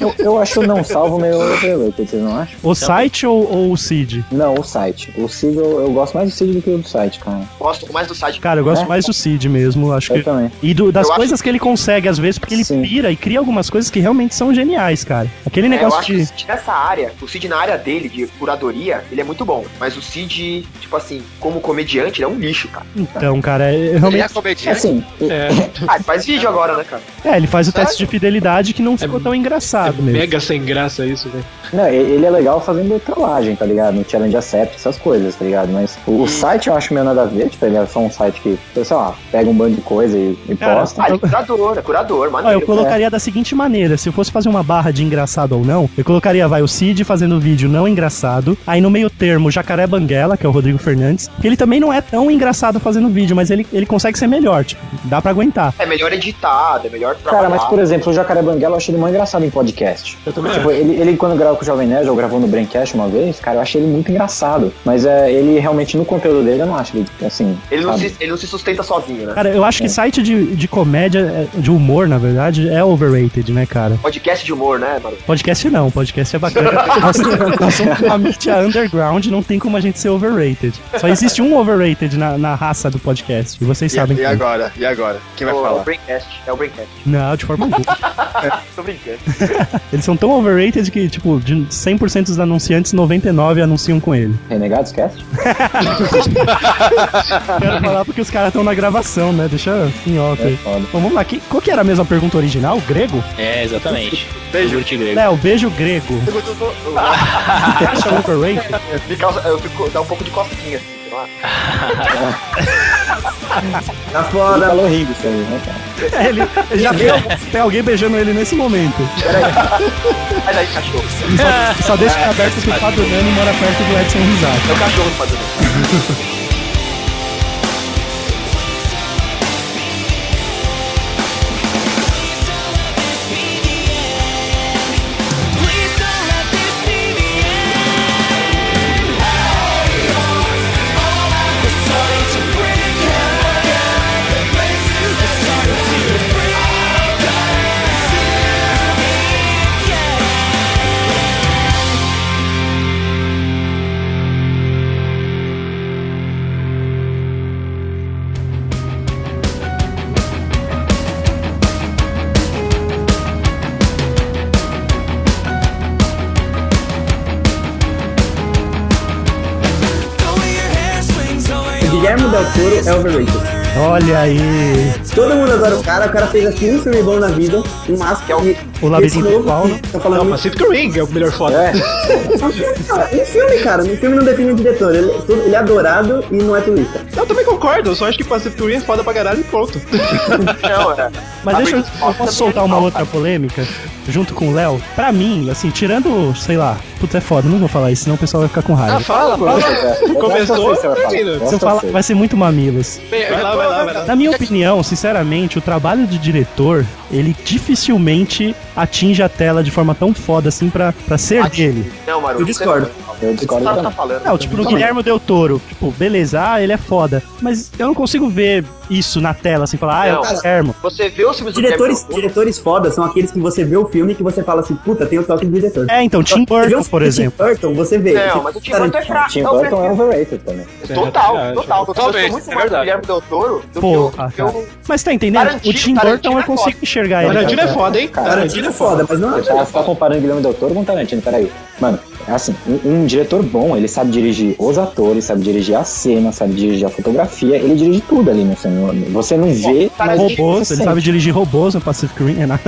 Speaker 3: Eu, eu acho o não salvo meio overrated, vocês não acham?
Speaker 8: O site ou, ou o Cid?
Speaker 3: Não, o site. O Cid, eu, eu gosto mais do Cid do que do site, cara.
Speaker 14: Gosto mais do site.
Speaker 8: Cara, eu gosto
Speaker 3: É?
Speaker 8: mais do Cid mesmo, acho
Speaker 3: Eu
Speaker 8: que.
Speaker 3: também.
Speaker 8: E do- das
Speaker 14: Eu acho-
Speaker 8: coisas que ele consegue, às vezes, porque ele
Speaker 3: Sim.
Speaker 8: pira e cria algumas coisas que realmente são geniais, cara. Aquele
Speaker 14: É, eu
Speaker 8: negócio
Speaker 14: acho que o
Speaker 8: de.
Speaker 14: Cid nessa área, o Cid na área dele, de curadoria, ele é muito bom. Mas o Cid, tipo assim, como comediante, ele é um lixo, cara.
Speaker 8: Então, cara, é- é
Speaker 6: Ele
Speaker 8: realmente.
Speaker 6: é comediante.
Speaker 3: Assim,
Speaker 7: É
Speaker 14: Ah, ele faz vídeo agora, né, cara?
Speaker 8: É, ele faz o teste de fidelidade que não ficou tão engraçado mesmo.
Speaker 7: Mega sem graça isso, né? velho.
Speaker 3: Não, e- ele é legal fazendo trollagem, tá ligado? No Challenge Accept, essas coisas, tá ligado? Mas o, o site eu acho meio nada a ver, tipo, ele é só um site que, sei lá, pega um bando de coisa e, e
Speaker 8: Cara,
Speaker 3: posta.
Speaker 14: Ah, ele é curador, é curador,
Speaker 8: Ó, Ah, eu
Speaker 14: maneiro.
Speaker 8: colocaria da seguinte maneira: se eu fosse fazer uma barra de engraçado ou não, eu colocaria, vai, o Cid fazendo vídeo não engraçado. Aí no meio termo, o Jacaré Banguela, que é o Rodrigo Fernandes, que ele também não é tão engraçado fazendo vídeo, mas ele, ele consegue ser melhor, tipo, dá pra aguentar.
Speaker 14: É melhor editado, é melhor
Speaker 3: Cara,
Speaker 14: trabalhar.
Speaker 3: mas por exemplo, o Jacaré Banguela eu achei ele mais engraçado em podcast. Tipo, ele, ele quando grava com o Jovem Nerd, eu gravou no Braincast uma vez, cara, eu achei ele muito engraçado. Mas é, ele realmente, no conteúdo dele, eu não acho ele, assim,
Speaker 5: Ele não,
Speaker 3: sabe?
Speaker 5: se, ele não se sustenta sozinho, né?
Speaker 8: Cara, eu
Speaker 6: É.
Speaker 8: acho que site de, de comédia, é, de humor, na verdade, é overrated, né, cara?
Speaker 5: Podcast de humor, né, mano?
Speaker 8: Podcast não, podcast é bacana. nós, nós somos uma mídia underground, não tem como a gente ser overrated. Só existe um overrated na, na raça do podcast, e vocês
Speaker 6: E,
Speaker 8: sabem é.
Speaker 6: e
Speaker 8: quem.
Speaker 6: agora? E agora? Quem vai
Speaker 5: O- É o
Speaker 6: falar?
Speaker 5: Braincast. É o Braincast.
Speaker 8: Não, de forma alguma.
Speaker 5: Tô brincando.
Speaker 8: Eles são tão overrated que, tipo, de 100% dos anunciantes, 99 anunciam com ele.
Speaker 3: Renegados Cast?
Speaker 8: Quero falar porque os caras estão na gravação, né? Deixa em off
Speaker 3: É
Speaker 8: aí.
Speaker 3: foda.
Speaker 8: Bom, vamos lá. Que, qual que era mesmo a mesma pergunta original? Grego?
Speaker 15: É, exatamente. Iogurte grego.
Speaker 8: Léo, beijo grego. Acha overrated?
Speaker 5: Me causa, eu fico, dá um pouco de cosquinha, assim, sei lá.
Speaker 1: Tá
Speaker 3: Ele
Speaker 1: foda.
Speaker 3: falou rindo isso aí, né, cara?
Speaker 8: É, ele, ele já tem, tem alguém beijando ele nesse momento.
Speaker 5: Sai daí, cachorro.
Speaker 8: E só, só deixa aberto que o Padunano mora perto do Edson Risato.
Speaker 5: É o cachorro fazendo.
Speaker 1: O Guilherme Del Toro é overrated.
Speaker 8: Olha aí.
Speaker 1: Todo mundo adora o cara, o cara fez assim um filme bom na vida, um máximo. e-
Speaker 8: O labirinto
Speaker 1: esse novo
Speaker 8: do né? Paulo.
Speaker 1: que Tá falando
Speaker 7: Não,
Speaker 1: muito.
Speaker 7: Pacific Ring é o melhor foda.
Speaker 3: É,
Speaker 1: Cara, Um filme, cara, um filme não define o diretor. Ele, ele é adorado e não é turista.
Speaker 7: Eu também concordo, eu só acho que Pacific Rim é foda pra caralho e pronto.
Speaker 5: Não, é.
Speaker 8: Mas
Speaker 5: A
Speaker 8: deixa eu,
Speaker 5: Britney
Speaker 8: eu
Speaker 5: Spears
Speaker 8: posso
Speaker 5: também
Speaker 8: soltar
Speaker 5: é
Speaker 8: uma
Speaker 5: legal,
Speaker 8: outra polêmica junto com o Léo. Pra mim, assim, tirando, sei lá, puta é foda, não vou falar isso, senão o pessoal vai ficar com raiva.
Speaker 7: Ah, fala, fala. Começou, termina.
Speaker 8: Se eu falar, vai ser muito mamilos.
Speaker 7: Vai lá, vai lá, vai lá.
Speaker 8: Na minha opinião, sinceramente, o trabalho de diretor, ele dificilmente atinge a tela de forma tão foda assim pra, pra ser dele.
Speaker 5: Não, Maru,
Speaker 1: Eu
Speaker 5: você-
Speaker 1: discordo.
Speaker 3: Eu
Speaker 5: O que o
Speaker 3: discordo
Speaker 5: Gustavo
Speaker 3: também.
Speaker 5: tá falando?
Speaker 8: Não, tipo, no
Speaker 1: Também.
Speaker 8: Guilherme Del Toro, tipo, beleza, ah, ele é foda. Mas eu não consigo ver isso na tela, assim, falar, ah, é o
Speaker 5: Não.
Speaker 8: Guilherme.
Speaker 5: Você vê os filmes do
Speaker 1: Diretores,
Speaker 5: Guilherme Del Toro?
Speaker 1: diretores fodas são aqueles que você vê o filme que você fala assim, puta, tem o toque do diretor.
Speaker 8: É, então, Tim
Speaker 1: Você vê um
Speaker 8: Burton,
Speaker 1: filme
Speaker 8: por
Speaker 1: do
Speaker 8: exemplo.
Speaker 1: Tim Burton, você vê.
Speaker 5: Não,
Speaker 1: Você-
Speaker 5: mas o Tim Burton é fraco.
Speaker 3: Tim
Speaker 5: é o
Speaker 3: Burton é
Speaker 5: prefeito.
Speaker 3: overrated também.
Speaker 5: Total,
Speaker 6: Totalmente,
Speaker 5: total. Eu gosto muito
Speaker 6: é
Speaker 5: mais do
Speaker 6: verdade.
Speaker 5: Guilherme Del Toro do
Speaker 8: Porra,
Speaker 5: que o...
Speaker 8: cara.
Speaker 5: do que
Speaker 8: Mas tá entendendo? O
Speaker 5: Tarantino-
Speaker 8: Tim Burton
Speaker 5: Tarantino
Speaker 8: eu
Speaker 5: é
Speaker 8: consigo enxergar ele.
Speaker 7: Tarantino é foda, hein?
Speaker 3: Cara,
Speaker 1: Tarantino é foda, mas não é.
Speaker 3: Eu tava tá só comparando Guilherme Del Toro com Tarantino, peraí. Mano, é assim, um, um diretor bom, ele sabe dirigir os atores, sabe dirigir a cena, sabe dirigir a fotografia, ele dirige tudo ali no filme. Você não vê, mas
Speaker 8: Robôs,
Speaker 3: você
Speaker 8: ele
Speaker 3: sente.
Speaker 8: sabe dirigir robôs no Pacific Rim, é nada.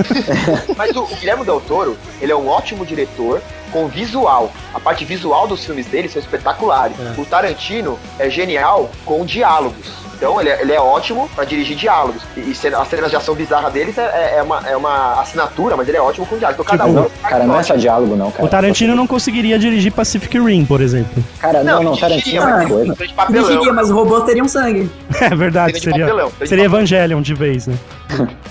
Speaker 5: o- Mas o, o Guilherme Del Toro, ele é um ótimo diretor com visual. A parte visual dos filmes dele são espetaculares. O Tarantino é genial com diálogos. Então ele é, ele é ótimo pra dirigir diálogos. E, e cena- as cenas de ação bizarra deles é, é uma, é uma assinatura, mas ele é ótimo com diálogos. Então cada
Speaker 3: Mas
Speaker 5: um...
Speaker 3: não, cara, não é só diálogo, não, cara.
Speaker 8: O Tarantino não conseguiria dirigir Pacific Rim, por exemplo.
Speaker 3: Cara, não, não,
Speaker 5: ele dirigia,
Speaker 3: Tarantino é uma
Speaker 5: mas-
Speaker 3: coisa.
Speaker 5: de papelão.
Speaker 1: Dirigiria, mas os robôs teriam um sangue.
Speaker 8: É verdade,
Speaker 5: Seria de
Speaker 8: seria.
Speaker 5: papelão, seria de
Speaker 8: Seria
Speaker 5: papelão.
Speaker 8: Evangelion de vez, né?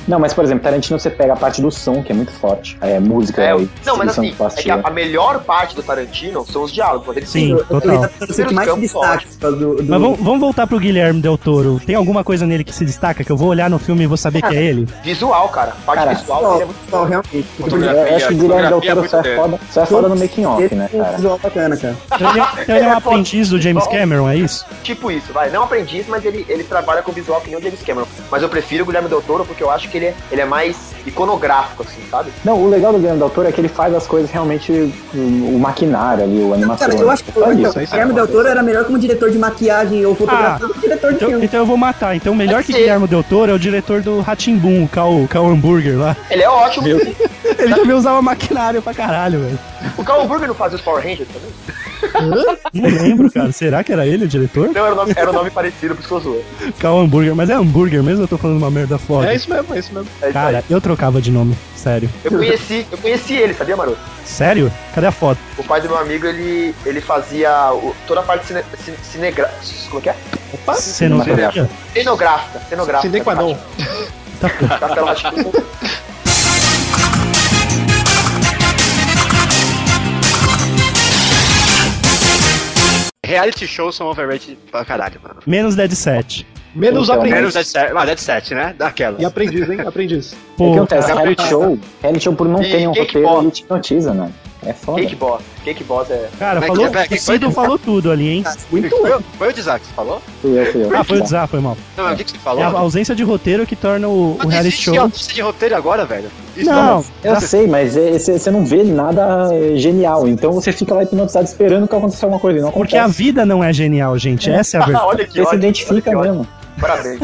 Speaker 3: Não, mas por exemplo, Tarantino você pega a parte do som, que é muito forte. É música,
Speaker 5: É,
Speaker 3: é,
Speaker 5: não, mas assim, é que a,
Speaker 3: plastilina.
Speaker 5: a melhor parte do Tarantino são os diálogos. Ele é
Speaker 8: Sim,
Speaker 1: Eu- eu-
Speaker 8: total.
Speaker 1: Ele tá sendo o que mais se destaca por causa do. do-
Speaker 8: Mas vamos, vamos voltar pro Guilherme Del Toro. Tem alguma coisa nele que se destaca que eu vou olhar no filme e vou saber que é ele?
Speaker 5: Visual, cara. A parte
Speaker 3: Cara,
Speaker 5: visual dele
Speaker 1: Só-
Speaker 5: é muito
Speaker 1: só realmente.
Speaker 3: Eu,
Speaker 6: Fotografia,
Speaker 3: acho que o Guilherme Del
Speaker 6: fotografia
Speaker 3: Toro
Speaker 6: muito
Speaker 3: só é
Speaker 6: dele.
Speaker 3: foda, só é foda no making off, né,
Speaker 1: Esse é um
Speaker 3: cara?
Speaker 1: visual bacana, cara.
Speaker 8: Então ele é- então ele é um aprendiz do James Cameron, é isso?
Speaker 5: tipo isso, vai. Não aprendiz, mas ele, ele trabalha com visual que nem o James Cameron. Mas eu prefiro o Guilherme Del Toro porque eu acho que ele é, ele é mais iconográfico, assim, sabe?
Speaker 3: Não, o legal do Guilherme Del Toro é que ele faz as coisas realmente hum, o, o maquinário ali, o animação.
Speaker 1: Cara, eu acho que
Speaker 3: Só
Speaker 1: então,
Speaker 3: isso.
Speaker 1: o Guilherme Del Toro era melhor como diretor de maquiagem ou fotografia do que diretor de
Speaker 8: Então,
Speaker 1: filme.
Speaker 8: então eu vou matar. Então o melhor que
Speaker 5: Pode ser.
Speaker 8: Guilherme Del Toro é o diretor do Ratimbum, o Cal, Cal Hamburger lá.
Speaker 5: Ele é ótimo.
Speaker 8: Ele também usava maquinário pra caralho, velho.
Speaker 5: O Carl Burger não fazia os Power Rangers também?
Speaker 8: Não lembro, cara. Será que era ele o diretor?
Speaker 5: Não, Então, era o nome, era o nome parecido pro seu zoeiro.
Speaker 8: Cal Hamburger, mas é hambúrguer mesmo? Eu tô falando uma merda foda.
Speaker 7: É isso mesmo, é isso mesmo.
Speaker 5: É isso aí.
Speaker 8: Cara, eu trocava de nome, sério.
Speaker 5: Eu conheci, eu conheci ele, sabia, Maroto?
Speaker 8: Sério? Cadê a foto?
Speaker 5: O pai do meu amigo, ele, ele fazia o- toda a parte cine, cine, cinegra- Como que é?
Speaker 8: Cenografia?
Speaker 5: Cenográfica. Cenográfica. Tá
Speaker 7: Sine qua non.
Speaker 5: Castelo Rá-Tim-Bum.
Speaker 6: reality shows são overrated pra caralho, mano.
Speaker 8: Menos Dead Set.
Speaker 3: é
Speaker 7: Menos
Speaker 6: Então, Menos Dead Set. Ah, Dead Set, né? Daquela.
Speaker 7: E aprendiz, hein? Aprendiz.
Speaker 3: o É que acontece? Reality show, reality show por não
Speaker 6: E
Speaker 3: ter um
Speaker 6: Cake
Speaker 3: roteiro, ele te hipnotiza, né? É foda.
Speaker 14: Cake Boss. Cake Boss é.
Speaker 8: Cara,
Speaker 14: Como é que
Speaker 8: falou,
Speaker 14: é? Pera,
Speaker 8: o
Speaker 14: que-
Speaker 8: Cido falou tudo ali, hein?
Speaker 14: Muito foi, foi o Dizak que falou?
Speaker 3: Fui eu, fui eu.
Speaker 8: Ah, foi o Zá, foi mal.
Speaker 6: Não, mas o que, que você
Speaker 8: É
Speaker 6: falou?
Speaker 8: a ausência de roteiro que torna o, o reality
Speaker 6: Existe
Speaker 8: show.
Speaker 6: autista de roteiro agora, velho.
Speaker 8: Não,
Speaker 3: eu sei, mas é, você não vê nada eh, genial. Então você fica lá hipnotizado esperando que aconteça alguma coisa. e Não
Speaker 8: Porque a vida não é genial, gente. Essa é a
Speaker 5: Ah,
Speaker 8: verdade.
Speaker 14: Olha que
Speaker 3: Você se
Speaker 14: ótimo.
Speaker 3: identifica mesmo.
Speaker 14: Parabéns.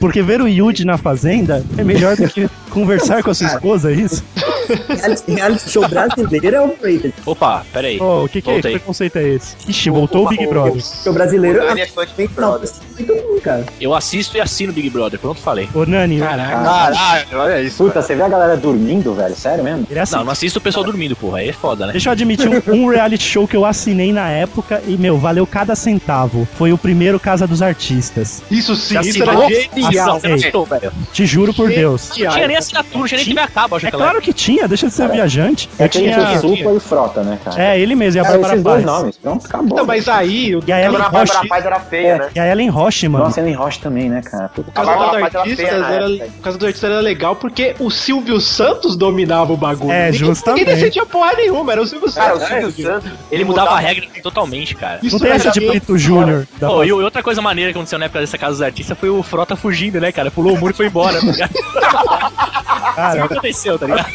Speaker 8: Porque ver o Yuji na fazenda é melhor do que conversar com a sua esposa, é isso?
Speaker 1: Reality- Reality show brasileiro é o feito.
Speaker 2: Opa, peraí.
Speaker 8: Ô, o que, que é esse
Speaker 2: Voltei.
Speaker 8: preconceito é esse? Ixi, voltou o Big Brother.
Speaker 1: Show brasileiro
Speaker 14: O
Speaker 1: é
Speaker 14: Dani é fã de Big Brother.
Speaker 1: muito bom, cara.
Speaker 2: Eu assisto e assino Big Brother, pronto, falei.
Speaker 8: Ô, Nani,
Speaker 6: Caralho, olha isso.
Speaker 3: Puta, você vê a galera dormindo, velho? Sério mesmo?
Speaker 8: ele é assim.
Speaker 2: Não, não assisto o pessoal dormindo, porra. Aí é foda, né?
Speaker 8: Deixa eu admitir um, um reality show que eu assinei na época e, meu, valeu cada centavo. Foi o primeiro Casa dos Artistas.
Speaker 7: Isso sim,
Speaker 2: Já
Speaker 7: isso
Speaker 2: assinou?
Speaker 7: era
Speaker 2: Assinou,
Speaker 7: genial.
Speaker 2: você não assinou, velho.
Speaker 8: Te juro por Deus.
Speaker 2: Não tinha nem assinatura, não tinha nem TV a cabo, acho
Speaker 8: É
Speaker 2: que ela
Speaker 8: claro que tinha, deixa de ser viajante.
Speaker 3: É
Speaker 8: Eu
Speaker 3: aquele
Speaker 8: tinha.
Speaker 3: tinha... Supla e o Frota, né, cara?
Speaker 8: É, ele mesmo, e a
Speaker 3: Cara,
Speaker 8: Bárbara
Speaker 3: esses dois
Speaker 8: Paz.
Speaker 3: nomes. Pronto, acabou.
Speaker 7: Não, mas aí, o
Speaker 8: E a Ellen
Speaker 14: A Bárbara
Speaker 8: Roche.
Speaker 14: Paz era feia, né?
Speaker 8: É, e a Ellen Roche, mano.
Speaker 3: Nossa, Ellen Roche também, né, cara? Puta,
Speaker 7: Casa
Speaker 14: Agora
Speaker 7: dos
Speaker 14: ela faz ela
Speaker 7: Artistas
Speaker 14: feia na
Speaker 6: né,
Speaker 7: era,
Speaker 14: época.
Speaker 7: o Casa dos Artistas era legal porque o Silvio Santos dominava o bagulho.
Speaker 8: É,
Speaker 7: Ninguém-
Speaker 8: justamente.
Speaker 7: Ninguém decidia porra nenhuma, era o Silvio Santos.
Speaker 14: Cara, o Silvio Santos.
Speaker 2: Ele mudava a regra totalmente, cara.
Speaker 7: Isso
Speaker 8: não tem
Speaker 14: né?
Speaker 7: era
Speaker 8: essa de
Speaker 7: bem-
Speaker 8: Brito Júnior. da
Speaker 2: Pô, e o- e outra coisa maneira que aconteceu na época dessa casa dos artistas foi o Frota fugindo, né, cara? Pulou o muro e foi embora. Tá ligado? Isso que
Speaker 8: Cara,
Speaker 2: aconteceu, tá ligado?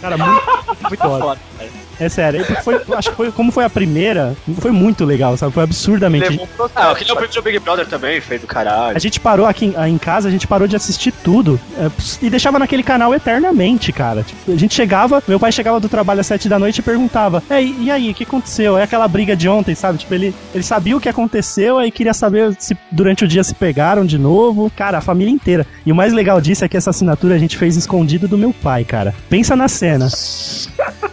Speaker 8: cara, muito, muito foda.
Speaker 2: Foda, cara.
Speaker 8: É sério, e foi, acho que foi como foi a primeira, foi muito legal, sabe? Foi absurdamente.
Speaker 14: Levou um processo.
Speaker 6: Ah, aquele é o primeiro Big Brother também, feio do caralho.
Speaker 8: A gente parou aqui em, em casa, a gente parou de assistir tudo é, ps- e deixava naquele canal eternamente, cara. Tipo, a gente chegava, meu pai chegava do trabalho às sete da noite e perguntava: "É, e e aí, o que aconteceu? É aquela briga de ontem, sabe? Tipo, ele, ele sabia o que aconteceu, aí queria saber se durante o dia se pegaram de novo. Cara, a família inteira. E o mais legal disso é que essa assinatura a gente fez escondido do meu pai, cara. Pensa na cena.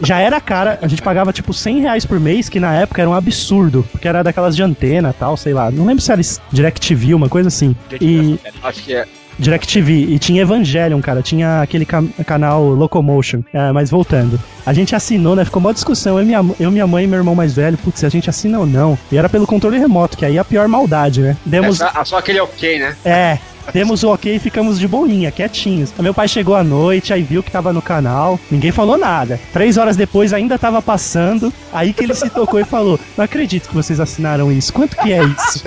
Speaker 8: Já era cara, a gente pagava tipo 100 reais por mês, que na época era um absurdo, porque era daquelas de antena tal, sei lá. Não lembro se era es- DirecTV, uma coisa assim. E
Speaker 6: Acho que é.
Speaker 8: DirecTV, e tinha Evangelion, cara, tinha aquele ca- canal Locomotion. É, mas voltando. A gente assinou, né? Ficou uma discussão. Eu, minha, eu, minha mãe e meu irmão mais velho, putz, se a gente assina ou não. E era pelo controle remoto, que aí é a pior maldade, né? Demos.
Speaker 6: Só, ah, só aquele é ok, né?
Speaker 8: É. Demos o ok e ficamos de boinha, quietinhos. Aí meu pai chegou à noite, aí viu que tava no canal, ninguém falou nada. Três horas depois ainda tava passando, aí que ele se tocou e falou: Não acredito que vocês assinaram isso, quanto que é isso?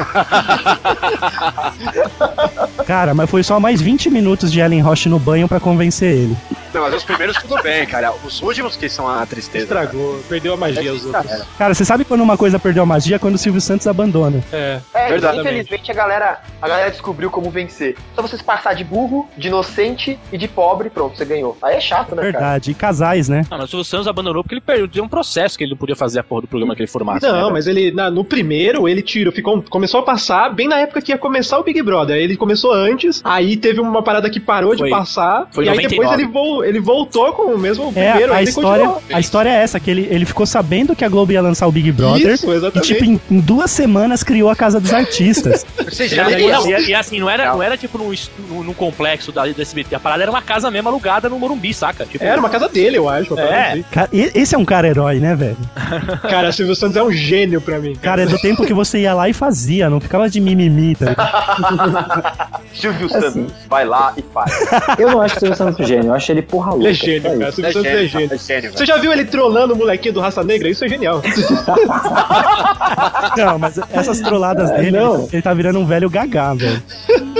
Speaker 8: Cara, mas foi só mais 20 minutos de Ellen Roche no banho pra convencer ele.
Speaker 6: Não, mas os primeiros tudo bem, cara. Os últimos que são a tristeza. É,
Speaker 7: Estragou, perdeu a magia os outros.
Speaker 8: Cara, você sabe quando uma coisa perdeu a magia? Quando o Silvio Santos abandona.
Speaker 7: É,
Speaker 14: É,
Speaker 7: Verdade.
Speaker 14: infelizmente a galera, a galera descobriu como vencer. Só você se passar de burro, de inocente e de pobre, pronto, você ganhou. Aí é chato, né, cara?
Speaker 8: Verdade. E casais, né?
Speaker 2: Não, mas o Santos abandonou porque ele perdeu um processo que ele não podia fazer a porra do programa naquele formato. né,
Speaker 7: Não,
Speaker 2: velho?
Speaker 7: mas ele na- no primeiro ele tirou, ficou, um, começou a passar bem na época que ia começar o Big Brother. Aí Ele começou antes, aí teve uma parada que parou
Speaker 2: Foi-
Speaker 7: de passar
Speaker 2: foi
Speaker 7: e aí
Speaker 2: 99.
Speaker 7: depois ele, vol- ele voltou com o mesmo
Speaker 8: É,
Speaker 7: primeiro.
Speaker 8: a
Speaker 7: aí ele
Speaker 8: história,
Speaker 7: continuou.
Speaker 8: a história é essa, que ele, ele ficou sabendo que a Globo ia lançar o Big Brother.
Speaker 7: Isso,
Speaker 8: E,
Speaker 7: exatamente.
Speaker 8: tipo, em, em duas semanas criou a Casa dos Artistas.
Speaker 6: Vocês
Speaker 2: Não,
Speaker 6: já
Speaker 2: e, não, e- e assim, não era, não era tipo num, estu- num, num complexo da, do SBT. A parada era uma casa mesmo alugada no Morumbi, saca? Tipo,
Speaker 7: Era uma casa dele, eu acho. uma parada
Speaker 2: É.
Speaker 7: assim.
Speaker 8: Ca- e- Esse é um cara herói, né, velho?
Speaker 7: Cara, Silvio Santos é um gênio pra mim.
Speaker 8: Cara, é do tempo que você ia lá e fazia, não ficava de mimimi, tá ligado?
Speaker 14: Silvio Santos, vai lá e faz.
Speaker 3: Eu não acho que seja Santos gênio, eu acho ele porra louca.
Speaker 7: Ele é
Speaker 3: só
Speaker 7: gênio,
Speaker 3: isso.
Speaker 7: cara. Silvio Santos é gênio.
Speaker 6: É gênio,
Speaker 7: Você já viu ele trolando o molequinho do Raça Negra? Isso é genial.
Speaker 8: Não, mas essas trolladas
Speaker 3: É,
Speaker 8: dele,
Speaker 3: não.
Speaker 8: ele, ele tá virando um velho gagá, velho.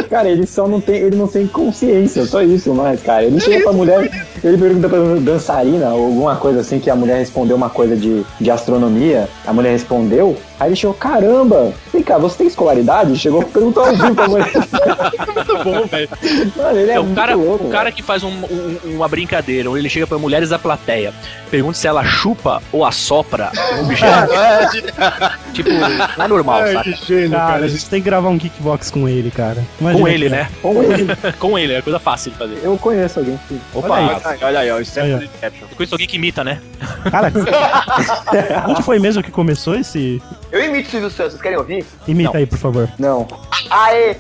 Speaker 3: Cara, ele só não tem, ele não tem consciência, só isso mais, cara. Ele chega pra mulher, ele pergunta pra dançarina ou alguma coisa assim, que a mulher respondeu uma coisa de, de astronomia, a mulher respondeu, aí ele chegou, caramba, vem cá, você tem escolaridade? Chegou a perguntar ao vivo pra mulher.
Speaker 7: Muito bom, velho.
Speaker 3: Mano, ele é,
Speaker 2: É, o
Speaker 3: muito
Speaker 2: cara,
Speaker 3: louco.
Speaker 2: o cara que faz um- um- uma brincadeira, onde ele chega pra mulheres da plateia, pergunta se ela chupa ou assopra um objeto. tipo, não é normal,
Speaker 7: Ai,
Speaker 2: saca?
Speaker 7: que gênio,
Speaker 8: Cara,
Speaker 7: cara.
Speaker 8: a gente tem que gravar um kickbox com ele, cara. Ah, Imagina
Speaker 2: Com ele,
Speaker 8: que-
Speaker 2: né?
Speaker 3: Ou ele-
Speaker 2: Com ele, é coisa fácil de fazer.
Speaker 3: Eu conheço alguém que.
Speaker 2: Opa,
Speaker 8: Olha
Speaker 2: olha
Speaker 8: aí.
Speaker 6: Olha aí, ó, o
Speaker 8: Olha.
Speaker 6: Stephanie Caption.
Speaker 2: com isso alguém que imita, né?
Speaker 8: Cara, onde foi mesmo que começou esse?
Speaker 14: Eu imito o Silvio Santos, vocês querem ouvir?
Speaker 8: Imita aí, por favor.
Speaker 3: Não.
Speaker 14: Aê!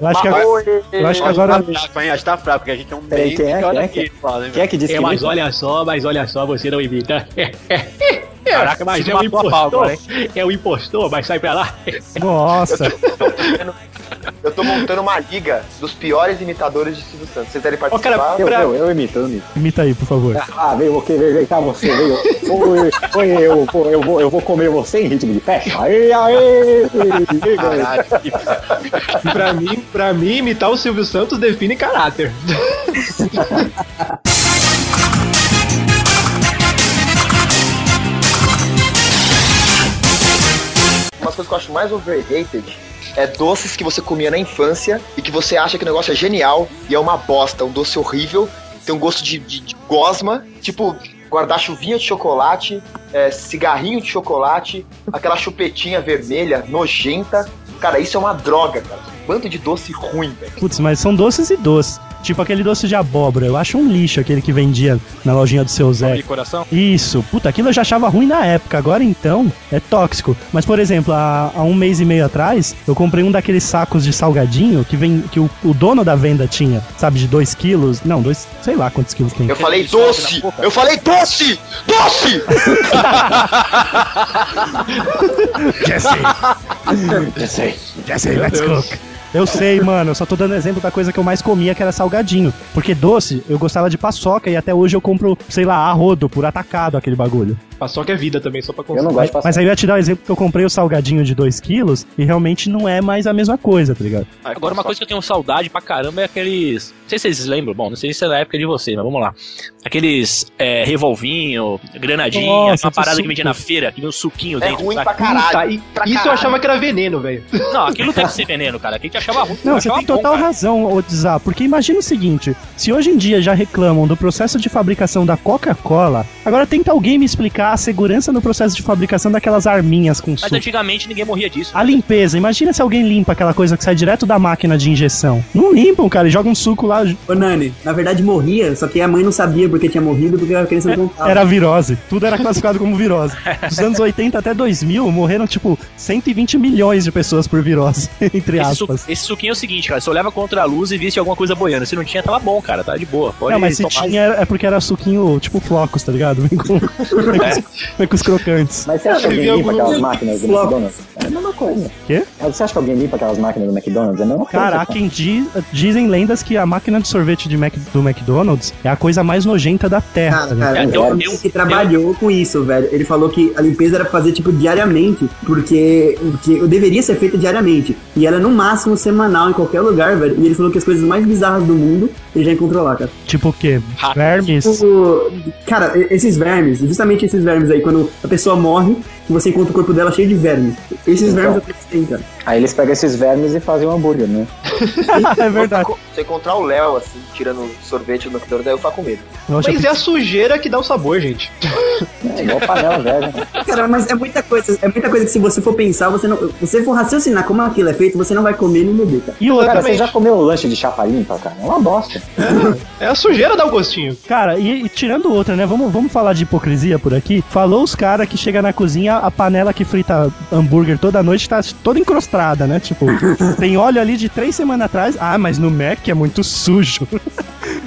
Speaker 8: Eu acho que, a- eu acho que agora.
Speaker 6: Tá fraco, hein? Acho que tá fraco, porque a gente tem um
Speaker 3: Peraí,
Speaker 6: meio
Speaker 3: quem é? Quem é,
Speaker 6: olha
Speaker 3: que-
Speaker 6: aqui, fala, hein,
Speaker 3: quem é que disse que.
Speaker 7: olha só, mas olha só, você não imita. Caraca, mas
Speaker 16: Se
Speaker 7: é
Speaker 16: matou
Speaker 7: um
Speaker 16: a pau,
Speaker 7: impostor. É um impostor, mas sai pra lá.
Speaker 8: Nossa.
Speaker 5: Eu tô montando uma liga dos piores imitadores de Silvio Santos. Vocês querem participar?
Speaker 6: eu,
Speaker 3: é
Speaker 6: eu, eu imito, eu imito.
Speaker 8: Imita aí, por favor.
Speaker 6: Ah, veio, ok, veio, vem cá você, veio. Oi, oi, eu, vou- eu, vou, eu vou comer você em ritmo de festa. Aê, aê!
Speaker 7: Caralho. pra, mim, pra mim, imitar o Silvio Santos define caráter.
Speaker 5: Uma das coisas que eu acho mais overrated é doces que você comia na infância e que você acha que o negócio é genial e é uma bosta, um doce horrível, tem um gosto de, de- de gosma, tipo guarda-chuvinha de chocolate, é, cigarrinho de chocolate, aquela chupetinha vermelha, nojenta. Cara, isso é uma droga, cara. Bando de doce ruim, velho.
Speaker 8: Putz, mas são doces e doces. Tipo aquele doce de abóbora. Eu acho um lixo aquele que vendia na lojinha do seu Zé.
Speaker 16: De coração?
Speaker 8: Isso, puta, aquilo eu já achava ruim na época, agora então é tóxico. Mas, por exemplo, há, há um mês e meio atrás, eu comprei um daqueles sacos de salgadinho que vem que o, o dono da venda tinha, sabe, de 2 quilos. Não, dois, sei lá quantos quilos tem.
Speaker 5: Eu falei
Speaker 6: tá
Speaker 5: doce! Eu falei doce! Doce!
Speaker 6: Jesse!
Speaker 8: Jesse, let's cook. Eu sei, mano, eu só tô dando exemplo da coisa que eu mais comia, que era salgadinho. Porque doce, eu gostava de paçoca e até hoje eu compro, sei lá, arrodo por atacado aquele bagulho.
Speaker 7: Paçoca é vida também, só pra
Speaker 8: Eu não gosto
Speaker 7: de
Speaker 8: Mas aí eu ia te dar o exemplo que eu comprei o salgadinho de 2kg e realmente não é mais a mesma coisa, tá ligado?
Speaker 2: Agora, uma coisa que eu tenho saudade pra caramba é aqueles. Não sei se vocês lembram, bom, não sei se é na época de vocês, mas vamos lá. Aqueles é, revolvinho, granadinha,
Speaker 7: Nossa,
Speaker 2: uma parada
Speaker 7: suco.
Speaker 2: que vendia na feira, que vinha um suquinho
Speaker 7: É
Speaker 2: dentro.
Speaker 7: ruim
Speaker 2: sabe?
Speaker 7: pra caralho, Puta, e- pra isso eu caralho. achava que era veneno, velho.
Speaker 2: Não, aquilo tem que ser veneno, cara. Aquilo que achava ruim,
Speaker 8: Não,
Speaker 2: eu
Speaker 8: você
Speaker 2: achava
Speaker 8: tem total razão, Odzá, porque imagina o seguinte: se hoje em dia já reclamam do processo de fabricação da Coca-Cola, agora tenta alguém me explicar a segurança no processo de fabricação daquelas arminhas com
Speaker 2: Mas
Speaker 8: suco.
Speaker 2: antigamente ninguém morria disso.
Speaker 8: A limpeza, imagina se alguém limpa aquela coisa que sai direto da máquina de injeção. Não limpam, cara, e joga um suco lá.
Speaker 1: Ô, Nani, na verdade morria, só que a mãe não sabia porque tinha morrido, porque a criança não contava.
Speaker 8: Era virose. Tudo era classificado como virose. Dos anos 80 até 2000, morreram, tipo, 120 milhões de pessoas por virose, entre
Speaker 2: Esse,
Speaker 8: aspas.
Speaker 2: su- esse suquinho é o seguinte, cara. Você olhava contra a luz e visse alguma coisa boiando. Se não tinha, tava bom, cara. Tava de boa. Pode
Speaker 8: não, mas se
Speaker 2: tomar.
Speaker 8: tinha é porque era suquinho tipo flocos, tá ligado? Vem com, vem com, os, vem com os crocantes.
Speaker 6: Mas você acha que alguém limpa aquelas máquinas do McDonald's? É a mesma coisa.
Speaker 8: Quê?
Speaker 6: Você acha que alguém limpa aquelas máquinas do McDonald's? É a mesma coisa.
Speaker 8: Cara, há quem diz- dizem lendas que a máquina de sorvete de Mac- do McDonald's é a coisa mais nojenta da Terra. tá ligado?
Speaker 1: Ah, Cara, É, eu, que trabalhou com isso, velho. Ele falou que a limpeza era pra fazer, tipo, diariamente, porque, porque deveria ser feita diariamente. E era no máximo semanal em qualquer lugar, velho. E ele falou que as coisas mais bizarras do mundo ele já encontrou lá, cara.
Speaker 8: Tipo o quê? Vermes?
Speaker 1: Tipo, cara, e- esses vermes, justamente esses vermes aí, quando a pessoa morre, que você encontra o corpo dela cheio de vermes. Esses
Speaker 6: Então.
Speaker 1: vermes eu pensei, cara.
Speaker 6: Aí eles pegam esses vermes e fazem um hambúrguer, né?
Speaker 8: é verdade.
Speaker 5: Se eu encontrar o Léo, assim, tirando sorvete do McDonald's, aí eu fico com medo.
Speaker 8: Tipo,
Speaker 7: Mas é a sujeira que dá o sabor, gente.
Speaker 6: É igual panela velha.
Speaker 1: Cara, mas é muita coisa, é muita coisa que se você for pensar, você não. Você for raciocinar como aquilo é feito, você não vai comer nem beber, cara.
Speaker 8: E
Speaker 6: Cara, você já comeu um lanche de chapa limpa, cara? É uma bosta.
Speaker 7: É a sujeira dá o gostinho.
Speaker 8: Cara, e, e tirando outra, né? Vamos, vamos falar de hipocrisia por aqui. Falou os caras que chega na cozinha, a panela que frita hambúrguer toda noite tá toda encrostada, né? Tipo, tem óleo ali de três semanas atrás. Ah, mas no Mac é muito sujo.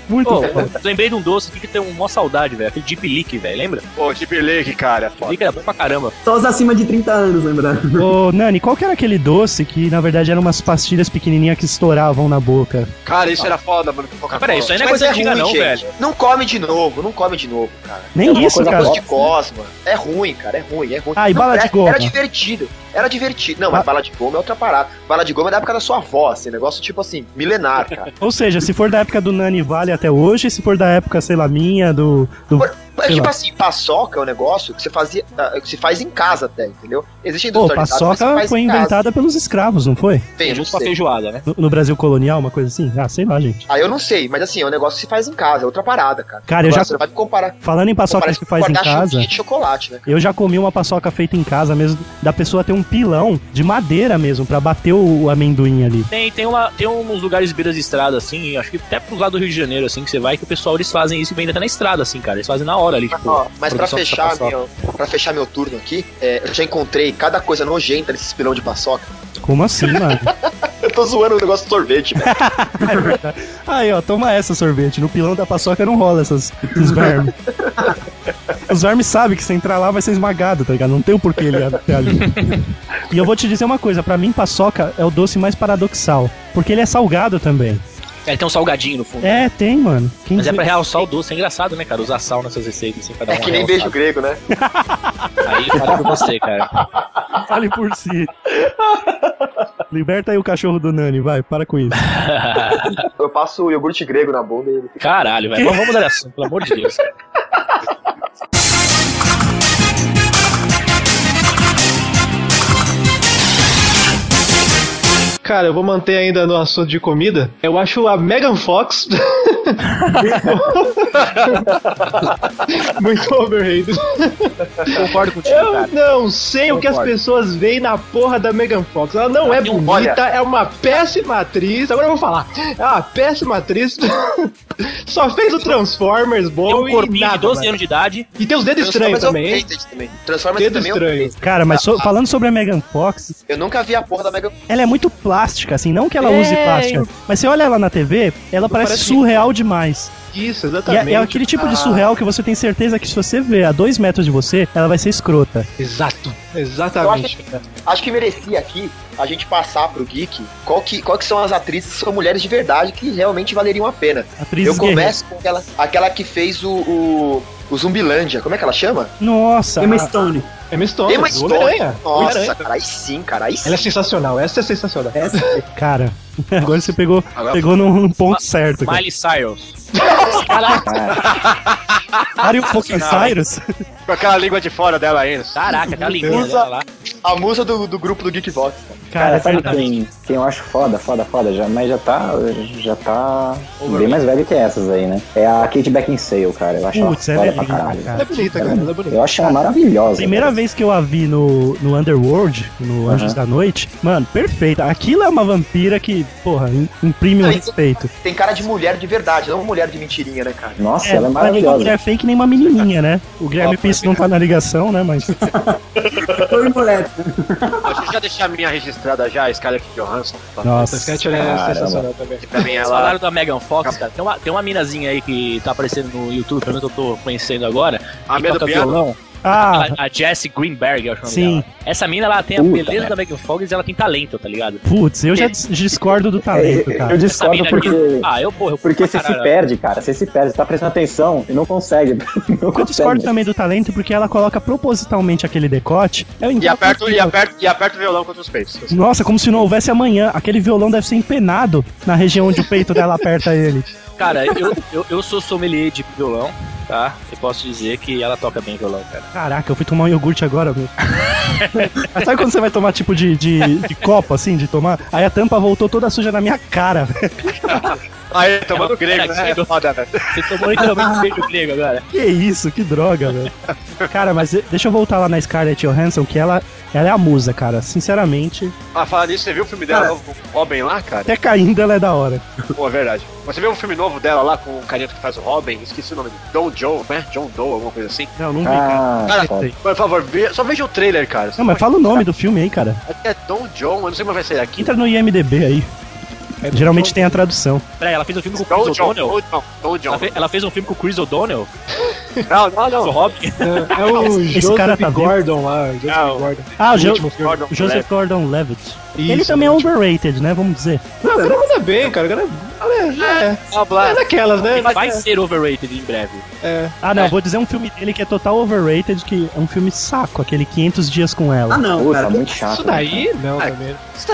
Speaker 8: muito
Speaker 2: Pô,
Speaker 8: foda.
Speaker 2: lembrei de um doce aqui que tem uma saudade, velho. Aquele Deep Leak, velho. Lembra?
Speaker 16: Pô, Deep Leak, cara.
Speaker 2: Deep Leak era bom pra caramba.
Speaker 1: Só os acima de 30 anos, lembrar.
Speaker 8: Ô, Nani, qual que era aquele doce que, na verdade, eram umas pastilhas pequenininhas que estouravam na boca?
Speaker 16: Cara, isso era foda, mano. Coca-Cola.
Speaker 2: Peraí, isso aí não é
Speaker 5: Mas
Speaker 2: coisa
Speaker 5: é
Speaker 2: antiga,
Speaker 5: ruim,
Speaker 2: não,
Speaker 5: gente.
Speaker 2: velho.
Speaker 5: Não come de novo, não come de novo, cara.
Speaker 8: Nem
Speaker 5: É uma
Speaker 8: isso,
Speaker 5: coisa
Speaker 8: cara.
Speaker 5: gosto de Cosma. É ruim, cara, é ruim, é ruim.
Speaker 8: Ah, e
Speaker 5: Não
Speaker 8: bala de
Speaker 5: presta,
Speaker 8: goma?
Speaker 5: Era divertido, era divertido. Não, mas bala de goma é outra parada. Bala de goma é da época da sua avó, assim, negócio tipo assim, milenar, cara.
Speaker 8: Ou seja, se for da época do Nani Vale até hoje, se for da época, sei lá, minha, do. do
Speaker 5: É
Speaker 8: sei
Speaker 5: tipo
Speaker 8: lá.
Speaker 5: assim, paçoca é um negócio que você fazia, ah, que se faz em casa até, entendeu? Existe
Speaker 8: Pô,
Speaker 5: industrializado, mas você
Speaker 8: paçoca
Speaker 5: faz
Speaker 8: foi
Speaker 5: em casa.
Speaker 8: inventada pelos escravos, não foi?
Speaker 5: Veja,
Speaker 2: Junto com a
Speaker 5: sei.
Speaker 2: feijoada, né?
Speaker 8: No, no Brasil colonial, uma coisa assim? Ah, sei lá, gente.
Speaker 5: Ah, eu não sei, mas assim, é um negócio que se faz em casa, é outra parada, cara.
Speaker 8: Cara, eu
Speaker 5: Agora
Speaker 8: já-
Speaker 5: Você vai comparar.
Speaker 8: Falando em paçoca
Speaker 5: comparar
Speaker 8: que faz em
Speaker 5: guardar
Speaker 8: casa.
Speaker 5: chuvinha de chocolate, né?
Speaker 8: Eu já comi uma paçoca feita em casa mesmo, da pessoa ter um pilão de madeira mesmo, pra bater o, o amendoim ali.
Speaker 2: Tem, tem, uma, tem uns lugares beiras de estrada, assim, acho que até pro lado do Rio de Janeiro, assim, que você vai, que o pessoal eles fazem isso e vendem até na estrada, assim, cara. Eles fazem na hora ali, tipo.
Speaker 5: Ah, Ó, mas pra
Speaker 2: produção de
Speaker 5: fechar,
Speaker 2: paçoca.
Speaker 5: meu, pra fechar meu turno aqui, é, eu já encontrei cada coisa nojenta nesse espirão de paçoca.
Speaker 8: Como assim, mano?
Speaker 5: Eu tô zoando o negócio do sorvete, velho.
Speaker 8: É verdade. Aí, ó, toma essa sorvete. No pilão da paçoca não rola essas, esses vermes. Os vermes sabem que se entrar lá vai ser esmagado, tá ligado? Não tem o porquê ele ir até ali. E eu vou te dizer uma coisa, pra mim paçoca é o doce mais paradoxal, porque ele é salgado também.
Speaker 2: Ele tem um salgadinho no fundo.
Speaker 8: É, tem, mano. Quem
Speaker 2: Mas é
Speaker 8: vê-
Speaker 2: pra realçar o doce. É engraçado, né, cara? Usar sal nessas receitas, assim, pra dar
Speaker 14: É
Speaker 2: uma
Speaker 14: que nem beijo
Speaker 2: realçada.
Speaker 14: grego, né?
Speaker 2: Aí fala pra você, cara.
Speaker 8: Fale por si. Liberta aí o cachorro do Nani, vai, para com isso.
Speaker 14: Eu passo iogurte grego na bunda e ele fica.
Speaker 2: Caralho, velho. Vamos mudar de assunto, pelo amor de Deus. cara.
Speaker 7: Cara, eu vou manter ainda no assunto de comida. Eu acho a Megan Fox. Muito overrated.
Speaker 2: Concordo contigo,
Speaker 7: Eu
Speaker 2: cara.
Speaker 7: não sei o que as
Speaker 2: Concordo.
Speaker 7: pessoas veem na porra da Megan Fox. Ela não é
Speaker 2: tem um-
Speaker 7: bonita, é uma péssima atriz. Agora eu vou falar. É uma péssima atriz. Só fez o Transformers bom
Speaker 2: Tem um
Speaker 7: e
Speaker 2: corpinho
Speaker 7: nada.
Speaker 2: de 12
Speaker 7: mano.
Speaker 2: anos de idade.
Speaker 7: E tem os dedos estranhos
Speaker 14: Transformers é
Speaker 7: também. hein?
Speaker 14: overrated também. Transformers
Speaker 7: Dedo
Speaker 14: também
Speaker 2: um
Speaker 14: é
Speaker 7: estranho.
Speaker 14: overrated.
Speaker 8: Cara, mas so-
Speaker 14: Ah,
Speaker 8: falando sobre a Megan Fox,
Speaker 14: Eu nunca vi a porra da Mega.
Speaker 8: ela é muito plástica, assim, não que ela use
Speaker 7: É,
Speaker 8: plástica, mas você olha ela na TV, ela parece
Speaker 7: parece-
Speaker 8: surreal demais.
Speaker 7: Isso,
Speaker 8: E é,
Speaker 7: exatamente.
Speaker 8: é aquele tipo de surreal que você tem certeza que se você vê a dois metros de você, ela vai ser escrota.
Speaker 7: Exato,
Speaker 14: Eu acho,
Speaker 7: exatamente.
Speaker 14: que, acho que merecia aqui a gente passar pro Geek qual que, qual que são as atrizes que são mulheres de verdade que realmente valeriam a pena.
Speaker 8: Atriz
Speaker 14: Eu começo com aquela, aquela que fez o, o, o Zumbilândia. Como é que ela chama?
Speaker 8: Nossa,
Speaker 1: Emma Stone.
Speaker 7: Emma Stone,
Speaker 14: Emma
Speaker 7: o
Speaker 14: Stone.
Speaker 7: É Homem-Aranha.
Speaker 14: Nossa,
Speaker 7: Homem-Aranha.
Speaker 14: cara, aí sim, cara, aí sim.
Speaker 7: Ela é sensacional, essa é sensacional.
Speaker 8: ah, cara. Agora você pegou,
Speaker 6: Agora-
Speaker 8: pegou num ponto certo. Cara.
Speaker 2: Miley Cyrus.
Speaker 8: Mario Fucking Cyrus?
Speaker 7: é
Speaker 6: Com aquela língua de fora dela ainda.
Speaker 2: Caraca, aquela linguinha
Speaker 14: Usa-
Speaker 2: dela lá.
Speaker 14: A musa do, do grupo do Geekbox.
Speaker 8: Cara, é
Speaker 3: sabe
Speaker 8: verdade.
Speaker 3: quem, quem eu acho foda, foda, foda, já, mas já tá, já tá bem mais velho que essas aí, né? É a Kate Beckinsale, cara. Eu acho
Speaker 8: Putz,
Speaker 3: ela
Speaker 8: ela é
Speaker 3: foda pra
Speaker 8: linda,
Speaker 3: caralho.
Speaker 7: Ela é
Speaker 8: cara.
Speaker 7: bonita, cara, ela é bonita.
Speaker 3: Eu acho ela maravilhosa.
Speaker 8: Primeira
Speaker 3: cara.
Speaker 8: vez que eu a vi no, no Underworld, no Anjos da Noite, mano, perfeita. Aquilo é uma vampira que, porra, im- imprime um
Speaker 14: Aí-
Speaker 8: respeito.
Speaker 14: Tem cara de mulher de verdade, não mulher de mentirinha, né, cara?
Speaker 3: Nossa,
Speaker 8: É,
Speaker 3: ela
Speaker 8: não
Speaker 3: é
Speaker 8: é nem uma
Speaker 3: maravilhosa.
Speaker 8: mulher fake, nem uma menininha, né? O Guilherme Pisse não tá na ligação, né? Mas.
Speaker 1: Foi moleque.
Speaker 6: Deixa eu já deixar a minha registrada já, a Scarlett Johansson.
Speaker 7: Essa
Speaker 8: Nossa.
Speaker 7: sketch ela é
Speaker 3: Caramba.
Speaker 7: sensacional também.
Speaker 6: Pra mim
Speaker 2: Vocês
Speaker 6: ela.
Speaker 2: falaram da Megan Fox, cara. Tem uma, tem uma minazinha aí que tá aparecendo no YouTube, pelo menos eu tô conhecendo agora.
Speaker 6: A
Speaker 2: que
Speaker 6: minha do
Speaker 2: toca
Speaker 6: piano.
Speaker 2: violão.
Speaker 8: Ah,
Speaker 2: A, a Jessie Greenberg, eu acho o nome
Speaker 8: Sim.
Speaker 2: dela. Essa mina, ela tem a
Speaker 3: Puta
Speaker 2: beleza
Speaker 3: merda.
Speaker 2: da Megan Fox e ela tem talento, tá ligado?
Speaker 8: putz, eu já dis- discordo do talento,
Speaker 3: É, Eu
Speaker 8: cara.
Speaker 2: Essa
Speaker 3: discordo
Speaker 2: mina
Speaker 3: porque.
Speaker 2: aqui- Ah, eu, porra, eu
Speaker 3: Porque
Speaker 2: pra
Speaker 3: você se
Speaker 2: caralho.
Speaker 3: perde, cara. Você se perde. Você tá prestando atenção e não consegue. Não
Speaker 8: Eu discordo
Speaker 3: consegue.
Speaker 8: também do talento porque ela coloca propositalmente aquele decote. É Eu
Speaker 6: E
Speaker 8: entendo.
Speaker 6: aperta, e, aperta, e aperta o violão contra os peitos.
Speaker 8: Nossa, como se não houvesse amanhã. Aquele violão deve ser empenado na região onde o peito dela aperta ele.
Speaker 2: Cara, eu, eu, eu sou sommelier de violão, tá? Eu posso dizer que ela toca bem violão, cara.
Speaker 8: Caraca, eu fui tomar um iogurte agora, meu. Mas Sabe quando você vai tomar tipo de, de, de copo, assim, de tomar? Aí a tampa voltou toda suja na minha cara, velho.
Speaker 6: Aí, tomando grego, né? É foda, né?
Speaker 2: Você tomou literalmente um beijo grego agora.
Speaker 8: Que isso, que droga, velho. Cara, mas de- deixa eu voltar lá na Scarlett Johansson, que ela, ela é a musa, cara. Sinceramente,
Speaker 6: Ah, falar nisso, você viu o filme dela novo com o Robin lá, cara?
Speaker 8: até caindo ela é da hora.
Speaker 6: Pô, é verdade. Você viu o filme novo dela lá com o carinha que faz o Robin? Esqueci o nome. Don Joe, né? John Doe, alguma coisa assim.
Speaker 8: Não, não vem, cara.
Speaker 3: Ah,
Speaker 6: Cara,
Speaker 3: foda.
Speaker 6: Por favor, ve- só veja o trailer, cara.
Speaker 8: Não, mas fala o nome do filme aí, cara.
Speaker 6: Acho que é Don John, eu não sei como vai ser aqui.
Speaker 8: Entra no IMDB aí.
Speaker 7: É
Speaker 8: Geralmente tem a tradução.
Speaker 2: Peraí, ela fez um filme com o
Speaker 6: Don
Speaker 2: Chris
Speaker 6: John,
Speaker 2: O'Donnell?
Speaker 6: Don John, Don
Speaker 7: Tá
Speaker 6: John.
Speaker 2: Ela, fe- ela fez um filme com o Chris O'Donnell?
Speaker 6: Não, não, não.
Speaker 2: O Robin?
Speaker 7: É, é o
Speaker 8: Esse
Speaker 7: Joseph
Speaker 8: cara tá vivo?
Speaker 7: Gordon lá. o Joseph
Speaker 6: Não.
Speaker 7: Gordon.
Speaker 8: Ah, o Jo-
Speaker 7: último filme.
Speaker 6: Gordon
Speaker 8: Joseph
Speaker 6: Levitt.
Speaker 8: Gordon-Levitt.
Speaker 7: Isso,
Speaker 8: Ele também é
Speaker 7: ótimo.
Speaker 8: overrated, né? Vamos dizer.
Speaker 7: Não, o cara tá bem, cara. O cara olha, já é.
Speaker 6: Blá, blá.
Speaker 7: É daquelas, né?
Speaker 2: Ele vai ser overrated em breve.
Speaker 7: É.
Speaker 8: Ah, não, vou dizer um filme dele que é total overrated, que é um filme saco, aquele 500 dias com
Speaker 1: Ah,
Speaker 8: ela.
Speaker 1: não,
Speaker 3: Puta,
Speaker 1: cara.
Speaker 3: muito chato.
Speaker 7: Isso daí? Não, também.
Speaker 6: Você tá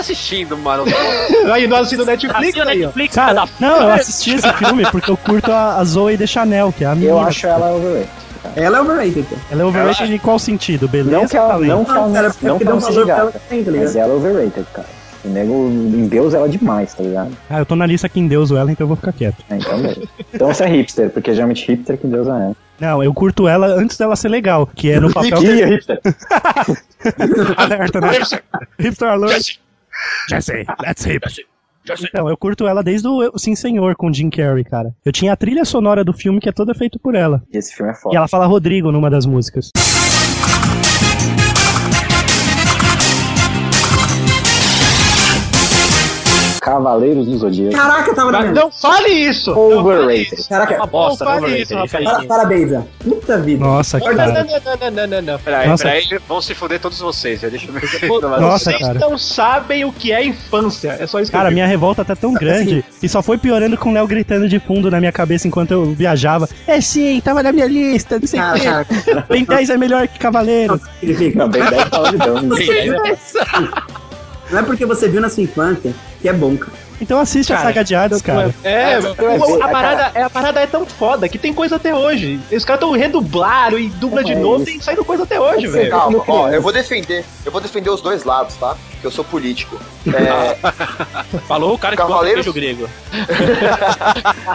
Speaker 6: assistindo, mano?
Speaker 7: Aí nós assim do
Speaker 2: Assina
Speaker 7: Netflix aí, ó.
Speaker 2: Netflix,
Speaker 8: Cara,
Speaker 2: cara.
Speaker 8: não, eu assisti esse filme porque eu curto a, a Zoe de Chanel, que é a minha.
Speaker 3: Eu acho ela né, overrated.
Speaker 1: Ela é overrated, cara.
Speaker 8: Ela é overrated em qual sentido? Beleza? tá
Speaker 3: Não que ela
Speaker 8: talento?
Speaker 3: não, que ela,
Speaker 1: Não, cara, porque
Speaker 3: não que
Speaker 1: deu
Speaker 3: ela
Speaker 1: um
Speaker 3: não
Speaker 1: valor
Speaker 3: seja
Speaker 1: pra ela
Speaker 3: gata,
Speaker 1: que tem, tá
Speaker 3: mas
Speaker 1: ligado?
Speaker 3: ela é overrated, cara. O nego endeus ela demais, tá ligado?
Speaker 8: Ah, eu tô na lista que endeuso ela, então eu vou ficar quieto.
Speaker 3: É, Então, beleza. então você é hipster, porque geralmente hipster que Deus é.
Speaker 8: Não, eu curto ela antes dela ser legal, que é no papel
Speaker 3: Ih, hipster.
Speaker 8: alerta, né? Hipster alert. Jesse, let's hip. Então, eu curto ela desde o Eu- Sim Senhor com o Jim Carrey, cara. Eu tinha a trilha sonora do filme que é toda feita por ela.
Speaker 3: Esse filme é
Speaker 8: E
Speaker 3: foda.
Speaker 8: ela fala Rodrigo numa das músicas.
Speaker 3: Cavaleiros do Zodíaco.
Speaker 1: Caraca, tava na
Speaker 3: Mas
Speaker 1: minha
Speaker 3: não
Speaker 1: lista.
Speaker 7: fale isso!
Speaker 3: Overrated.
Speaker 1: Caraca,
Speaker 7: Uma bosta, Não fale overrated, isso,
Speaker 1: Para-
Speaker 7: rapaz.
Speaker 1: Parabéns, Zé. Puta vida.
Speaker 8: Nossa,
Speaker 7: Não, não,
Speaker 8: cara.
Speaker 7: não, não, não, não, não.
Speaker 6: Peraí,
Speaker 8: Nossa.
Speaker 6: peraí, vão se fuder todos vocês. Deixa eu ver.
Speaker 7: é
Speaker 8: Nossa,
Speaker 7: Vocês
Speaker 8: cara.
Speaker 7: não sabem o que é infância. É só isso que
Speaker 8: Cara,
Speaker 7: eu assim,
Speaker 8: minha revolta tá tão grande e só foi piorando com o Léo gritando de fundo na minha cabeça enquanto eu viajava. É sim, tava na minha lista, não sei o quê. Ben 10 é melhor que Cavaleiros.
Speaker 1: Não,
Speaker 3: Ben 10 tá olvidando.
Speaker 1: Não
Speaker 7: né?
Speaker 1: é porque você viu na sua infância que é bom, cara.
Speaker 8: Então assiste a saga de Hades, cara.
Speaker 7: É,
Speaker 1: É, você vai
Speaker 7: o-
Speaker 1: ver,
Speaker 7: a,
Speaker 1: cara.
Speaker 7: parada, é, a parada é tão foda que tem coisa até hoje. Os caras tão redublaram e dubla de
Speaker 5: É
Speaker 7: novo
Speaker 5: isso.
Speaker 7: e saindo coisa até hoje,
Speaker 2: É,
Speaker 7: velho.
Speaker 5: Calma, ó, eu vou defender, eu vou defender os dois lados, tá? Que eu sou político. É,
Speaker 2: Falou o cara que gosta de
Speaker 5: Cavaleiros-
Speaker 2: beijo grego.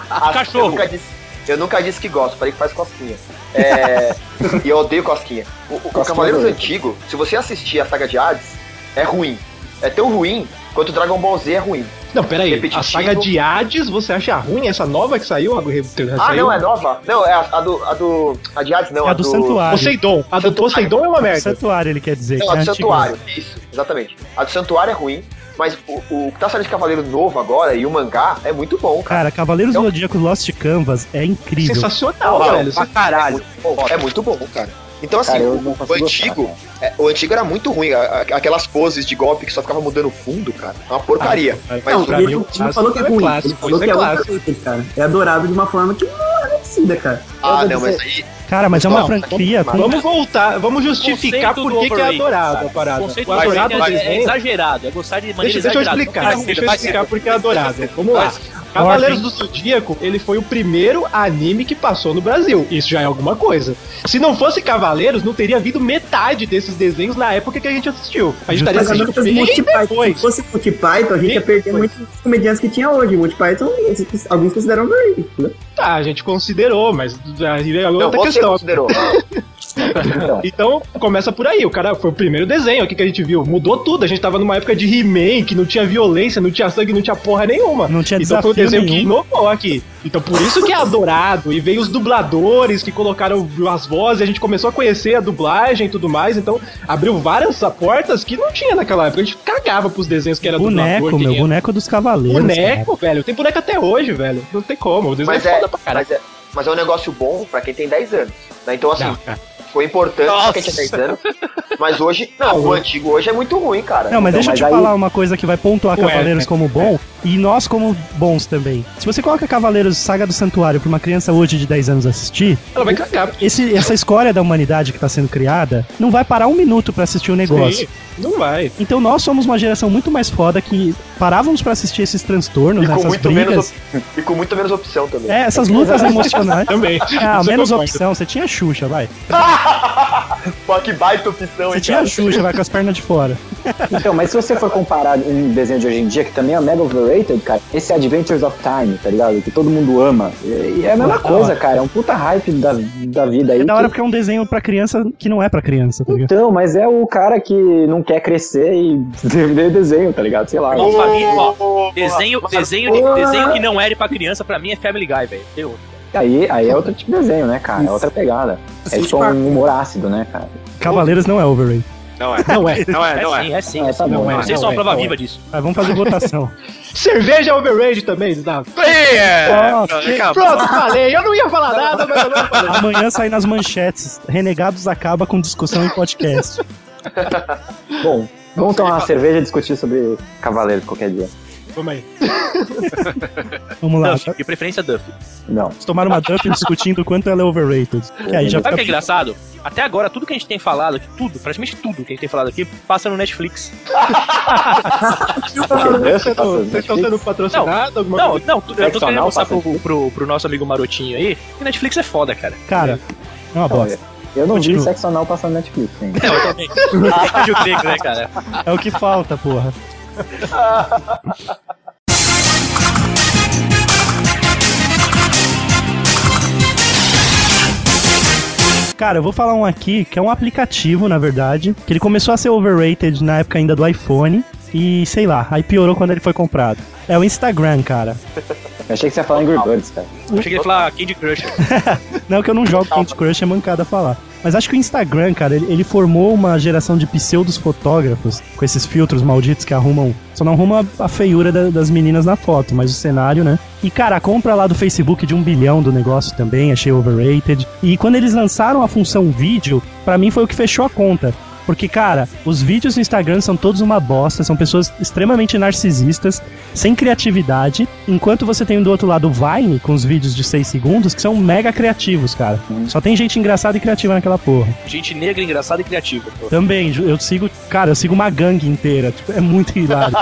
Speaker 5: Ah,
Speaker 2: Cachorro.
Speaker 5: Eu nunca disse, eu nunca disse que gosto, falei que faz cosquinha. É, e eu odeio cosquinha. O, o
Speaker 3: Cosquinha
Speaker 5: Cavaleiros
Speaker 3: doida.
Speaker 5: Antigo, se você assistir a saga de Hades, é ruim. É tão ruim quanto Dragon Ball Z é ruim.
Speaker 7: Não, peraí. A
Speaker 5: Repetitivo.
Speaker 7: saga de Hades, você acha ruim essa nova que saiu? A, re- que
Speaker 5: Ah,
Speaker 7: saiu?
Speaker 5: não, é nova? Não, é a, a do. A do. A de Hades não,
Speaker 8: É a do Santuário.
Speaker 7: Poseidon. A do Poseidon é uma merda.
Speaker 8: Santuário, ele quer dizer.
Speaker 5: Não,
Speaker 8: que
Speaker 5: a
Speaker 8: é
Speaker 5: do
Speaker 8: antigo.
Speaker 5: Santuário, isso, exatamente. A do Santuário é ruim, mas o, o que tá saindo de Cavaleiro novo agora e o mangá é muito bom, cara.
Speaker 8: Cara, Cavaleiros do Zodíaco Lost Canvas é incrível.
Speaker 7: Sensacional,
Speaker 5: Porra,
Speaker 7: velho.
Speaker 5: pra caralho. É muito bom, é muito bom, cara. Então, assim,
Speaker 3: Cara, eu não
Speaker 5: o,
Speaker 3: consigo
Speaker 5: o antigo. é, o antigo era muito ruim. a- a- Aquelas poses de golpe que só ficava mudando o fundo, cara. É uma porcaria.
Speaker 7: Ah,
Speaker 5: mas
Speaker 1: Não,
Speaker 5: o-
Speaker 1: ele
Speaker 7: mim, o
Speaker 1: não falou que é
Speaker 7: clássico
Speaker 1: ruim.
Speaker 7: é clássico,
Speaker 1: ele falou
Speaker 7: isso
Speaker 1: que
Speaker 7: é
Speaker 1: é
Speaker 7: clássico.
Speaker 1: overrated, cara. É adorável de uma forma que não é merecida, cara.
Speaker 5: ah, não, mas aí.
Speaker 8: Cara, mas é uma
Speaker 5: Não,
Speaker 8: franquia
Speaker 5: tá
Speaker 8: com
Speaker 7: né, Vamos voltar, vamos justificar
Speaker 2: Conceito
Speaker 7: por
Speaker 2: do
Speaker 7: que que é
Speaker 2: overrated,
Speaker 7: adorado
Speaker 2: cara.
Speaker 7: a parada.
Speaker 2: O conceito
Speaker 7: O
Speaker 2: do
Speaker 7: adorado
Speaker 2: overrated é, é
Speaker 7: desenho-
Speaker 2: exagerado, é gostar de maneira
Speaker 7: Deixa, deixa eu
Speaker 2: exagerada.
Speaker 7: explicar,
Speaker 2: Vai,
Speaker 7: deixa eu
Speaker 2: vai,
Speaker 7: explicar porque é adorado. Vamos lá. Cavaleiros do Zodíaco, ele foi o primeiro anime que passou no Brasil. Isso já é alguma coisa. Se não fosse Cavaleiros, não teria havido metade desses desenhos na época que a gente assistiu. A gente estaria
Speaker 1: Mas eu
Speaker 7: assistindo
Speaker 1: nunca fiz Monty
Speaker 7: bem
Speaker 1: Python. Se
Speaker 7: depois.
Speaker 1: fosse Monty Python, a gente ia perder muitos comediantes que tinha hoje. Monty Python, esses- alguns consideram overrated, né?
Speaker 7: Tá, a gente considerou, mas aí é
Speaker 5: Não,
Speaker 7: outra
Speaker 5: você
Speaker 7: questão.
Speaker 5: considerou.
Speaker 7: Então, começa por aí. O cara foi o primeiro desenho aqui que a gente viu. Mudou tudo. A gente tava numa época de He-Man, que não tinha violência, não tinha sangue, não tinha porra nenhuma.
Speaker 8: Não tinha
Speaker 7: Então foi um
Speaker 8: desafio
Speaker 7: desenho que
Speaker 8: nenhum.
Speaker 7: inovou aqui. Então por isso que é adorado. E veio os dubladores que colocaram as vozes, a gente começou a conhecer a dublagem e tudo mais. Então abriu várias portas que não tinha naquela época. A gente cagava pros desenhos que era
Speaker 8: boneco,
Speaker 7: dublador. que
Speaker 8: meu.
Speaker 7: era-
Speaker 8: Boneco dos Cavaleiros.
Speaker 7: Boneco, velho. Tem boneco até hoje, velho. Não tem como. O desenho
Speaker 5: Mas
Speaker 7: é
Speaker 5: é,
Speaker 7: foda pra caralho.
Speaker 5: mas, é, mas é um negócio bom pra quem tem 10 anos. né? Então, assim,
Speaker 7: Não, cara.
Speaker 5: foi importante pra quem tinha
Speaker 2: Nossa.
Speaker 5: 10 anos. Mas hoje, não, o antigo hoje é muito ruim, cara.
Speaker 8: Não, mas
Speaker 3: Então,
Speaker 8: deixa
Speaker 3: mas
Speaker 8: eu te
Speaker 3: aí-
Speaker 8: falar uma coisa que vai pontuar
Speaker 7: Ué,
Speaker 8: Cavaleiros
Speaker 7: é,
Speaker 8: como bom e nós como bons também. Se você coloca Cavaleiros Saga do Santuário pra uma criança hoje de 10 anos assistir,
Speaker 7: Ela vai cagar.
Speaker 8: esse- essa escória da humanidade que tá sendo criada não vai parar um minuto pra assistir o
Speaker 7: Sim,
Speaker 8: negócio.
Speaker 7: Não vai.
Speaker 8: Então nós somos uma geração muito mais foda que parávamos pra assistir esses transtornos,
Speaker 5: E com,
Speaker 8: essas
Speaker 5: muito
Speaker 8: brigas,
Speaker 5: menos, op- e com muito menos opção também.
Speaker 8: é, essas lutas emocionais.
Speaker 7: Também.
Speaker 8: Ah,
Speaker 7: Isso eu
Speaker 8: menos
Speaker 7: concordo.
Speaker 8: opção, você tinha Xuxa, vai.
Speaker 5: Pô, que baita opção,
Speaker 7: então.
Speaker 8: Você
Speaker 5: hein,
Speaker 8: tinha
Speaker 5: cara.
Speaker 8: Xuxa, vai com as pernas de fora.
Speaker 3: Então, mas se você for comparar um desenho de hoje em dia, que também é mega overrated, cara, esse é Adventures of Time, tá ligado? Que todo mundo ama. E e é a mesma
Speaker 8: Pô, da
Speaker 3: coisa,
Speaker 8: hora.
Speaker 3: cara. É um puta hype da, da vida aí.
Speaker 8: É da
Speaker 3: que-
Speaker 8: hora porque é um desenho pra criança que não é pra criança, tá ligado?
Speaker 3: Então, mas é o cara que não quer crescer e vê desenho, tá ligado? Sei lá.
Speaker 2: Uma
Speaker 5: Ô,
Speaker 2: família,
Speaker 5: ô, ô,
Speaker 2: ó, desenho,
Speaker 5: mas-
Speaker 2: desenho, de- desenho que não era pra criança, pra mim é Family Guy, velho. Tem outro.
Speaker 3: Aí, aí é outro tipo de desenho, né, cara? É outra pegada. É tipo um humor ácido, né, cara?
Speaker 8: Cavaleiros não é overrated.
Speaker 6: Não é.
Speaker 7: Não é.
Speaker 6: Não é,
Speaker 2: É
Speaker 6: não é.
Speaker 2: sim, é sim.
Speaker 3: Ah, tá bom, é,
Speaker 2: Vocês
Speaker 7: não
Speaker 2: são a
Speaker 7: é,
Speaker 2: prova
Speaker 7: não é.
Speaker 2: viva disso.
Speaker 8: Vai, vamos fazer votação.
Speaker 7: Cerveja overrated também, Davi. É
Speaker 8: Nossa,
Speaker 7: Pronto, falei. Eu não ia falar nada, mas eu não falei.
Speaker 8: Amanhã sai nas manchetes. Renegados acaba com discussão em podcast.
Speaker 3: Bom, vamos tomar uma cerveja e discutir sobre Cavaleiros qualquer dia.
Speaker 7: Vamos aí.
Speaker 8: Vamos lá.
Speaker 7: é.
Speaker 2: Duff, de preferência Duff.
Speaker 3: Não.
Speaker 8: Vocês tomaram uma dump discutindo o quanto ela é overrated. Que aí já
Speaker 2: Sabe o que é
Speaker 8: fica...
Speaker 2: engraçado? Até agora, tudo que a gente tem falado aqui, tudo, praticamente tudo que a gente tem falado aqui, passa no Netflix.
Speaker 7: Vocês
Speaker 3: Passa no
Speaker 7: estão
Speaker 3: é Netflix?
Speaker 7: sendo patrocinados? Alguma
Speaker 2: Não,
Speaker 7: coisa?
Speaker 2: não, tu- eu tô
Speaker 3: Sexo
Speaker 2: querendo
Speaker 3: anal
Speaker 2: mostrar
Speaker 3: passa
Speaker 2: pro, pro, pro nosso amigo Marotinho aí que Netflix é foda, cara.
Speaker 8: Cara, é uma bosta.
Speaker 3: Eu não vi
Speaker 8: Continua.
Speaker 3: sexo anal passando na Netflix ainda.
Speaker 2: Eu também. Beijo grego, né, cara?
Speaker 8: É o que falta, porra. Cara, eu vou falar um aqui que é um aplicativo, na verdade, que ele começou a ser overrated na época ainda do iPhone e sei lá, aí piorou quando ele foi comprado. É o Instagram, cara.
Speaker 3: Eu achei que você ia falar Angry Birds, cara.
Speaker 2: Eu cheguei a falar Candy Crush.
Speaker 8: Não que eu não jogo Candy Crush, é mancada falar. Mas acho que o Instagram, cara, ele, ele formou uma geração de pseudos fotógrafos com esses filtros malditos que arrumam. Só não arruma a feiura da- das meninas na foto, mas o cenário, né? E, cara, a compra lá do Facebook de um bilhão do negócio também, achei overrated. E quando eles lançaram a função vídeo, pra mim foi o que fechou a conta. Porque, cara, os vídeos no Instagram são todos uma bosta, são pessoas extremamente narcisistas, sem criatividade, enquanto você tem do outro lado o Vine, com os vídeos de 6 segundos, que são mega criativos, cara. Só tem gente engraçada e criativa naquela porra.
Speaker 2: Gente negra, engraçada e criativa. pô.
Speaker 8: Também, ju- eu sigo, cara, eu sigo uma gangue inteira, tipo, é muito hilário.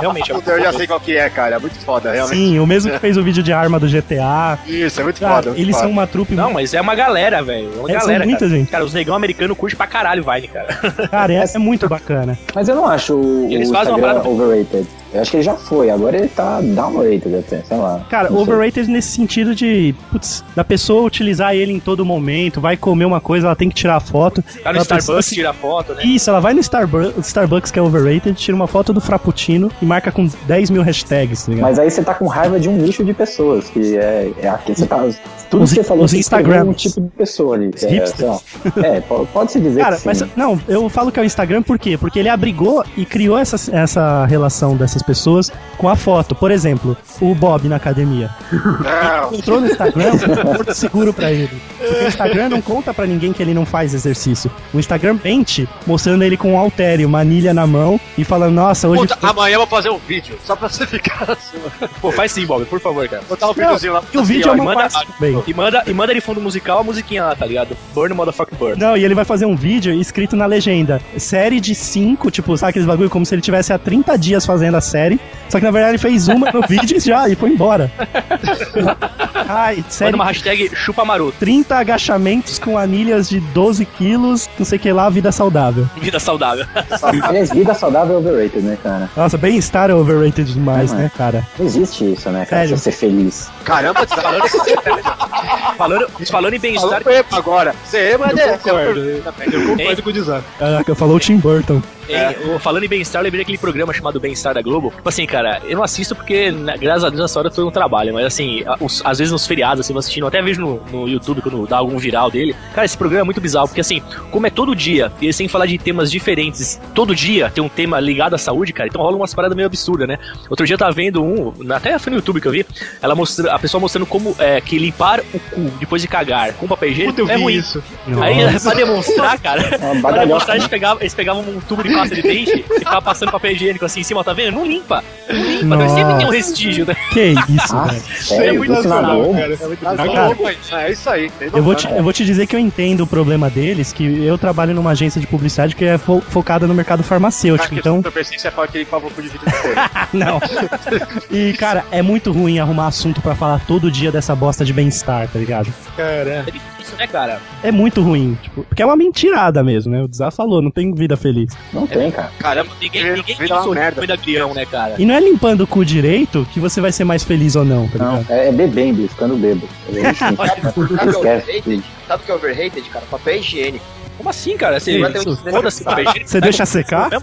Speaker 2: realmente,
Speaker 6: Puta, eu já sei qual que é, cara. É muito foda, realmente.
Speaker 8: Sim, o mesmo que fez o vídeo de arma do GTA.
Speaker 6: Isso, é muito
Speaker 8: Cara,
Speaker 6: foda. muito
Speaker 8: eles
Speaker 6: foda.
Speaker 8: são uma trupe
Speaker 2: Não, mas é uma galera, velho. É uma
Speaker 8: É, são
Speaker 2: galera.
Speaker 8: muita
Speaker 2: cara.
Speaker 8: gente.
Speaker 2: Cara, os negão americanos curte pra caralho o Vine, cara.
Speaker 8: Cara, é, é muito bacana.
Speaker 3: Mas eu não acho o,
Speaker 2: Eles
Speaker 3: o
Speaker 2: fazem uma
Speaker 3: Instagram
Speaker 2: parada-
Speaker 3: overrated. Eu acho que ele já foi, agora ele tá downrated até, sei lá.
Speaker 8: Cara,
Speaker 3: Não sei.
Speaker 8: overrated nesse sentido de, putz, da pessoa utilizar ele em todo momento, vai comer uma coisa, ela tem que tirar a foto.
Speaker 2: Tá no
Speaker 8: ela precisa
Speaker 2: Starbucks,
Speaker 8: se-
Speaker 2: tira foto, né?
Speaker 8: Isso, ela vai no Starbu- Starbucks, que é overrated, tira uma foto do Frappuccino e marca com 10 mil hashtags, tá ligado?
Speaker 3: Mas aí você tá com raiva de um nicho de pessoas, que é, é aqui, você tá, tudo
Speaker 8: Os-
Speaker 3: que você falou,
Speaker 8: os
Speaker 3: você escreveu
Speaker 8: Instagrams.
Speaker 3: um tipo de pessoa ali.
Speaker 8: Os
Speaker 3: É, sei lá. é, po- pode-se dizer
Speaker 8: Cara,
Speaker 3: que sim.
Speaker 8: mas não, eu falo que é o Instagram por quê? Porque ele abrigou e criou essa, essa relação dessas pessoas com a foto. Por exemplo, o Bob na academia. Ele encontrou no Instagram um porto seguro pra ele. Porque o Instagram não conta pra ninguém que ele não faz exercício. O Instagram mente mostrando ele com um halter, e uma anilha na mão e falando: "Nossa, hoje
Speaker 6: Puta, amanhã eu vou fazer um vídeo, só pra você ficar assim.
Speaker 2: Pô, faz sim, Bob, por favor, cara.
Speaker 6: Botar
Speaker 8: Não,
Speaker 6: um videozinho lá.
Speaker 8: e o vídeo é uma
Speaker 2: manda,
Speaker 8: farsa também.
Speaker 2: e, manda, e manda de fundo musical a musiquinha lá, tá ligado? Burn, motherfucker, burn.
Speaker 8: Não, e ele vai fazer um vídeo escrito na legenda. Série de cinco, tipo, sabe aqueles bagulho como se ele tivesse há 30 dias fazendo a série. Só que na verdade ele fez uma no vídeo e já e foi embora. Ai,
Speaker 2: Manda
Speaker 8: série
Speaker 2: uma
Speaker 8: de
Speaker 2: hashtag chupa maroto.
Speaker 8: 30 agachamentos com anilhas de 12 quilos, não sei o que lá, vida saudável.
Speaker 2: Vida saudável.
Speaker 3: Aliás, vida saudável é overrated, né, cara?
Speaker 8: Nossa, bem-estar é overrated demais,
Speaker 3: Não é.
Speaker 8: né, cara?
Speaker 3: Não existe isso, né, cara?
Speaker 8: Sério?
Speaker 3: Você ser feliz.
Speaker 6: Caramba,
Speaker 14: tá
Speaker 2: Falando, falando, falando em bem-estar,
Speaker 6: falou epa agora. Você é, mas
Speaker 7: Eu
Speaker 6: é.
Speaker 7: concordo, eu
Speaker 2: Hein?
Speaker 7: concordo com o Dizar.
Speaker 8: Caraca, falou o Tim Burton.
Speaker 7: É.
Speaker 2: Ei, eu- falando em bem-estar, eu lembrei daquele programa chamado Bem-Estar da Globo. Tipo assim, cara, eu não assisto porque, na- graças a Deus, nessa hora eu tô no trabalho. Mas assim, a- os- às vezes nos feriados, assim, eu vou assistindo, até vejo no, no YouTube quando dá algum viral dele. Cara, esse programa é muito bizarro, porque assim, como é todo dia, e eles têm que falar de temas diferentes, todo dia tem um tema ligado à saúde, cara, então rola umas paradas meio absurdas, né? Outro dia eu tava vendo um, na- até foi no YouTube que eu vi, ela mostra, a pessoa mostrando como é, que limpar o cu depois de cagar com papel higiênico
Speaker 7: Puta, eu
Speaker 2: é
Speaker 7: vi
Speaker 2: ruim.
Speaker 7: isso.
Speaker 2: Aí, pra demonstrar, cara,
Speaker 3: É uma
Speaker 2: pra demonstrar,
Speaker 8: né?
Speaker 3: badalhoca.
Speaker 2: eles pegavam, eles pegavam um tubo de pasta de dente e ficavam passando papel higiênico assim em cima, tá vendo? Não limpa. Não limpa,
Speaker 8: Nossa. É,
Speaker 2: sempre tem um restígio, né? É
Speaker 8: Que isso,
Speaker 3: Ah,
Speaker 8: velho.
Speaker 3: sério?
Speaker 7: muito
Speaker 3: Isso na
Speaker 7: nacional,
Speaker 3: Globo?
Speaker 7: cara. É muito nacional.
Speaker 8: cara.
Speaker 6: Tá É isso aí.
Speaker 8: Eu vou, te, eu vou te dizer que eu entendo o problema deles, que eu trabalho numa agência de publicidade que é fo- focada no mercado farmacêutico, então...
Speaker 6: Eu pensei que você fala é um que ele falou com o vídeo depois.
Speaker 8: Não. E, cara, é muito ruim arrumar assunto pra falar todo dia dessa bosta de bem-estar, tá ligado?
Speaker 7: Cara,
Speaker 2: É difícil, né, cara?
Speaker 8: É muito ruim, tipo, porque é uma mentirada mesmo, né? O Dizar falou, não tem vida feliz.
Speaker 3: Não tem, cara.
Speaker 2: Caramba, ninguém, ninguém
Speaker 6: Vira uma
Speaker 2: sorriu
Speaker 6: merda.
Speaker 2: depois da crião, né, cara?
Speaker 8: E não é limpando o cu direito que você vai ser mais feliz ou não, tá
Speaker 3: Não,
Speaker 8: ligado?
Speaker 3: é, é bebendo, ficando bêbado. É, enfim,
Speaker 14: Sabe o que é
Speaker 3: esquece.
Speaker 14: overrated? Sabe o que é overrated, cara? Papel higiênico.
Speaker 2: Como assim, cara? Você,
Speaker 14: Vai ter um
Speaker 2: você- foda-se papel higiênico.
Speaker 8: Você deixa secar?
Speaker 14: Cara,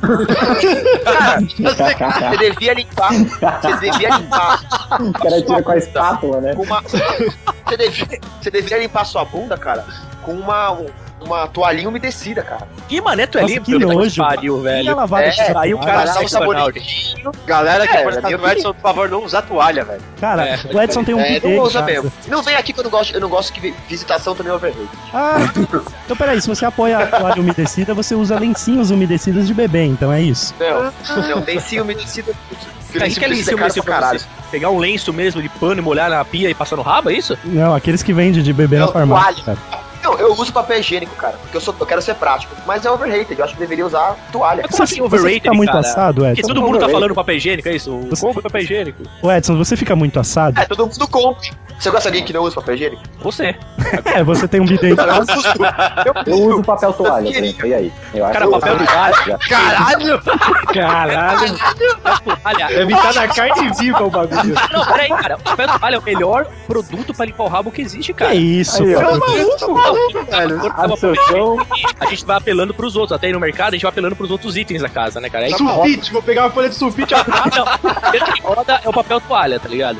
Speaker 14: você, você devia limpar. Você devia limpar.
Speaker 3: O cara tira com a espátula, né?
Speaker 14: com uma. Você devia, você devia limpar sua bunda, cara, com uma, uma toalhinha umedecida, cara.
Speaker 2: Que mané tu é
Speaker 8: Nossa,
Speaker 2: limpo,
Speaker 8: que
Speaker 2: meu? Puta
Speaker 8: nojo.
Speaker 2: pariu,
Speaker 8: E a
Speaker 2: velho.
Speaker 8: lavada de
Speaker 14: É,
Speaker 2: Aí
Speaker 6: Ah,
Speaker 2: o cara
Speaker 14: Cara,
Speaker 2: sai
Speaker 14: um
Speaker 2: um sabonete.
Speaker 14: sabonetinho.
Speaker 6: Galera que
Speaker 14: É,
Speaker 6: mora
Speaker 14: na minha
Speaker 6: no Edson, por favor, não usa toalha, velho.
Speaker 8: Cara,
Speaker 2: É.
Speaker 8: o Edson tem um
Speaker 14: É,
Speaker 8: bidê
Speaker 14: não
Speaker 8: em
Speaker 14: usa
Speaker 8: casa.
Speaker 14: mesmo. Não vem aqui que eu não gosto, eu não gosto que vi- visitação também é overrated.
Speaker 8: Ah, então peraí, se você apoia a toalha umedecida, você usa lencinhos umedecidos de bebê, então é isso.
Speaker 14: Não, não, tem sim umedecida.
Speaker 2: Cara, que é lenço
Speaker 14: é caro pra
Speaker 2: mesmo pra
Speaker 14: caralho.
Speaker 2: você? Pegar um lenço mesmo de pano e molhar na pia e passar no rabo, é isso?
Speaker 8: Não, aqueles que vendem de bebê na
Speaker 14: Não, toalha.
Speaker 8: farmácia. cara.
Speaker 14: Não, eu uso papel higiênico, cara, porque eu, sou, eu quero ser prático. Mas é overrated, eu acho que deveria usar toalha.
Speaker 2: Mas como assim
Speaker 8: Você
Speaker 2: overrated,
Speaker 8: fica muito
Speaker 2: cara?
Speaker 8: assado,
Speaker 2: Porque
Speaker 8: Edson?
Speaker 2: todo mundo tá falando papel higiênico, é isso? O
Speaker 8: então Você-
Speaker 2: combo é papel higiênico.
Speaker 8: Ô, Edson, você fica muito assado?
Speaker 14: É, todo mundo compra. Você gosta de alguém que não usa papel higiênico?
Speaker 2: Você.
Speaker 8: É, você tem um bidê em casa.
Speaker 3: Eu uso papel toalha, por exemplo, e aí? Eu acho
Speaker 2: Cara,
Speaker 3: que eu
Speaker 2: papel
Speaker 3: uso.
Speaker 2: toalha. Caralho!
Speaker 8: Caralho.
Speaker 2: é
Speaker 8: É
Speaker 2: Olha,
Speaker 7: deve estar na carne viva o bagulho.
Speaker 2: não, peraí, cara. O papel toalha é o melhor produto pra limpar o rabo que existe,
Speaker 8: Que
Speaker 2: cara.
Speaker 8: isso,
Speaker 3: Aí, ó.
Speaker 8: cara.
Speaker 2: Tá maluco? velho. A gente vai apelando pros outros. Até ir no mercado, a gente vai apelando pros outros itens da casa, né, cara? Aí
Speaker 6: Sulfite, é um vou pegar uma folha de sulfite agora.
Speaker 2: roda é o papel toalha, tá ligado?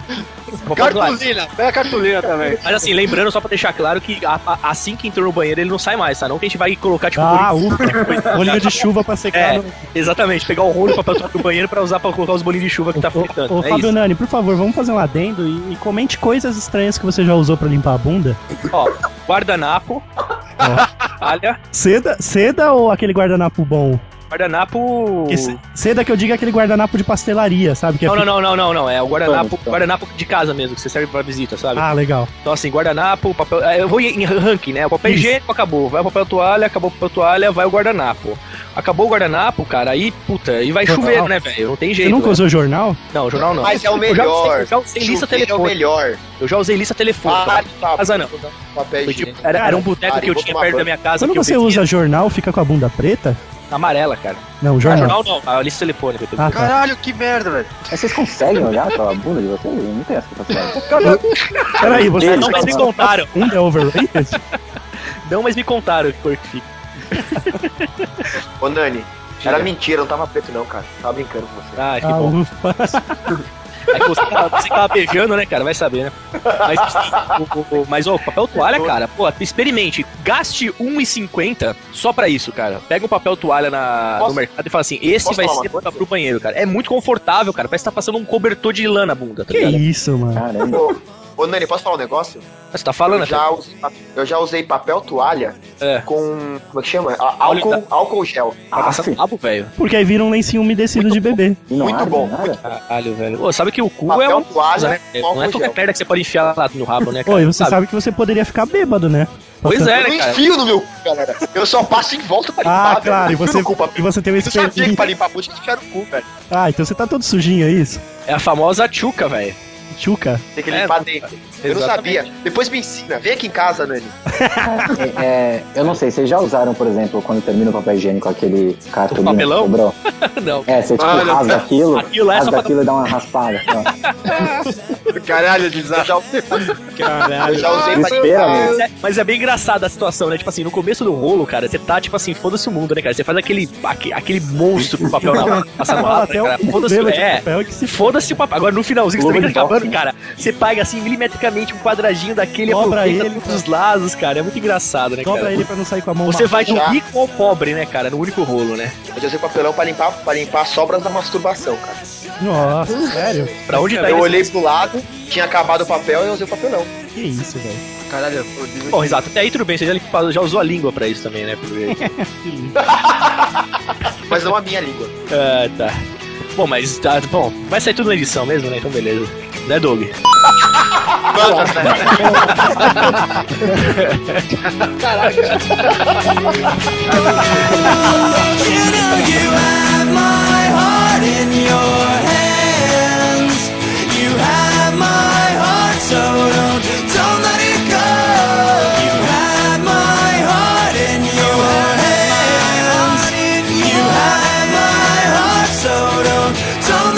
Speaker 2: Papel toalha.
Speaker 7: Cartolina, pega a cartolina também.
Speaker 2: Mas assim, lembrando, só pra deixar claro que a- a- assim que entrou no banheiro, ele não sai mais, tá? Não que a gente vai colocar, tipo,
Speaker 8: Ah,
Speaker 2: bolinho-
Speaker 8: ufa. Bolinho de chuva pra secar
Speaker 2: É,
Speaker 8: no-
Speaker 2: exatamente. Pegar o rolo de papel toalha do banheiro pra usar pra colocar os bolinhos de chuva que tá fritando.
Speaker 8: Ô,
Speaker 2: é
Speaker 8: Fábio
Speaker 2: isso.
Speaker 8: Nani, por favor, vamos fazer um adendo e, e comente coisas estranhas que você já usou pra limpar a bunda.
Speaker 2: Ó, guardanapo. Olha,
Speaker 8: Seda, seda ou aquele guardanapo bom?
Speaker 2: guardanapo.
Speaker 8: Que se- seda que eu digo é aquele guardanapo de pastelaria, sabe? Que é
Speaker 2: Não, não,
Speaker 8: pe-
Speaker 2: não, não, não, não. É o guardanapo,
Speaker 8: Pano, tá.
Speaker 2: guardanapo de casa mesmo, que você serve pra visita, sabe?
Speaker 8: Ah, legal.
Speaker 2: Então, assim, guardanapo, papel. é, Eu vou em em ranking, né? O papel
Speaker 8: Isso.
Speaker 2: higiênico acabou. Vai o papel toalha, acabou o papel toalha, vai o guardanapo. Acabou o guardanapo, cara, aí, puta, aí vai
Speaker 8: Jornal.
Speaker 2: chover, né, velho? Não tem
Speaker 8: Você
Speaker 2: jeito.
Speaker 8: nunca
Speaker 2: né?
Speaker 8: usou jornal?
Speaker 2: Não, jornal não.
Speaker 5: Mas é o
Speaker 2: Eu já usei-
Speaker 5: melhor.
Speaker 2: Eu já usei lista
Speaker 5: Chuveiro é o
Speaker 2: telefônica.
Speaker 5: melhor.
Speaker 2: Eu já usei lista telefônica.
Speaker 5: Para de papo.
Speaker 2: casa não.
Speaker 5: Papel
Speaker 2: Foi,
Speaker 5: higiênico.
Speaker 2: tipo, era, era um
Speaker 5: Cara,
Speaker 2: boteco que eu
Speaker 5: vou
Speaker 2: tinha
Speaker 5: tomar
Speaker 2: perto da
Speaker 5: banho.
Speaker 2: minha casa.
Speaker 8: Quando
Speaker 2: que eu
Speaker 8: você
Speaker 2: bebia,
Speaker 8: usa jornal, fica com a bunda preta?
Speaker 2: Amarela, cara.
Speaker 8: Não,
Speaker 2: Ah,
Speaker 8: jornal.
Speaker 2: jornal não, a lista telefônica.
Speaker 8: Ah, tá.
Speaker 7: Caralho, que merda, velho.
Speaker 3: Mas vocês conseguem olhar pela bunda de vocês? Não tem essa capacidade.
Speaker 8: Peraí, você
Speaker 3: Não,
Speaker 2: É, Não, mas me
Speaker 3: não.
Speaker 2: contaram.
Speaker 8: Bunda é overrated?
Speaker 2: Não, mas me contaram que cor que fica.
Speaker 5: Ô, Nani, era
Speaker 2: Diga.
Speaker 5: mentira, não tava preto não, cara. Tava brincando com você.
Speaker 2: Ah, que
Speaker 8: Ah,
Speaker 2: bom.
Speaker 8: ufa.
Speaker 2: É que você, tava- você tava beijando, né, cara? Vai saber, né? Mas, o- o- mas, ó, papel toalha, cara, pô, experimente. Gaste 1,50 só pra isso, cara. Pega o papel toalha na, no
Speaker 5: Posso-
Speaker 2: mercado e fala assim: esse
Speaker 5: posso
Speaker 2: vai
Speaker 5: falar
Speaker 2: ser
Speaker 5: uma
Speaker 2: pra, pro banheiro, cara. É muito confortável, cara. Parece que tá passando um cobertor de lã na bunda, tá
Speaker 8: Que
Speaker 2: ligado?
Speaker 8: isso, mano.
Speaker 3: Caramba.
Speaker 5: Ô, ô, Nani, posso falar um negócio?
Speaker 2: Você tá falando,
Speaker 5: eu,
Speaker 2: né?
Speaker 5: já usei, eu já usei papel toalha
Speaker 2: É.
Speaker 5: com. Como é que chama? Á-
Speaker 2: Óleo
Speaker 5: Álcool, álcool gel.
Speaker 2: Vai
Speaker 3: Ah,
Speaker 2: passar
Speaker 3: fi,
Speaker 2: no Tá rabo, velho.
Speaker 8: Porque aí vira um lencinho umedecido de bebê.
Speaker 3: e não
Speaker 5: muito
Speaker 3: arde
Speaker 5: bom,
Speaker 3: nada?
Speaker 2: Caralho, velho. Ô, sabe que o cu é
Speaker 5: Papel
Speaker 2: uma coisa,
Speaker 5: toalha
Speaker 2: né?
Speaker 5: com
Speaker 2: Não é
Speaker 5: álcool
Speaker 2: qualquer
Speaker 5: gel.
Speaker 2: merda que você pode enfiar lá no rabo, né, cara?
Speaker 8: Pô, e você sabe que você poderia ficar bêbado, né?
Speaker 2: Pois é,
Speaker 5: Eu não
Speaker 2: né, cara?
Speaker 5: enfio no meu cu, galera. Eu só passo em volta pra limpar,
Speaker 8: Ah,
Speaker 5: velho.
Speaker 8: claro, e
Speaker 5: Eu enfio
Speaker 8: você,
Speaker 5: no cu,
Speaker 8: e
Speaker 5: papel.
Speaker 8: você tem um
Speaker 5: Eu sabia que
Speaker 8: espertinho.
Speaker 5: pra limpar a bunda tinha que enfiar o cu, velho.
Speaker 8: Ah, então você tá todo sujinho, é isso?
Speaker 2: É a famosa tchuca, velho.
Speaker 8: Tchuca.
Speaker 5: Tem que
Speaker 2: É,
Speaker 5: limpar dentro. Eu não
Speaker 2: exatamente.
Speaker 5: sabia. Depois me ensina. Vem aqui em casa, Nani.
Speaker 3: É, eu não sei, vocês já usaram, por exemplo, quando termina o papel higiênico, aquele cartolina que
Speaker 2: papelão? Ah,
Speaker 3: sobrou?
Speaker 2: Não.
Speaker 3: É, você tipo
Speaker 5: Olha,
Speaker 3: rasga aquilo,
Speaker 2: aquilo é só
Speaker 3: rasga
Speaker 2: pra-
Speaker 3: aquilo e dá uma raspada. Ó,
Speaker 5: Caralho, desastre. Eu
Speaker 2: é
Speaker 6: Caralho.
Speaker 5: já usei pra
Speaker 3: Desespera,
Speaker 5: limpar.
Speaker 3: meu.
Speaker 2: Mas é, mas é bem engraçada a situação, né? Tipo assim, no começo do rolo, cara, você tá, tipo assim, foda-se o mundo, né, cara? Você faz aquele, aque- aquele monstro com o papel na mão, passa no rabo, né, cara? Foda-se,
Speaker 8: bêbado de
Speaker 2: é.
Speaker 8: papel que se
Speaker 2: Foda-se o papel. Agora no finalzinho que você
Speaker 3: Luva
Speaker 2: tá
Speaker 3: de boxe.
Speaker 2: acabando, cara, você pega assim milimetricamente um quadradinho daquele,
Speaker 8: Dobra
Speaker 2: aproveita
Speaker 8: ele.
Speaker 2: todos os lados, cara. É muito engraçado, né,
Speaker 8: dobra
Speaker 2: cara?
Speaker 8: ele pra um não sair com a mão.
Speaker 2: Você vai do
Speaker 5: Já.
Speaker 2: rico ao pobre, né, cara? No único rolo, né?
Speaker 5: Eu já usei papelão pra limpar, pra limpar sobras da masturbação, cara.
Speaker 8: Nossa, sério?
Speaker 2: Pra onde tá
Speaker 5: Eu
Speaker 2: ele?
Speaker 5: olhei pro lado, tinha acabado o papel e eu usei o papelão.
Speaker 8: Que isso, velho.
Speaker 7: Caralho,
Speaker 2: Bom, exato. Até aí tudo bem, você já, limpou- já usou a língua pra isso também, né? Porque-
Speaker 5: Mas não a minha língua.
Speaker 2: Ah, tá. Bom, mas tá, bom, vai sair tudo na edição mesmo, né? Então beleza. Né, Doug?
Speaker 1: You have my heart in your hands. You have my heart, so don't, don't let it go. You have my heart in your hands. You have my heart, so don't, don't